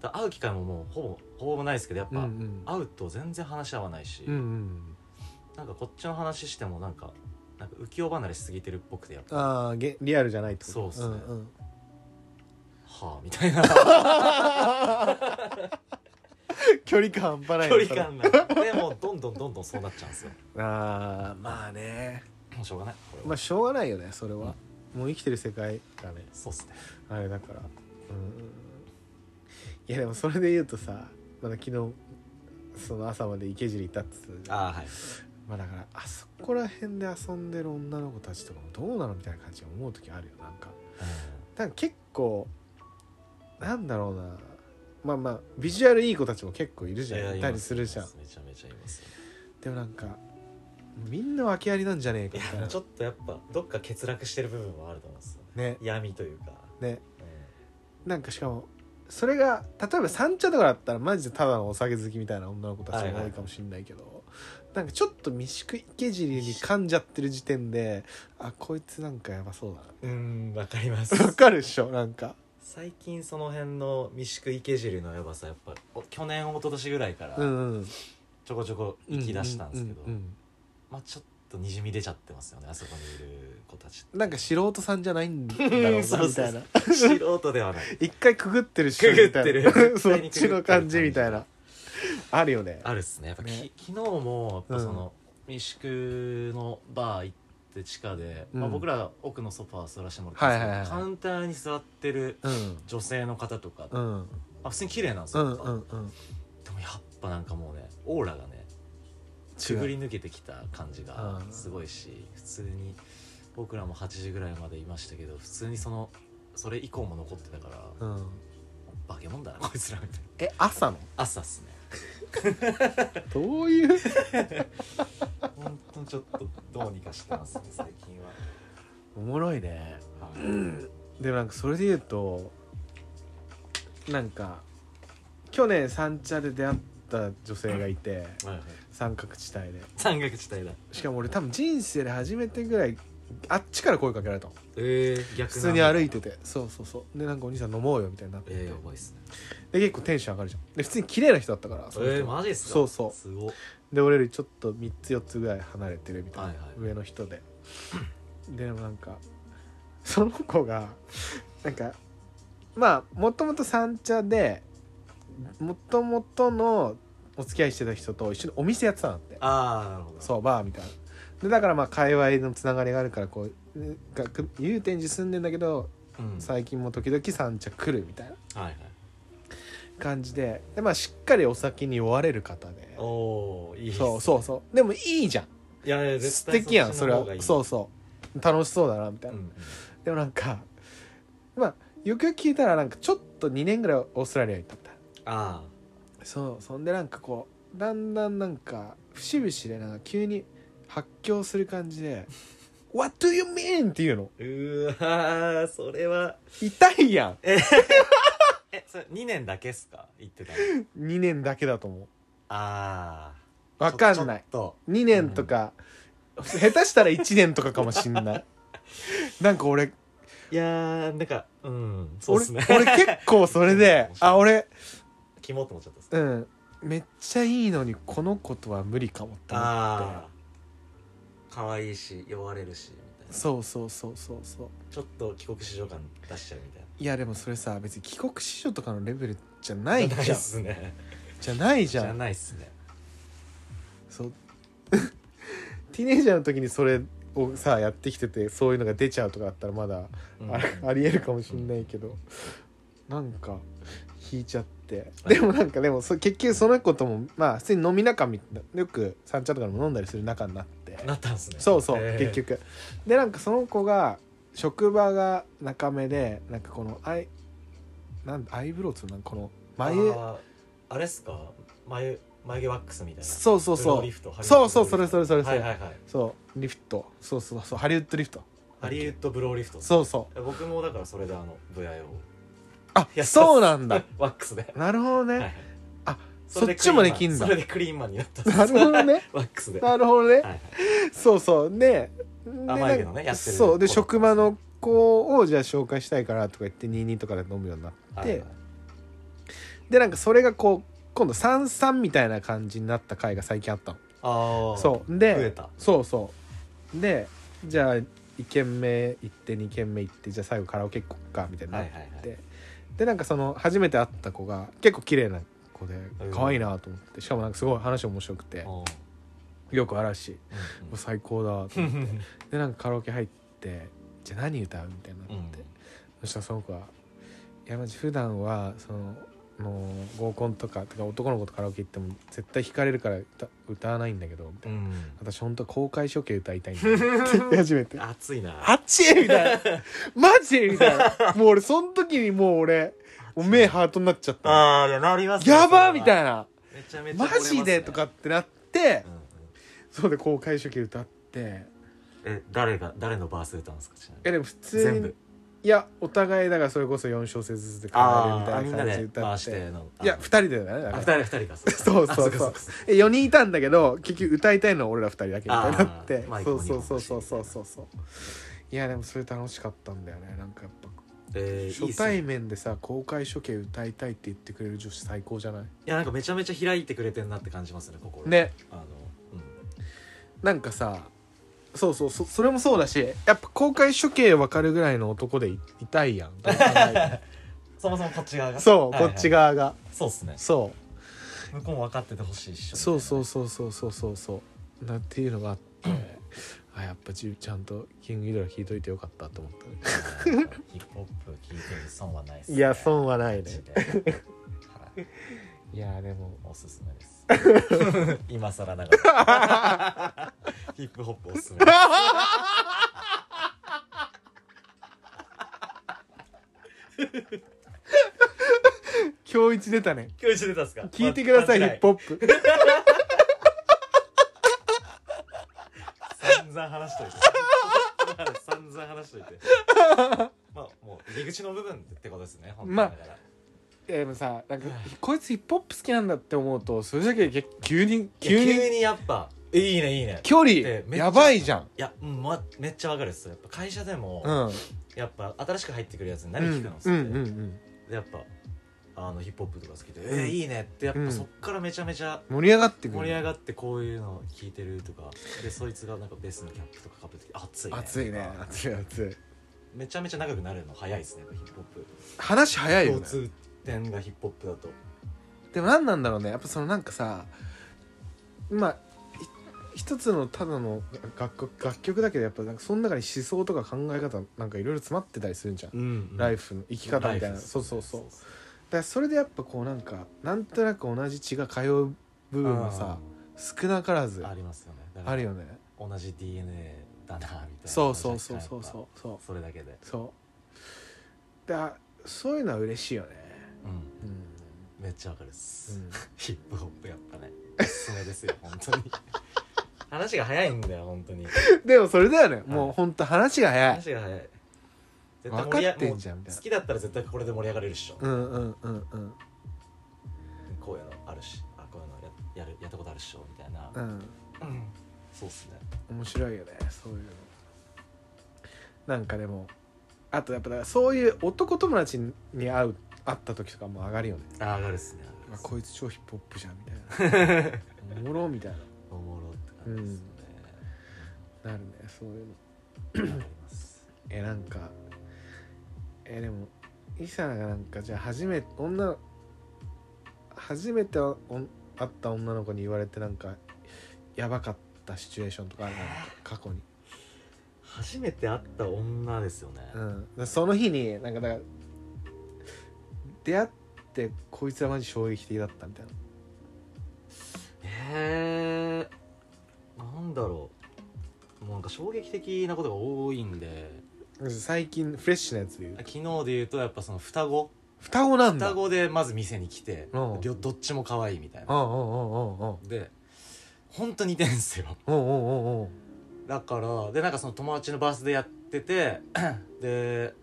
[SPEAKER 2] だ会う機会ももうほぼほぼないですけどやっ
[SPEAKER 1] うんう
[SPEAKER 2] ぱ、
[SPEAKER 1] ん
[SPEAKER 2] 会うと全然話合わないし、
[SPEAKER 1] うんうん
[SPEAKER 2] なんかこっちの話してもなんかなんか浮世離れしすぎてるっぽくてやっぱ
[SPEAKER 1] ああげリアルじゃないってこと
[SPEAKER 2] そうっすね
[SPEAKER 1] んうん
[SPEAKER 2] はあみたいな
[SPEAKER 1] 距離感半端ない
[SPEAKER 2] 距
[SPEAKER 1] ね
[SPEAKER 2] 離感ないでもうどんどんどんどんそうなっちゃうんですよ
[SPEAKER 1] それああまあね
[SPEAKER 2] もうしょうがないこれは、
[SPEAKER 1] まあしょうがないよねそれは、もう生きてる世界がね
[SPEAKER 2] そうっすね
[SPEAKER 1] あれだからうんいやでもそれで言うとさまだ昨日その朝まで池尻行ったっつうじゃん
[SPEAKER 2] ああはい
[SPEAKER 1] まあだからあそこら辺で遊んでる女の子たちとかもどうなのみたいな感じで思う時あるよなんかなんか結構なんだろうなまあまあビジュアルいい子たちも結構いるじゃんいたりするじゃん
[SPEAKER 2] めちゃめちゃいますよ
[SPEAKER 1] でもなんかみんな訳ありなんじゃねえかみたい
[SPEAKER 2] いや
[SPEAKER 1] な
[SPEAKER 2] ちょっとやっぱどっか欠落してる部分はあると思うんですよね
[SPEAKER 1] ね
[SPEAKER 2] 闇というか、
[SPEAKER 1] ね
[SPEAKER 2] うん
[SPEAKER 1] なんかしかもそれが例えば三茶とかだったらマジでただのお酒好きみたいな女の子たちが多いかもしれないけど、なんかちょっと未宿池尻に噛んじゃってる時点であこいつなんかやばそうだ
[SPEAKER 2] うーんわかります
[SPEAKER 1] な わかるっしょなんか
[SPEAKER 2] 最近その辺の未宿池尻のやばさやっぱお去年一昨年ぐらいから
[SPEAKER 1] うんうん
[SPEAKER 2] ちょこちょこ行き出したんですけど、
[SPEAKER 1] うんうんうん
[SPEAKER 2] まあちょっとにじみ出ちゃってますよねあそこにいる子たちって
[SPEAKER 1] なんか素人さんじゃないんだろ う
[SPEAKER 2] う
[SPEAKER 1] なん
[SPEAKER 2] そうそう
[SPEAKER 1] みたいな
[SPEAKER 2] 素人ではない
[SPEAKER 1] 一回くぐってるし
[SPEAKER 2] くぐって
[SPEAKER 1] み
[SPEAKER 2] る
[SPEAKER 1] たいな
[SPEAKER 2] 絶
[SPEAKER 1] そ
[SPEAKER 2] 対
[SPEAKER 1] っ
[SPEAKER 2] にくぐって
[SPEAKER 1] ち
[SPEAKER 2] る
[SPEAKER 1] の感じみたいなあるよね
[SPEAKER 2] あるっすねやっぱき、
[SPEAKER 1] ね
[SPEAKER 2] 昨日もやっぱその、民宿のバー行って地下で、
[SPEAKER 1] う
[SPEAKER 2] まあ、
[SPEAKER 1] ん
[SPEAKER 2] 僕ら奥のソファー座らせてもらったんですけ
[SPEAKER 1] は
[SPEAKER 2] ど、
[SPEAKER 1] いはいはい
[SPEAKER 2] カウンターに座ってる
[SPEAKER 1] うん
[SPEAKER 2] 女性の方とか、
[SPEAKER 1] うん
[SPEAKER 2] あ普通に綺麗なんです
[SPEAKER 1] う
[SPEAKER 2] よ、
[SPEAKER 1] んうんうん
[SPEAKER 2] でもやっぱなんかもうねオーラがねくぐり抜けてきた感じが
[SPEAKER 1] うん
[SPEAKER 2] すごいし、普通に僕らも8時ぐらいまでいましたけど普通にそのそれ以降も残ってたから、
[SPEAKER 1] うん
[SPEAKER 2] 化け物だなこいつらみたいな
[SPEAKER 1] え朝の
[SPEAKER 2] 朝っすね
[SPEAKER 1] どういう
[SPEAKER 2] 本当にちょっとどうにかしてます ね最近は。
[SPEAKER 1] おもろいね
[SPEAKER 2] はい
[SPEAKER 1] でもなんかそれで言うとなんか去年三茶で出会った女性がいて
[SPEAKER 2] はいはい、
[SPEAKER 1] 三角地帯で
[SPEAKER 2] 山岳地帯だ
[SPEAKER 1] しかも俺多分人生で初めてぐらいあっちから声かけられたの
[SPEAKER 2] ええ逆
[SPEAKER 1] 普通に歩いて
[SPEAKER 2] て
[SPEAKER 1] てそうそうそうでなんかお兄さん飲もうよみたいになって、
[SPEAKER 2] ええやばいっすね
[SPEAKER 1] で結構テンション上がるじゃんで普通に綺麗な人だったからその人
[SPEAKER 2] ええマジっすか
[SPEAKER 1] そうそう
[SPEAKER 2] すごっ
[SPEAKER 1] で俺よりちょっと3つ4つぐらい離れてるみたいな、
[SPEAKER 2] はいはい
[SPEAKER 1] 上の人ででもなんかその子がなんかまあもともと三茶でもともとのお付き合いしてた人と一緒にお店やってたんだって
[SPEAKER 2] ああなるほど
[SPEAKER 1] そうバーみたいなでだからまあ界隈のつながりがあるからこうね学祐天寺住んでんだけど
[SPEAKER 2] う、ん、
[SPEAKER 1] 最近も時々三茶来るみたいな
[SPEAKER 2] はいはい
[SPEAKER 1] 感じでで、まあ、しっかりお酒に酔われる方で
[SPEAKER 2] おおいいっすね
[SPEAKER 1] そうそうそうでもいいじゃん
[SPEAKER 2] いやいや絶
[SPEAKER 1] 素
[SPEAKER 2] 対
[SPEAKER 1] 敵やんそれはそううそう楽しそうだなみたいな、
[SPEAKER 2] ん
[SPEAKER 1] でもなんかまあよくよく聞いたらなんかちょっと2年ぐらいオーストラリア行ったんだ
[SPEAKER 2] あ
[SPEAKER 1] そうそんでなんかこうだんだんなんか節々でなんか急に発狂する感じ で「What do you mean?」っていうの
[SPEAKER 2] あうわーそれは
[SPEAKER 1] 痛いや
[SPEAKER 2] えそれ2年だけっすか言ってたの
[SPEAKER 1] ん2年だけだと思
[SPEAKER 2] あ
[SPEAKER 1] う
[SPEAKER 2] あ
[SPEAKER 1] わかんない
[SPEAKER 2] ちょ
[SPEAKER 1] 2年とか、下手したら1年とかかもしんない なんか俺
[SPEAKER 2] っといやーなんかうんそうっ
[SPEAKER 1] 俺
[SPEAKER 2] すね
[SPEAKER 1] 俺 結構それであ俺
[SPEAKER 2] キモって思っちゃったっす
[SPEAKER 1] うんめっちゃいいのにこの子とは無理かもって思って
[SPEAKER 2] ああ可愛いし酔われるしみたい
[SPEAKER 1] そうそうそうそうそう
[SPEAKER 2] ちょっと帰国子女感出しちゃうみたいない
[SPEAKER 1] やでもそれさ別に帰国子女とかのレベルじゃないじゃん
[SPEAKER 2] ないっすね
[SPEAKER 1] じゃないじ
[SPEAKER 2] じ
[SPEAKER 1] ゃ
[SPEAKER 2] ゃ
[SPEAKER 1] ん
[SPEAKER 2] ないっすね
[SPEAKER 1] そう ティーネイジャーの時にそれをさやってきててそういうのが出ちゃうとかだったらまだ
[SPEAKER 2] うん
[SPEAKER 1] あ ありえるかもしんないけどなんか引いちゃってでもなんかでもそ結局その子ともまあ普通に飲み仲みたいなよく三茶とかでも飲んだりする仲になって
[SPEAKER 2] なったんすね
[SPEAKER 1] そうそう、
[SPEAKER 2] えー
[SPEAKER 1] 結局でなんかその子が職場が中目でなんかこのアイなんアイブロウっつうのなんかこの眉
[SPEAKER 2] あーあれっすか眉眉毛ワックスみたいな
[SPEAKER 1] そうそう
[SPEAKER 2] ブロ
[SPEAKER 1] そ
[SPEAKER 2] ーリ
[SPEAKER 1] う
[SPEAKER 2] フト
[SPEAKER 1] そうそうそれそれそれそ
[SPEAKER 2] は
[SPEAKER 1] れ、
[SPEAKER 2] いはいはい
[SPEAKER 1] そうリフトそうそうそうハリウッドリフト
[SPEAKER 2] ハリウッドブローリフト
[SPEAKER 1] そうそう
[SPEAKER 2] 僕もだからそれであの VIO を
[SPEAKER 1] あ
[SPEAKER 2] いや
[SPEAKER 1] そうなんだ
[SPEAKER 2] ワックスで
[SPEAKER 1] なるほどね、
[SPEAKER 2] はいはい
[SPEAKER 1] あ
[SPEAKER 2] そ
[SPEAKER 1] そ
[SPEAKER 2] れ
[SPEAKER 1] っちもで
[SPEAKER 2] ク
[SPEAKER 1] き
[SPEAKER 2] リー
[SPEAKER 1] ん
[SPEAKER 2] ンマン
[SPEAKER 1] だ
[SPEAKER 2] それでクリーンマンになったんです
[SPEAKER 1] なるほどね
[SPEAKER 2] ワックスで
[SPEAKER 1] なるほどね、
[SPEAKER 2] はいはい
[SPEAKER 1] そうそうねで
[SPEAKER 2] 眉毛のねやってる
[SPEAKER 1] そうで
[SPEAKER 2] 子
[SPEAKER 1] 職場の子をじゃあ紹介したいからとか言って22とかで飲むようになって、
[SPEAKER 2] はいはい
[SPEAKER 1] でなんかそれがこう今度33みたいな感じになった回が最近あったの
[SPEAKER 2] ああ
[SPEAKER 1] そう
[SPEAKER 2] 増え
[SPEAKER 1] で
[SPEAKER 2] た
[SPEAKER 1] そうそうでじゃあ1軒目行って2軒目行ってじゃあ最後カラオケ行こっかみたいにな
[SPEAKER 2] は
[SPEAKER 1] っ
[SPEAKER 2] い
[SPEAKER 1] て、
[SPEAKER 2] はいはい
[SPEAKER 1] でなんかその初めて会った子が結構綺麗な子で
[SPEAKER 2] うん
[SPEAKER 1] 可愛いなと思ってしかもなんかすごい話面白くて
[SPEAKER 2] おー
[SPEAKER 1] よく笑うし
[SPEAKER 2] うん
[SPEAKER 1] もう最高だと思ってでなんかカラオケ入ってじゃあ何歌うみたいになって、
[SPEAKER 2] うん
[SPEAKER 1] そしたらその子は「いやマジ普段はそのもう合コンとかてか男の子とカラオケ行っても絶対惹かれるから歌歌わないんだけど」みた
[SPEAKER 2] う
[SPEAKER 1] いな、
[SPEAKER 2] ん
[SPEAKER 1] 私本当は公開処刑歌いたいんだよ」って 言い始めて
[SPEAKER 2] うん熱
[SPEAKER 1] 「
[SPEAKER 2] いな
[SPEAKER 1] あっち!」みたい な「マジ!」みたいなもう俺その時にもう俺もう目ハートになっちゃった
[SPEAKER 2] あーいやなり
[SPEAKER 1] 「
[SPEAKER 2] まね
[SPEAKER 1] やば!」
[SPEAKER 2] そ
[SPEAKER 1] み
[SPEAKER 2] れは
[SPEAKER 1] たいな
[SPEAKER 2] めち
[SPEAKER 1] 「
[SPEAKER 2] ゃめちゃ
[SPEAKER 1] マジで!」とかってなって
[SPEAKER 2] うんうん
[SPEAKER 1] そうで公開処刑歌って
[SPEAKER 2] え誰が誰のバース歌うんですかちなみ
[SPEAKER 1] え
[SPEAKER 2] に
[SPEAKER 1] でも普通に
[SPEAKER 2] 全部
[SPEAKER 1] いやお互いだからそれこそ4小節ずつで
[SPEAKER 2] あーあ
[SPEAKER 1] える
[SPEAKER 2] み
[SPEAKER 1] み
[SPEAKER 2] ん
[SPEAKER 1] た
[SPEAKER 2] ない
[SPEAKER 1] な感じで
[SPEAKER 2] で
[SPEAKER 1] 歌
[SPEAKER 2] 回
[SPEAKER 1] っ
[SPEAKER 2] して
[SPEAKER 1] て
[SPEAKER 2] の
[SPEAKER 1] いや2人だよねだ
[SPEAKER 2] あ
[SPEAKER 1] か
[SPEAKER 2] 二
[SPEAKER 1] ら
[SPEAKER 2] 人二人かそ
[SPEAKER 1] そう
[SPEAKER 2] あ
[SPEAKER 1] そう
[SPEAKER 2] っか
[SPEAKER 1] そう
[SPEAKER 2] っかそっか
[SPEAKER 1] え4人いたんだけど結局歌いたいのは俺ら2人だけみたいになって
[SPEAKER 2] あーマイク
[SPEAKER 1] そ
[SPEAKER 2] も
[SPEAKER 1] うそうそう
[SPEAKER 2] 二
[SPEAKER 1] そ
[SPEAKER 2] 本
[SPEAKER 1] う
[SPEAKER 2] 欲
[SPEAKER 1] そ
[SPEAKER 2] しいみたいうな
[SPEAKER 1] そうそういやでもそれ楽しかったんだよねなんかやっぱ
[SPEAKER 2] えーいいっ
[SPEAKER 1] 初
[SPEAKER 2] すね
[SPEAKER 1] 対面でさ公開処刑歌いたいって言ってくれる女子最高じゃない
[SPEAKER 2] いやなんかめちゃめちゃ開いてくれてんなって感じますね心
[SPEAKER 1] ね
[SPEAKER 2] あの、
[SPEAKER 1] なんかさそうそうそそれもそうだしやっぱ公開処刑分かるぐらいの男でいいたいやん
[SPEAKER 2] うん、そもそもこっち側 が
[SPEAKER 1] そうこっち側
[SPEAKER 2] が
[SPEAKER 1] が
[SPEAKER 2] そうっすね
[SPEAKER 1] そう
[SPEAKER 2] 向こうも分かっててほしいっしょ
[SPEAKER 1] そう
[SPEAKER 2] う
[SPEAKER 1] そうそうそうそうそうそうなっていうのがあってあやっぱちちゃんとキングギドラ聞いといてよかったと思ったね
[SPEAKER 2] ヒップホップ聞いてる損はないっす、ね、
[SPEAKER 1] いや損はない
[SPEAKER 2] マ
[SPEAKER 1] ね
[SPEAKER 2] ジではい
[SPEAKER 1] いやでも
[SPEAKER 2] おすすめです 今更ながらヒップホップおすすめです
[SPEAKER 1] 今日一出たね
[SPEAKER 2] 今日一緒に出たんすか
[SPEAKER 1] 聞いてくださいヒ
[SPEAKER 2] ま
[SPEAKER 1] ップホップ
[SPEAKER 2] 散々話しといて 散々話しといてまあもう入り口の部分ってことですね本当に
[SPEAKER 1] まあ
[SPEAKER 2] だから
[SPEAKER 1] でもさなんかこいつヒップホップ好きなんだって思うとそれだけで急に
[SPEAKER 2] いや
[SPEAKER 1] 急
[SPEAKER 2] 急
[SPEAKER 1] に
[SPEAKER 2] にやっぱいいねいいね
[SPEAKER 1] 距離
[SPEAKER 2] でめっちゃ
[SPEAKER 1] やばいじゃん
[SPEAKER 2] いや、うんま、めっちゃわかるっすやっぱ会社でも、
[SPEAKER 1] うん
[SPEAKER 2] やっぱ新しく入ってくるやつ
[SPEAKER 1] う
[SPEAKER 2] に
[SPEAKER 1] ん
[SPEAKER 2] 何聞くのっつ
[SPEAKER 1] う
[SPEAKER 2] っ
[SPEAKER 1] ん
[SPEAKER 2] て、
[SPEAKER 1] うんうん
[SPEAKER 2] でやっぱあのヒップホップとか好きで「えー、いいね」ってやっ
[SPEAKER 1] う
[SPEAKER 2] ぱ
[SPEAKER 1] ん
[SPEAKER 2] そっからめちゃめちゃ
[SPEAKER 1] 盛り上がってくる
[SPEAKER 2] 盛り上がってこういうの聞いてるとかでそいつがなんかベースのキャップとかかぶってきて熱いね
[SPEAKER 1] 熱いね熱い熱い
[SPEAKER 2] めちゃめちゃ長くなるの早いですねやっぱヒップホップ
[SPEAKER 1] 話早いよ
[SPEAKER 2] 共
[SPEAKER 1] ね
[SPEAKER 2] 通点がヒップホップだと
[SPEAKER 1] でも何なんだろうねやっぱそのなんかさまあひ一つのただの楽曲楽曲だけどやっぱなんかその中に思想とか考え方なんかいろいろ詰まってたりするじゃん、
[SPEAKER 2] うん
[SPEAKER 1] ライフの生き方みたい
[SPEAKER 2] ライフ
[SPEAKER 1] な
[SPEAKER 2] です
[SPEAKER 1] そうそうそうだからそれでやっぱこうなんかなんとなく同じ血が通う部分もさ少なからず
[SPEAKER 2] ありますよねだから
[SPEAKER 1] あるよね
[SPEAKER 2] 同じ DNA だなみたいな
[SPEAKER 1] そうそうそうそう
[SPEAKER 2] う
[SPEAKER 1] そうそう
[SPEAKER 2] それだけで
[SPEAKER 1] そうだそういうのは嬉しいよね
[SPEAKER 2] うん
[SPEAKER 1] うん、
[SPEAKER 2] めっちゃわかるっす、
[SPEAKER 1] うん、
[SPEAKER 2] ヒップホップやっぱねおすすめです よ本当に話が早いんだよ本当に
[SPEAKER 1] でもそれだよね、も
[SPEAKER 2] は
[SPEAKER 1] う
[SPEAKER 2] い
[SPEAKER 1] ほんと話が早い
[SPEAKER 2] 話が早い絶
[SPEAKER 1] 分
[SPEAKER 2] 盛り
[SPEAKER 1] か
[SPEAKER 2] 上
[SPEAKER 1] ってんじゃんみた
[SPEAKER 2] もう
[SPEAKER 1] いな
[SPEAKER 2] 好きだったら絶対これで盛り上がれるっしょ、
[SPEAKER 1] うんうんうんうん
[SPEAKER 2] こういうのあるしあこういうのややるやったことあるっしょみたいな、
[SPEAKER 1] うん
[SPEAKER 2] そうっすね
[SPEAKER 1] 面白いよねそういうのなんかでもあとやっぱだからそういう男友達に会う会った時とかも上がるよね
[SPEAKER 2] あ上がるっすね上がる
[SPEAKER 1] あ
[SPEAKER 2] っすね
[SPEAKER 1] こいつ超ヒップホップじゃんみたいな おもろみたい
[SPEAKER 2] おもろって感じですね、
[SPEAKER 1] ななるねそういうのえなんかえでもイサナがなんかじゃあ初め女初めておん会った女の子に言われてなんかやばかったシチュエーションとかあるの過去に、
[SPEAKER 2] 初めて会った女ですよね、
[SPEAKER 1] うん、でその日になんかだから出会ってこいつらマジ衝撃的だったみたいな
[SPEAKER 2] へえなんだろうもうなんか衝撃的なことが多いんで
[SPEAKER 1] 最近フレッシュなやつで言うと
[SPEAKER 2] 昨日で言うとやっぱその双子
[SPEAKER 1] 双子なんだ
[SPEAKER 2] 双子でまず店に来て
[SPEAKER 1] うん
[SPEAKER 2] りょどっちも可愛いみたい
[SPEAKER 1] うん
[SPEAKER 2] な
[SPEAKER 1] うんうんうんうん
[SPEAKER 2] で本当似てんすよ
[SPEAKER 1] うんうんうんうん
[SPEAKER 2] だからでなんかその友達のバースデーやってて で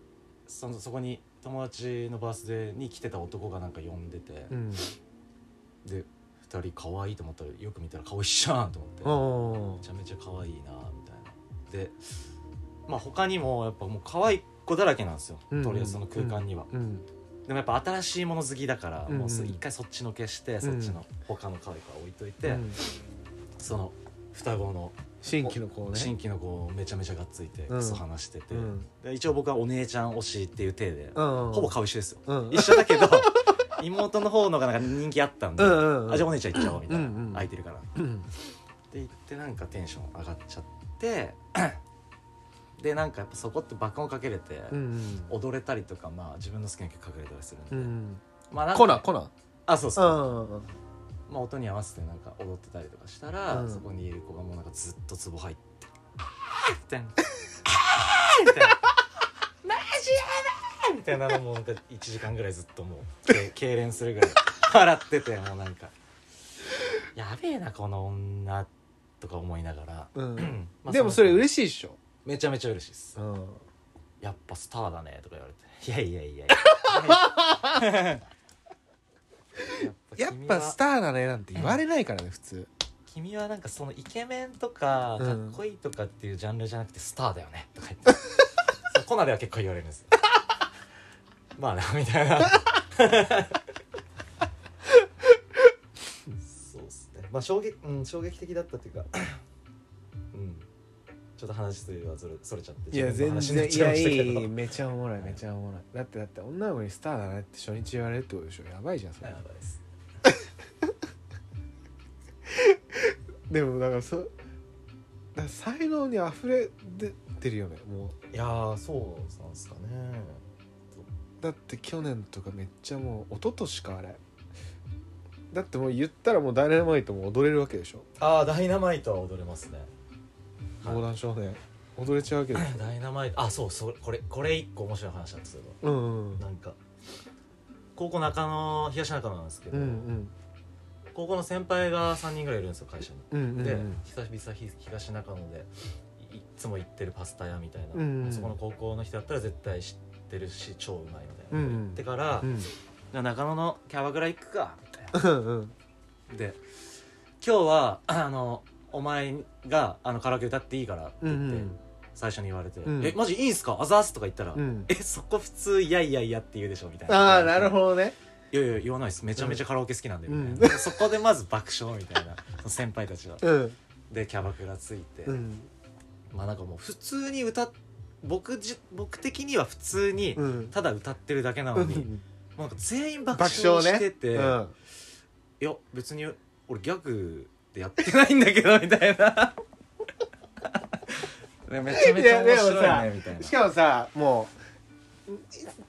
[SPEAKER 2] そのそこに友達のバースデーに来てた男がなんか呼んでて、
[SPEAKER 1] うん
[SPEAKER 2] で2人可愛いと思ったらよく見たら顔一緒やんと思って、
[SPEAKER 1] うんうん
[SPEAKER 2] めちゃめちゃ可愛いなみたいなでまあ他にもやっぱもう可愛い子だらけなんですよ、
[SPEAKER 1] うん
[SPEAKER 2] とりあえずその空間には、
[SPEAKER 1] うん
[SPEAKER 2] でもやっぱ新しいもの好きだから、
[SPEAKER 1] うん
[SPEAKER 2] もうす一回そっちのけして、そっちの他の可愛い子は置いといて、
[SPEAKER 1] うん
[SPEAKER 2] その双子の
[SPEAKER 1] 新規の子ね
[SPEAKER 2] 新規の子をめちゃめちゃがっついて
[SPEAKER 1] うん
[SPEAKER 2] クソ話してて、
[SPEAKER 1] うん
[SPEAKER 2] で一応僕はお姉ちゃん推しっていう体で、
[SPEAKER 1] うんうん
[SPEAKER 2] ほぼ顔一緒ですよ、
[SPEAKER 1] うん
[SPEAKER 2] 一緒だけど 妹の方のがなんか人気あったんで、
[SPEAKER 1] うんうんうん
[SPEAKER 2] あじゃあお姉ちゃん行っちゃおうみたいな、
[SPEAKER 1] うんうん
[SPEAKER 2] 空いてるからって
[SPEAKER 1] うん
[SPEAKER 2] 言ってなんかテンション上がっちゃって でなんかやっぱそこって爆音かけれて、
[SPEAKER 1] うん
[SPEAKER 2] 踊れたりとか、まあ、自分の好きな曲かけれたりするん
[SPEAKER 1] う
[SPEAKER 2] で、
[SPEAKER 1] ん
[SPEAKER 2] まあなんか
[SPEAKER 1] コナンコナン
[SPEAKER 2] あそうそう、
[SPEAKER 1] うん
[SPEAKER 2] まあ、音に合わせてなんか踊ってたりとかしたら、
[SPEAKER 1] うん
[SPEAKER 2] そこにいる子がもうなんかずっとツボ入って「 あーみたいな「あーみたいな「マジやばい!」みたいなのもうなんか1時間ぐらいずっともう け痙攣するぐらい笑っててもうなんか「やべえなこの女」とか思いながら、
[SPEAKER 1] うん
[SPEAKER 2] まあ
[SPEAKER 1] でもそれ
[SPEAKER 2] の
[SPEAKER 1] 嬉しいっしょ
[SPEAKER 2] めちゃめちゃ嬉しいです
[SPEAKER 1] うん
[SPEAKER 2] 「やっぱスターだね」とか言われて「い やいやいやいや」
[SPEAKER 1] やっぱス
[SPEAKER 2] ター
[SPEAKER 1] ターだねなんて言われないからね普通
[SPEAKER 2] 君はなんかそのイケメンとか
[SPEAKER 1] うん
[SPEAKER 2] かっこいいとかっていうジャンルじゃなくてスターだよねとか 言って、そうコナでは結構言われるんですよまあなみたいなそうっすねまあ衝撃うん衝撃的だったっていうかうんちょっと話するはそれそれちゃって
[SPEAKER 1] いや
[SPEAKER 2] 自分
[SPEAKER 1] 全
[SPEAKER 2] の
[SPEAKER 1] 然
[SPEAKER 2] 話になっ
[SPEAKER 1] い
[SPEAKER 2] ちゃ
[SPEAKER 1] や
[SPEAKER 2] ましたけど
[SPEAKER 1] いいめちゃおもろいめちゃおもろいだってだって女の子にスターだねって初日言われるってことでしょやばいじゃんそれ
[SPEAKER 2] やばいです
[SPEAKER 1] でもだからそだから才能に溢れ出てるよねもう
[SPEAKER 2] いやーそうなんですかね
[SPEAKER 1] だって去年とかめっちゃもう一昨年かあれだってもう言ったらもうダイナマイトも踊れるわけでしょ
[SPEAKER 2] ああダイナマイトは踊れますねはい
[SPEAKER 1] 防弾少年踊れちゃうわけでし
[SPEAKER 2] ダイナマイトあそうそうこれこれ一個面白い話なんですけど
[SPEAKER 1] ょうんうん
[SPEAKER 2] なんか高校中野東中野なんですけど、
[SPEAKER 1] うんうん
[SPEAKER 2] 高校の先輩が3人ぐらいいるんですよ会社に、
[SPEAKER 1] うんうん
[SPEAKER 2] で
[SPEAKER 1] うん
[SPEAKER 2] 久々ひ東中野でいいっつも行ってるパスタ屋みたいな、
[SPEAKER 1] うんうん
[SPEAKER 2] そこの高校の人だったら絶対知ってるし超うまいみたいな、
[SPEAKER 1] うんうん
[SPEAKER 2] 行ってから、
[SPEAKER 1] うん
[SPEAKER 2] じゃあ中野のキャバクラ行くかみたいな
[SPEAKER 1] うん
[SPEAKER 2] で今日はあのお前があのカラオケ歌っていいからって
[SPEAKER 1] うんう
[SPEAKER 2] 言って、
[SPEAKER 1] ん
[SPEAKER 2] 最初に言われて「
[SPEAKER 1] うん
[SPEAKER 2] えマジいいんすかあざーす」とか言ったら「
[SPEAKER 1] うん
[SPEAKER 2] えそこ普通いやいやいやって言うでしょ」みたいな
[SPEAKER 1] ああなるほどね
[SPEAKER 2] いやいや言わないですめちゃめちゃカラオケ好きなんで、
[SPEAKER 1] うん
[SPEAKER 2] みたいなそこでまず爆笑みたいなその先輩たちが
[SPEAKER 1] うん
[SPEAKER 2] でキャバクラついて、
[SPEAKER 1] うん
[SPEAKER 2] まあなんかもう普通に歌っ僕じ僕的には普通に
[SPEAKER 1] うん
[SPEAKER 2] ただ歌ってるだけな
[SPEAKER 1] う
[SPEAKER 2] のに、も
[SPEAKER 1] ん
[SPEAKER 2] うなんか全員爆
[SPEAKER 1] 爆
[SPEAKER 2] 笑
[SPEAKER 1] 笑
[SPEAKER 2] し
[SPEAKER 1] ね
[SPEAKER 2] てて、
[SPEAKER 1] うん
[SPEAKER 2] いや別に俺ギャグでやってないんだけどみたいな ねめちゃめちゃ面白いねみたいな
[SPEAKER 1] しかもさもう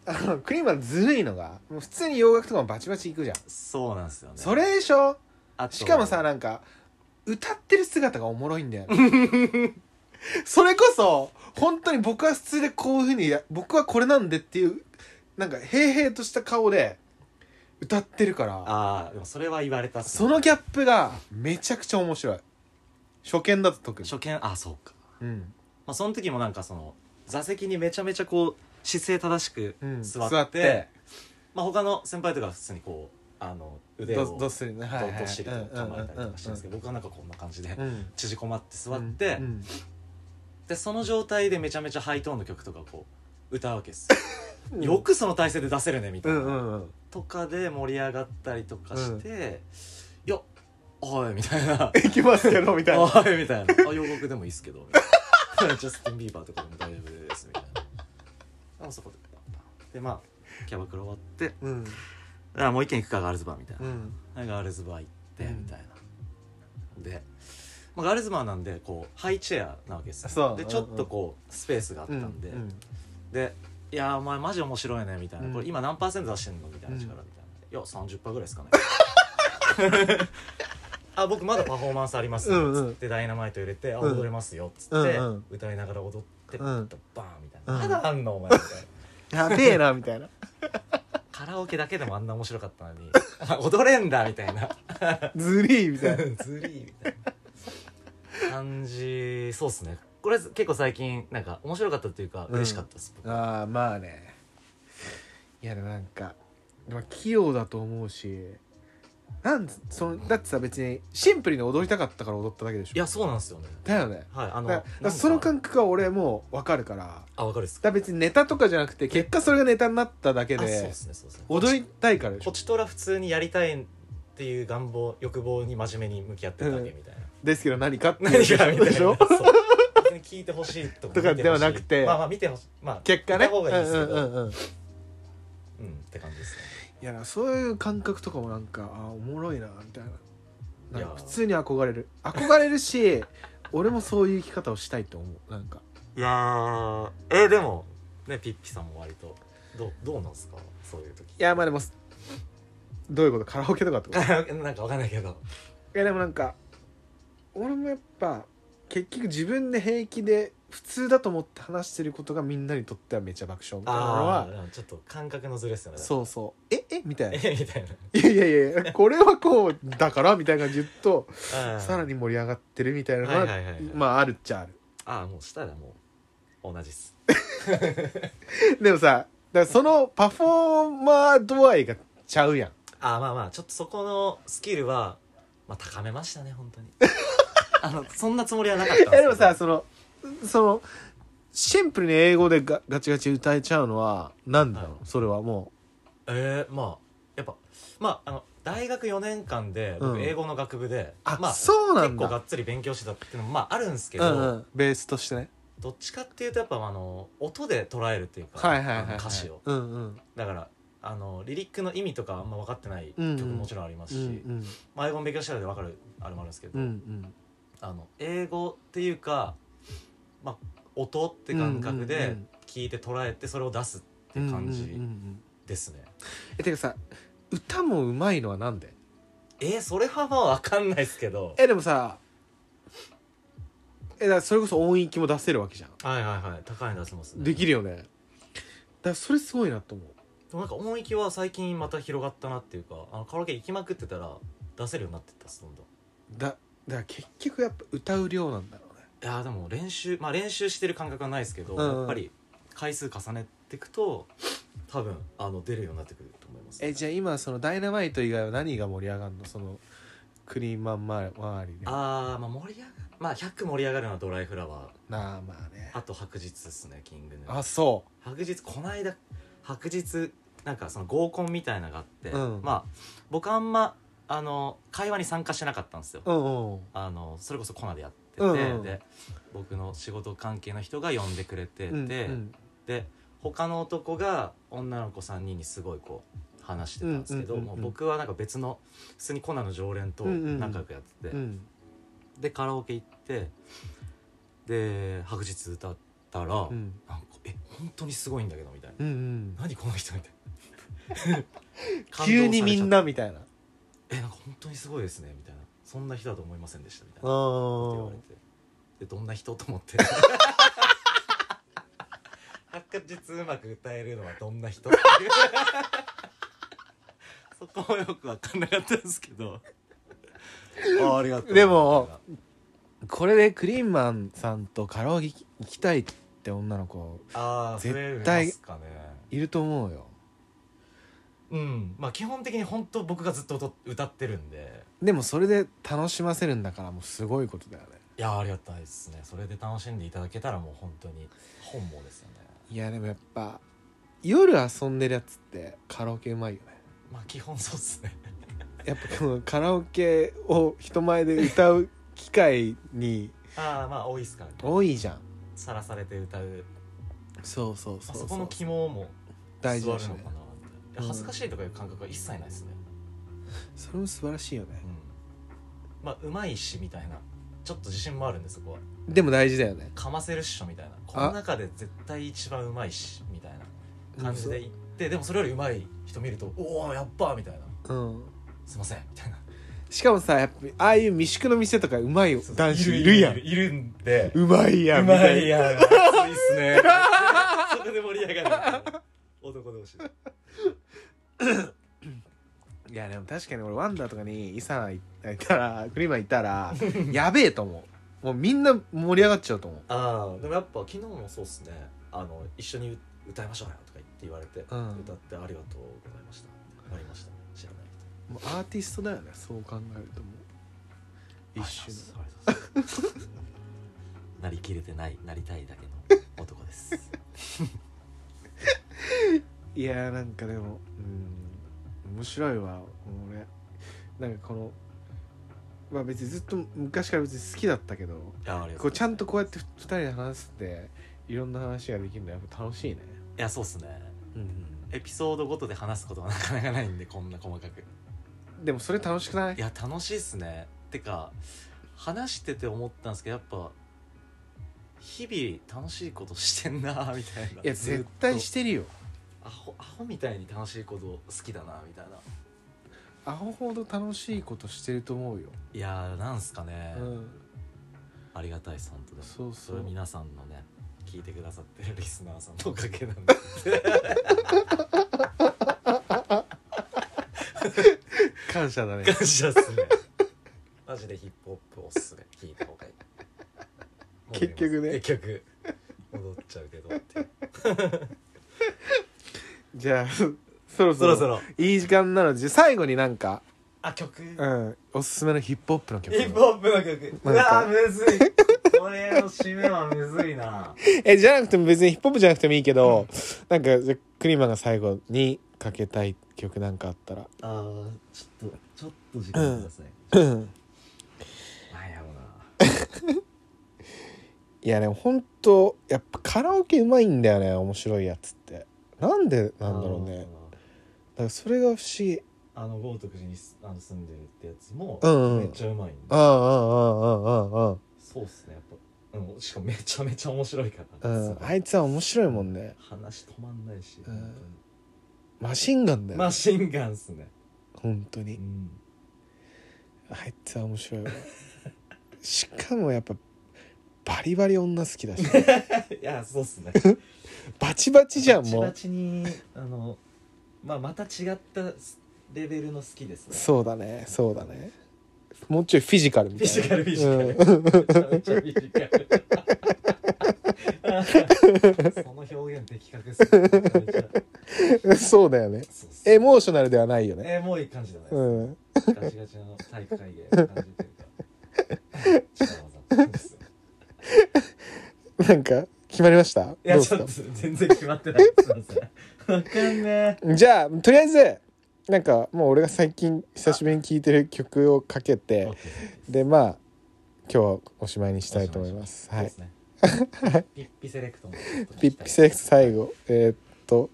[SPEAKER 1] あのクリーマンずるいのがもう普通に洋楽とかもバチバチいくじゃん
[SPEAKER 2] そうなんですよね
[SPEAKER 1] それでしょ
[SPEAKER 2] あと
[SPEAKER 1] しかもさなんか歌ってる姿がおもろいんだよね それこそ本当に僕は普通でこういうふうにや僕はこれなんでっていうなんか平々とした顔で歌ってるから
[SPEAKER 2] ああでもそれは言われたっす
[SPEAKER 1] そ
[SPEAKER 2] ね
[SPEAKER 1] のギャップがめちゃくちゃ面白い初見だと特に
[SPEAKER 2] 初見あそうか
[SPEAKER 1] うん
[SPEAKER 2] まあ、その時もなんかその座席にめちゃめちゃこう姿勢正しく
[SPEAKER 1] うん
[SPEAKER 2] 座って,、
[SPEAKER 1] 座って
[SPEAKER 2] まあ、他の先輩とかは普通にこうあの腕
[SPEAKER 1] ど
[SPEAKER 2] をど
[SPEAKER 1] ど
[SPEAKER 2] ど
[SPEAKER 1] っ
[SPEAKER 2] っ
[SPEAKER 1] すりねはいはい
[SPEAKER 2] しりと構えたりとかしてるんですけど僕はなんかこんな感じで
[SPEAKER 1] うん
[SPEAKER 2] 縮こまって座って、
[SPEAKER 1] うん
[SPEAKER 2] でその状態でめちゃめちゃハイトーンの曲とかこう歌うわけです、
[SPEAKER 1] うん
[SPEAKER 2] よくその体勢で出せるねみた
[SPEAKER 1] う
[SPEAKER 2] いな、
[SPEAKER 1] んうんうん
[SPEAKER 2] とかで盛り上がったりとかして、いやおいみたいな
[SPEAKER 1] 行きますけどみたいな
[SPEAKER 2] おいみたいなあ洋楽でもいいっすけどみたい ジャスティン・ビーバーとかでも大丈夫ですみたい なあそこでパンパンでまあキャバクラ終わって
[SPEAKER 1] うん
[SPEAKER 2] あもう一軒行くかガールズバーみたいな
[SPEAKER 1] う、ん
[SPEAKER 2] はいガールズバー行って
[SPEAKER 1] うん
[SPEAKER 2] みたいなで、まあ、ガールズバーなんでこうハイチェアなわけですよ
[SPEAKER 6] そう
[SPEAKER 2] でちょっとこうスペースがあった
[SPEAKER 1] うん
[SPEAKER 2] んで、
[SPEAKER 1] うん
[SPEAKER 2] で「いやーお前マジ面白いね」みたいな、
[SPEAKER 1] うん
[SPEAKER 2] これ今何パーセント出してんの?」みたいな力みたいな「いや30%ぐらいです かね」あ僕まだパフォーマンスあります」
[SPEAKER 1] うんう
[SPEAKER 2] つ
[SPEAKER 1] ん
[SPEAKER 2] って「ダイナマイト入れてあ
[SPEAKER 1] うん
[SPEAKER 2] 踊れますよ」つって、
[SPEAKER 1] うんうん
[SPEAKER 2] 歌いながら踊って、
[SPEAKER 1] うん
[SPEAKER 2] バーンみたいな「
[SPEAKER 1] うん
[SPEAKER 2] まだあんのお前」みたいな。
[SPEAKER 1] やべえなみたいな
[SPEAKER 2] カラオケだけでもあんな面白かったのに あ踊れんだみたいな
[SPEAKER 1] ずりーみたいな
[SPEAKER 2] ずりーみたいな感じそうっすねこれ結構最近なんか面白かったというか
[SPEAKER 1] ん
[SPEAKER 2] 嬉しかったです、僕
[SPEAKER 1] ああまあねいやでもなんかまあ器用だと思うしなんつそのだってさ別にシンプルに踊りたかったから踊っただけでしょ
[SPEAKER 2] いやそうなんですよね
[SPEAKER 1] だよね
[SPEAKER 2] はいあ
[SPEAKER 1] だ
[SPEAKER 2] の
[SPEAKER 1] からだ
[SPEAKER 2] なん
[SPEAKER 1] か
[SPEAKER 2] から
[SPEAKER 1] その感覚は俺もう分かるからだか
[SPEAKER 2] あわかるっすから
[SPEAKER 1] 別にネタとかじゃなくて結果それがネタになっただけ
[SPEAKER 2] あそう
[SPEAKER 1] で
[SPEAKER 2] ですねそうですね
[SPEAKER 1] 踊りたいからでし
[SPEAKER 2] こ
[SPEAKER 1] ょ
[SPEAKER 2] ちとら普通にやりたいっていう願望欲望に真面目に向き合ってるだけみたいな、
[SPEAKER 1] ですけど何かっていう
[SPEAKER 2] 何がみたいな
[SPEAKER 1] でし ょ
[SPEAKER 2] そう別に聞いてほしいとか
[SPEAKER 1] とかではなくて
[SPEAKER 2] まあまあ見てほしいまあ
[SPEAKER 1] 結果ね
[SPEAKER 2] 見た方がいいですけど、
[SPEAKER 1] うんうんうんうんい
[SPEAKER 2] うんって感じですね
[SPEAKER 1] やだからそういう感覚とかもなんかあーおもろいなみたいななん
[SPEAKER 2] い
[SPEAKER 1] か
[SPEAKER 2] や
[SPEAKER 1] 普通に憧れる憧れるし 俺もそういう生き方をしたいと思うなんか
[SPEAKER 2] いやーえーでもねピッピさんも割とどうどうなんですかそういう時
[SPEAKER 1] いやまあでもどういうことカラオケとかってこと
[SPEAKER 2] なんかわかんないけど
[SPEAKER 1] いやでもなんか俺もやっぱ結局自分で平気で普通だと思って話してることがみんなにとってはめちゃ爆笑みたいなの
[SPEAKER 2] あ
[SPEAKER 1] は
[SPEAKER 2] あちょっと感覚のズレっすよね
[SPEAKER 1] そうそうええみたいな
[SPEAKER 2] えみたい
[SPEAKER 1] いやいやいやこれはこうだからみたいな感じで言う と
[SPEAKER 2] な
[SPEAKER 1] さら
[SPEAKER 2] に
[SPEAKER 1] に盛り上がってるみたいなの
[SPEAKER 2] はいはいはい
[SPEAKER 1] は
[SPEAKER 2] はい
[SPEAKER 1] まああるっちゃある
[SPEAKER 2] ああもうしたらもう同じっす
[SPEAKER 1] でもさだからそのパフォーマー度合いがちゃうやん
[SPEAKER 2] ああまあまあちょっとそこのスキルはまあ高めましたね本当に あのそんなつもりはなかったんす
[SPEAKER 1] え
[SPEAKER 2] け
[SPEAKER 1] で
[SPEAKER 2] ど
[SPEAKER 1] もさそのそのシンプルに英語でガガチガチ歌えちゃうのはなんだろう、
[SPEAKER 2] は
[SPEAKER 1] それはも
[SPEAKER 2] えー、まあやっぱまああの大学4年間で
[SPEAKER 1] う
[SPEAKER 2] 僕
[SPEAKER 1] ん
[SPEAKER 2] 英語の学部で、
[SPEAKER 1] あ
[SPEAKER 2] まあ
[SPEAKER 1] そうなんだ
[SPEAKER 2] 結構がっつり勉強してたっていうのもまああるんですけ
[SPEAKER 1] う、う
[SPEAKER 2] ど、
[SPEAKER 1] んうん、ベースとしてね
[SPEAKER 2] どっちかっていうとやっぱあの音で捉えるっていうか、
[SPEAKER 1] はいはいはい、は
[SPEAKER 2] あ
[SPEAKER 1] い、
[SPEAKER 2] の歌詞を
[SPEAKER 1] うんうん
[SPEAKER 2] だからあのリリックの意味とかあんま分かってない
[SPEAKER 1] うんうん
[SPEAKER 2] 曲ももちろんあります
[SPEAKER 1] う
[SPEAKER 2] し、
[SPEAKER 1] ん
[SPEAKER 2] まあ、英語も勉強したらで分かるあれもあるんですけど、
[SPEAKER 1] うんうん
[SPEAKER 2] あの英語っていうか、まあ、音って感覚
[SPEAKER 1] うんうんう
[SPEAKER 2] で
[SPEAKER 1] ん
[SPEAKER 2] 聞いて捉えてそれを出すって
[SPEAKER 1] うん
[SPEAKER 2] 感
[SPEAKER 1] うんうんう
[SPEAKER 2] じ
[SPEAKER 1] ん
[SPEAKER 2] ですね、
[SPEAKER 1] えてかさ歌もうまいのはなんで
[SPEAKER 2] えーそれはまあ分かんないですけど
[SPEAKER 1] えでもさえだからそれこそ音域も出せるわけじゃん
[SPEAKER 2] はいはいはい高いの出せますね
[SPEAKER 1] できるよねだからそれすごいなと思う
[SPEAKER 2] でもなんか音域は最近また広がったなっていうかあのカラオケ行きまくってたら出せるようになってったっすどんどん
[SPEAKER 1] だだから結局やっぱ歌う量なんだろうね
[SPEAKER 2] いやーでも練習まあ練習してる感覚はないですけど、
[SPEAKER 1] うんうん
[SPEAKER 2] やっぱり回数重ねていくと多分あの出るようになってくると思います
[SPEAKER 1] えじゃあ今そのダイナマイト以外は何が盛り上がるのそのクリーンマン周り周りでなあ
[SPEAKER 2] ああまあ盛り上がまあ100盛り上がるのはドライフラワー
[SPEAKER 1] まあね
[SPEAKER 2] あと白日ですねキングヌー
[SPEAKER 1] あそ
[SPEAKER 2] 白日この間白日なんかその合コンみたいなのがあって、
[SPEAKER 1] うん
[SPEAKER 2] まあ僕あんまあの会話に参加してなかったんですよ、
[SPEAKER 1] ううんうん
[SPEAKER 2] あのそれこそコナでやってて、
[SPEAKER 1] うんうん
[SPEAKER 2] で僕の仕事関係の人が呼んでくれてて、
[SPEAKER 1] うんうん
[SPEAKER 2] で他の男が女の子3人にすごいこう話してたんですけど、
[SPEAKER 1] うんうんうんうん
[SPEAKER 2] もう僕はなんか別の普通にコナンの常連と
[SPEAKER 1] うんうんうん
[SPEAKER 2] 仲良くやってて、
[SPEAKER 1] うん
[SPEAKER 2] でカラオケ行ってで白日歌ったら、
[SPEAKER 1] うん
[SPEAKER 2] なんか「え本当にすごいんだけど」みたいな
[SPEAKER 1] うんうん
[SPEAKER 2] 「何この人」みたい な
[SPEAKER 1] 急にみん
[SPEAKER 2] 感動されちゃ
[SPEAKER 1] なみた
[SPEAKER 2] っ
[SPEAKER 1] いな
[SPEAKER 2] て「えなんか本当にすごいですね」みたいな「そんな人だと思いませんでした」みたい
[SPEAKER 1] う
[SPEAKER 2] なって言
[SPEAKER 1] ん
[SPEAKER 2] われてでどんな人と思って白日うまく歌えるのはどんな人っていうそこもよく分かんなかったですけどあありがとう
[SPEAKER 1] でもこれでクリーンマンさんとカラオケ行きたいって女の子
[SPEAKER 2] ああ
[SPEAKER 1] 絶対
[SPEAKER 2] ますかね
[SPEAKER 1] いると思うよ
[SPEAKER 2] うんまあ基本的に本当僕がずっと歌歌ってるんで
[SPEAKER 1] でもそれで楽しませるんだからもうすごいことだよね
[SPEAKER 2] いやありがたいですねそれで楽しんでいただけたらもう本当に本望ですよね
[SPEAKER 1] いやでもやっぱ夜遊んでるやつってカラオケうまいよね
[SPEAKER 2] まあ基本そうですね
[SPEAKER 1] やっぱこのカラオケを人前で歌う機会に
[SPEAKER 2] ああまあ多いっすからね
[SPEAKER 1] 多いじゃん
[SPEAKER 2] さらされて歌う
[SPEAKER 1] そうそうそう
[SPEAKER 2] あそこの肝も
[SPEAKER 1] 大事
[SPEAKER 2] 座
[SPEAKER 1] だ
[SPEAKER 2] る
[SPEAKER 1] し
[SPEAKER 2] の
[SPEAKER 1] ね
[SPEAKER 2] かな、いや恥ずかしいとかいう感覚は一切ないですね、
[SPEAKER 1] それも素晴らしいよね
[SPEAKER 2] うん、まあうまいしみたいなちょっと自信もあるんでそこは
[SPEAKER 1] でも大事だよね
[SPEAKER 2] かませるっしょみたいなこの中で絶対一番うまいしみたいな感じで言ってでもそれよりうまい人見ると「おおやっば!」みたいな
[SPEAKER 1] うん
[SPEAKER 2] 「すいません」みたいな
[SPEAKER 1] しかもさやっぱああいう未宿の店とかうまい男子いるやん
[SPEAKER 2] いるんで
[SPEAKER 1] うまいやん
[SPEAKER 2] う
[SPEAKER 1] み
[SPEAKER 2] ま
[SPEAKER 1] た
[SPEAKER 2] い
[SPEAKER 1] いな
[SPEAKER 2] やん熱いっ すねそこで盛り上がる男同士
[SPEAKER 1] いやでも確かに俺ワンダーとかにイサナいたらクリマンいたらやべえと思うもうみんな盛り上がっちゃうと思
[SPEAKER 2] ああでもやっぱ昨日もそうっすねあの一緒に歌いましょうよとか言って言われて、
[SPEAKER 1] ん
[SPEAKER 2] 歌ってありがとうございました終わりました知らないう
[SPEAKER 1] もうアーティストだよねそう考えるともう
[SPEAKER 2] 人
[SPEAKER 1] 一瞬
[SPEAKER 2] ありがとうございますありがとうございますなりきれてないなりたいだけの男です
[SPEAKER 1] いやーなんかでもうん面白いわ俺なんかこのまあ別にずっと昔から別に好きだったけど
[SPEAKER 2] いやありがとうございます
[SPEAKER 1] こうちゃんとこうやって2人で話すっていろんな話ができるのやっぱ楽しいね
[SPEAKER 2] いやそうっすね
[SPEAKER 1] うん
[SPEAKER 2] エピソードごとで話すことがなかなかないんでこんな細かく
[SPEAKER 1] でもそれ楽しくない
[SPEAKER 2] いや楽しいっすねてか話してて思ったんですけどやっぱ日々楽しいことしてんなみたいない
[SPEAKER 1] いや絶対してるよ
[SPEAKER 2] アホアホみたいに楽しいこと好きだなみたいな
[SPEAKER 1] アホほど楽しいことしてると思うよ、
[SPEAKER 2] いやーなんすかね、
[SPEAKER 1] うん
[SPEAKER 2] ありがたいさんとでも
[SPEAKER 1] そう
[SPEAKER 2] そ
[SPEAKER 1] そう
[SPEAKER 2] れ皆さんのね聞いてくださってるリスナーさんのおかげなんで
[SPEAKER 1] 感謝だね
[SPEAKER 2] 感謝っすねマジでヒップホップおすすめ聞いた方 がいい
[SPEAKER 1] 結局ね
[SPEAKER 2] 結局戻っちゃうけどっていう
[SPEAKER 1] じゃあそろそ
[SPEAKER 2] そ
[SPEAKER 1] ろ
[SPEAKER 2] ろそろ
[SPEAKER 1] いい時間なのでじゃあ最後になんか、
[SPEAKER 2] あ曲ヒ
[SPEAKER 1] うん、おすすめのヒップホップの曲
[SPEAKER 2] ップホップの曲
[SPEAKER 1] な
[SPEAKER 2] う
[SPEAKER 1] んか
[SPEAKER 2] わーむずいこれの締めはむずいな
[SPEAKER 1] えじゃなくても別にヒップホップじゃなくてもいいけど、なんかじゃあクリマが最後にかけたい曲なんかあったら
[SPEAKER 2] あーちょっとちょっと時間ください、
[SPEAKER 1] うん
[SPEAKER 2] なんやろうない
[SPEAKER 1] やでも本当やっぱカラオケうまいんだよね面白いやつってなんでなんだろうねだからそれが不思議
[SPEAKER 2] あの豪徳寺にすあの住んでるってやつも
[SPEAKER 1] うんうん
[SPEAKER 2] めっちゃうまいんで、
[SPEAKER 1] うんうんうんうんうんうん
[SPEAKER 2] そうっすねやっぱ、うん、しかもめちゃめちゃ面白いから、
[SPEAKER 1] うん、あいつは面白いもんね
[SPEAKER 2] 話止まんないし、
[SPEAKER 1] うん
[SPEAKER 2] 本当
[SPEAKER 1] マシンガンだ
[SPEAKER 2] に
[SPEAKER 1] よ、
[SPEAKER 2] マシンガンっすね、
[SPEAKER 1] 本当
[SPEAKER 2] う
[SPEAKER 1] に
[SPEAKER 2] ん、
[SPEAKER 1] あいつは面白い わしかもやっぱバリバリ女好きだし
[SPEAKER 2] いやそうっすね
[SPEAKER 1] バチバチじゃんも
[SPEAKER 2] バ
[SPEAKER 1] う
[SPEAKER 2] チバチにあの、まあ、また違ったレベルの好きですね
[SPEAKER 1] そうだねそうだねもうちょいフィジカルみ
[SPEAKER 2] フ
[SPEAKER 1] た
[SPEAKER 2] ィ
[SPEAKER 1] いな
[SPEAKER 2] ジカルフィジカ
[SPEAKER 1] う
[SPEAKER 2] ル
[SPEAKER 1] ん、
[SPEAKER 2] めちゃめちゃフィジカルその表現的確っすねめちゃめち ゃ
[SPEAKER 1] そうだよね
[SPEAKER 2] そうっすね
[SPEAKER 1] エモーショナルではないよね
[SPEAKER 2] えー、もういい感じだね、
[SPEAKER 1] うん
[SPEAKER 2] ガチガチの体育会芸の感じというか力技です
[SPEAKER 1] なんか決まりました
[SPEAKER 2] い
[SPEAKER 1] ど
[SPEAKER 2] や
[SPEAKER 1] うで
[SPEAKER 2] ち
[SPEAKER 1] す
[SPEAKER 2] ょっ
[SPEAKER 1] か
[SPEAKER 2] と全然決まってないすいませんわかんね
[SPEAKER 1] じゃあとりあえずなんかもう俺が最近久しぶりに聴いてる曲をかけ
[SPEAKER 2] え
[SPEAKER 1] てでまあ今日はおしまいにしたいと思いますはい
[SPEAKER 2] ね、ピッピセレクトもちょっと聞きたい
[SPEAKER 1] ピッピセレクト最後えーっと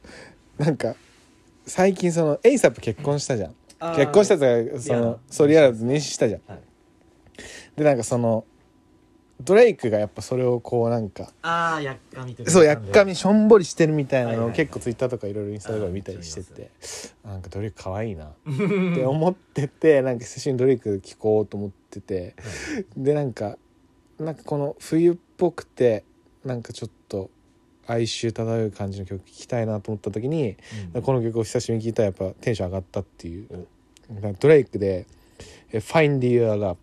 [SPEAKER 1] なんか最近その ASAP 結婚したじゃん
[SPEAKER 2] あー
[SPEAKER 1] 結婚したやつがそ
[SPEAKER 2] リア
[SPEAKER 1] の
[SPEAKER 2] ル
[SPEAKER 1] ソリアラズ妊娠したじゃん、
[SPEAKER 2] はい
[SPEAKER 1] でなんかそのドレイクがやっぱそれをこうなんか
[SPEAKER 2] ああやっかみとか
[SPEAKER 1] そうやっかみしょんぼりしてるみたいな
[SPEAKER 2] はいは
[SPEAKER 1] の
[SPEAKER 2] い
[SPEAKER 1] を
[SPEAKER 2] はい
[SPEAKER 1] 結構ツイッターとかいろいろインスタとか見たりして
[SPEAKER 2] あーめ
[SPEAKER 1] てなんかドレイク可 愛いなって思っててなんか久しぶりにドレイク聞こうと思っててでなんかなんかこの冬っぽくてなんかちょっと哀愁漂う感じの曲聴きたいなと思った時に、この曲を久しぶりに聴いたらやっぱテンション上がったっていうなんかドレイクで「え Find Your Love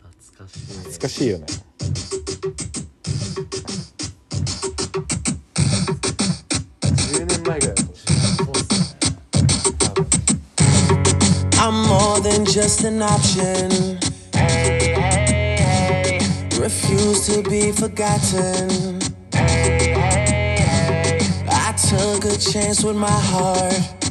[SPEAKER 2] 懐かしい」懐
[SPEAKER 1] 懐かしいよね。10年前ぐらいだと思う
[SPEAKER 2] そうっすね
[SPEAKER 7] I'm more than just an option. Refuse to be forgotten. I took a chance with my heart.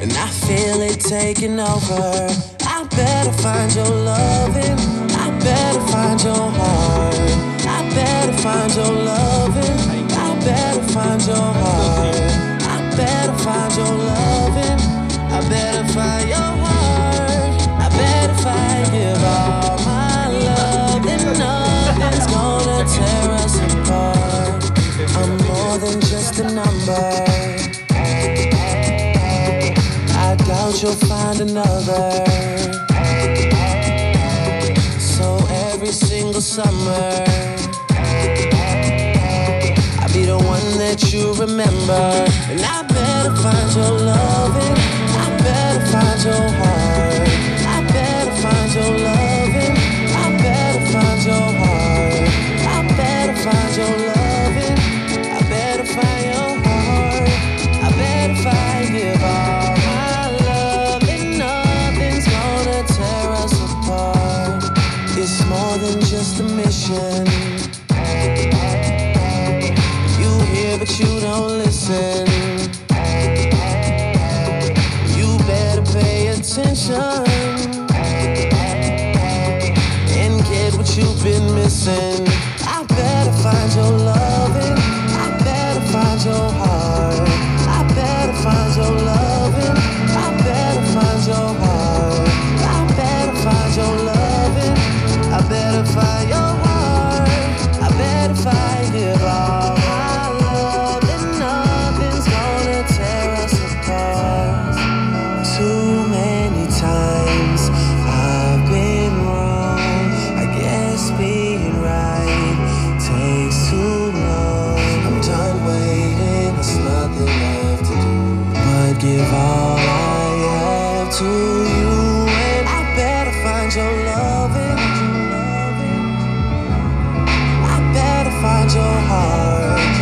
[SPEAKER 7] And I feel it taking over. I better find your loving. I better find your heart. I better find your loving. I better find your heart. I better find your loving. I better find your heart. I better find give all my love. Then nothing's gonna tear us apart. I'm more than just a number. I doubt you'll find another. So every single summer, I'll be the one that you remember. And I better find your loving. I better find your heart. I better find your loving. I better find your heart. I better find your loving. I better find your heart. I better find give all my love, and nothing's gonna tear us apart. It's more than just a mission. You hear, but you don't listen. You better pay attention and get what you've been missing. I better find your loving. I better find your heart. I better find your loving. I better find your heart. I better find your loving. I better find your heart. I better find it all. My love, and nothing's gonna tear us apart. Too many times I've been wrong. I guess being right takes too long. I'm done waiting, there's nothing left to do but give all I have to you. And I better find your loving. I better find your heart.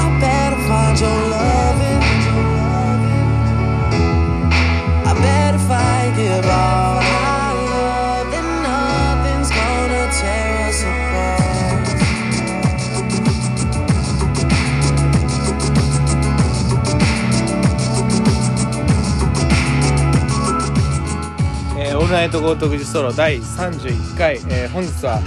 [SPEAKER 7] I better find your loving. I better find give all my love, then nothing's gonna tear us apart.
[SPEAKER 1] えーオールナイト豪徳寺ソロ第31回、えー本日は、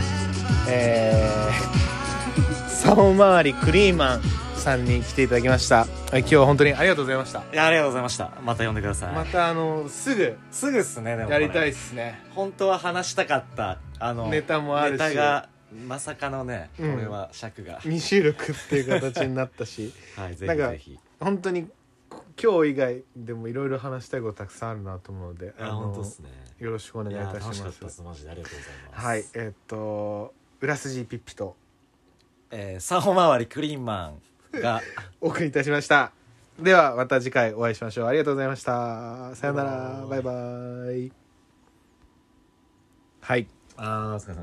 [SPEAKER 1] えー、 サオマーリクリーマンさんに来ていただきましたえー今日は本当にありがとうございました
[SPEAKER 8] いやありがとうございましたまた呼んでください、
[SPEAKER 9] またあのすぐ
[SPEAKER 8] すぐっすねでもこ
[SPEAKER 9] や
[SPEAKER 8] れ
[SPEAKER 9] りたいっすね
[SPEAKER 8] 本当は話したかったあの
[SPEAKER 9] ネタもあるし
[SPEAKER 8] ネタがまさかのねこ
[SPEAKER 9] うん
[SPEAKER 8] れは尺が、
[SPEAKER 9] 未収録っていう形になったし
[SPEAKER 8] はい ぜ
[SPEAKER 9] なん
[SPEAKER 8] ひ
[SPEAKER 9] か
[SPEAKER 8] ぜひ
[SPEAKER 9] 本当に今日以外でもいろいろ話したいことたくさんあるなと思うので
[SPEAKER 8] あ
[SPEAKER 9] の
[SPEAKER 8] 本当っすね
[SPEAKER 9] よろしくお願
[SPEAKER 8] い
[SPEAKER 9] いい
[SPEAKER 8] や
[SPEAKER 9] たし
[SPEAKER 8] 楽しか
[SPEAKER 9] ま
[SPEAKER 8] ったですすマジでありがとうございます
[SPEAKER 9] はいえっと裏筋ピッピと
[SPEAKER 8] えー、サホ周りクリーンマンが
[SPEAKER 9] お送りいたしましたではまた次回お会いしましょうありがとうございましたさよならバイバイ
[SPEAKER 1] はい
[SPEAKER 8] あーお疲れ様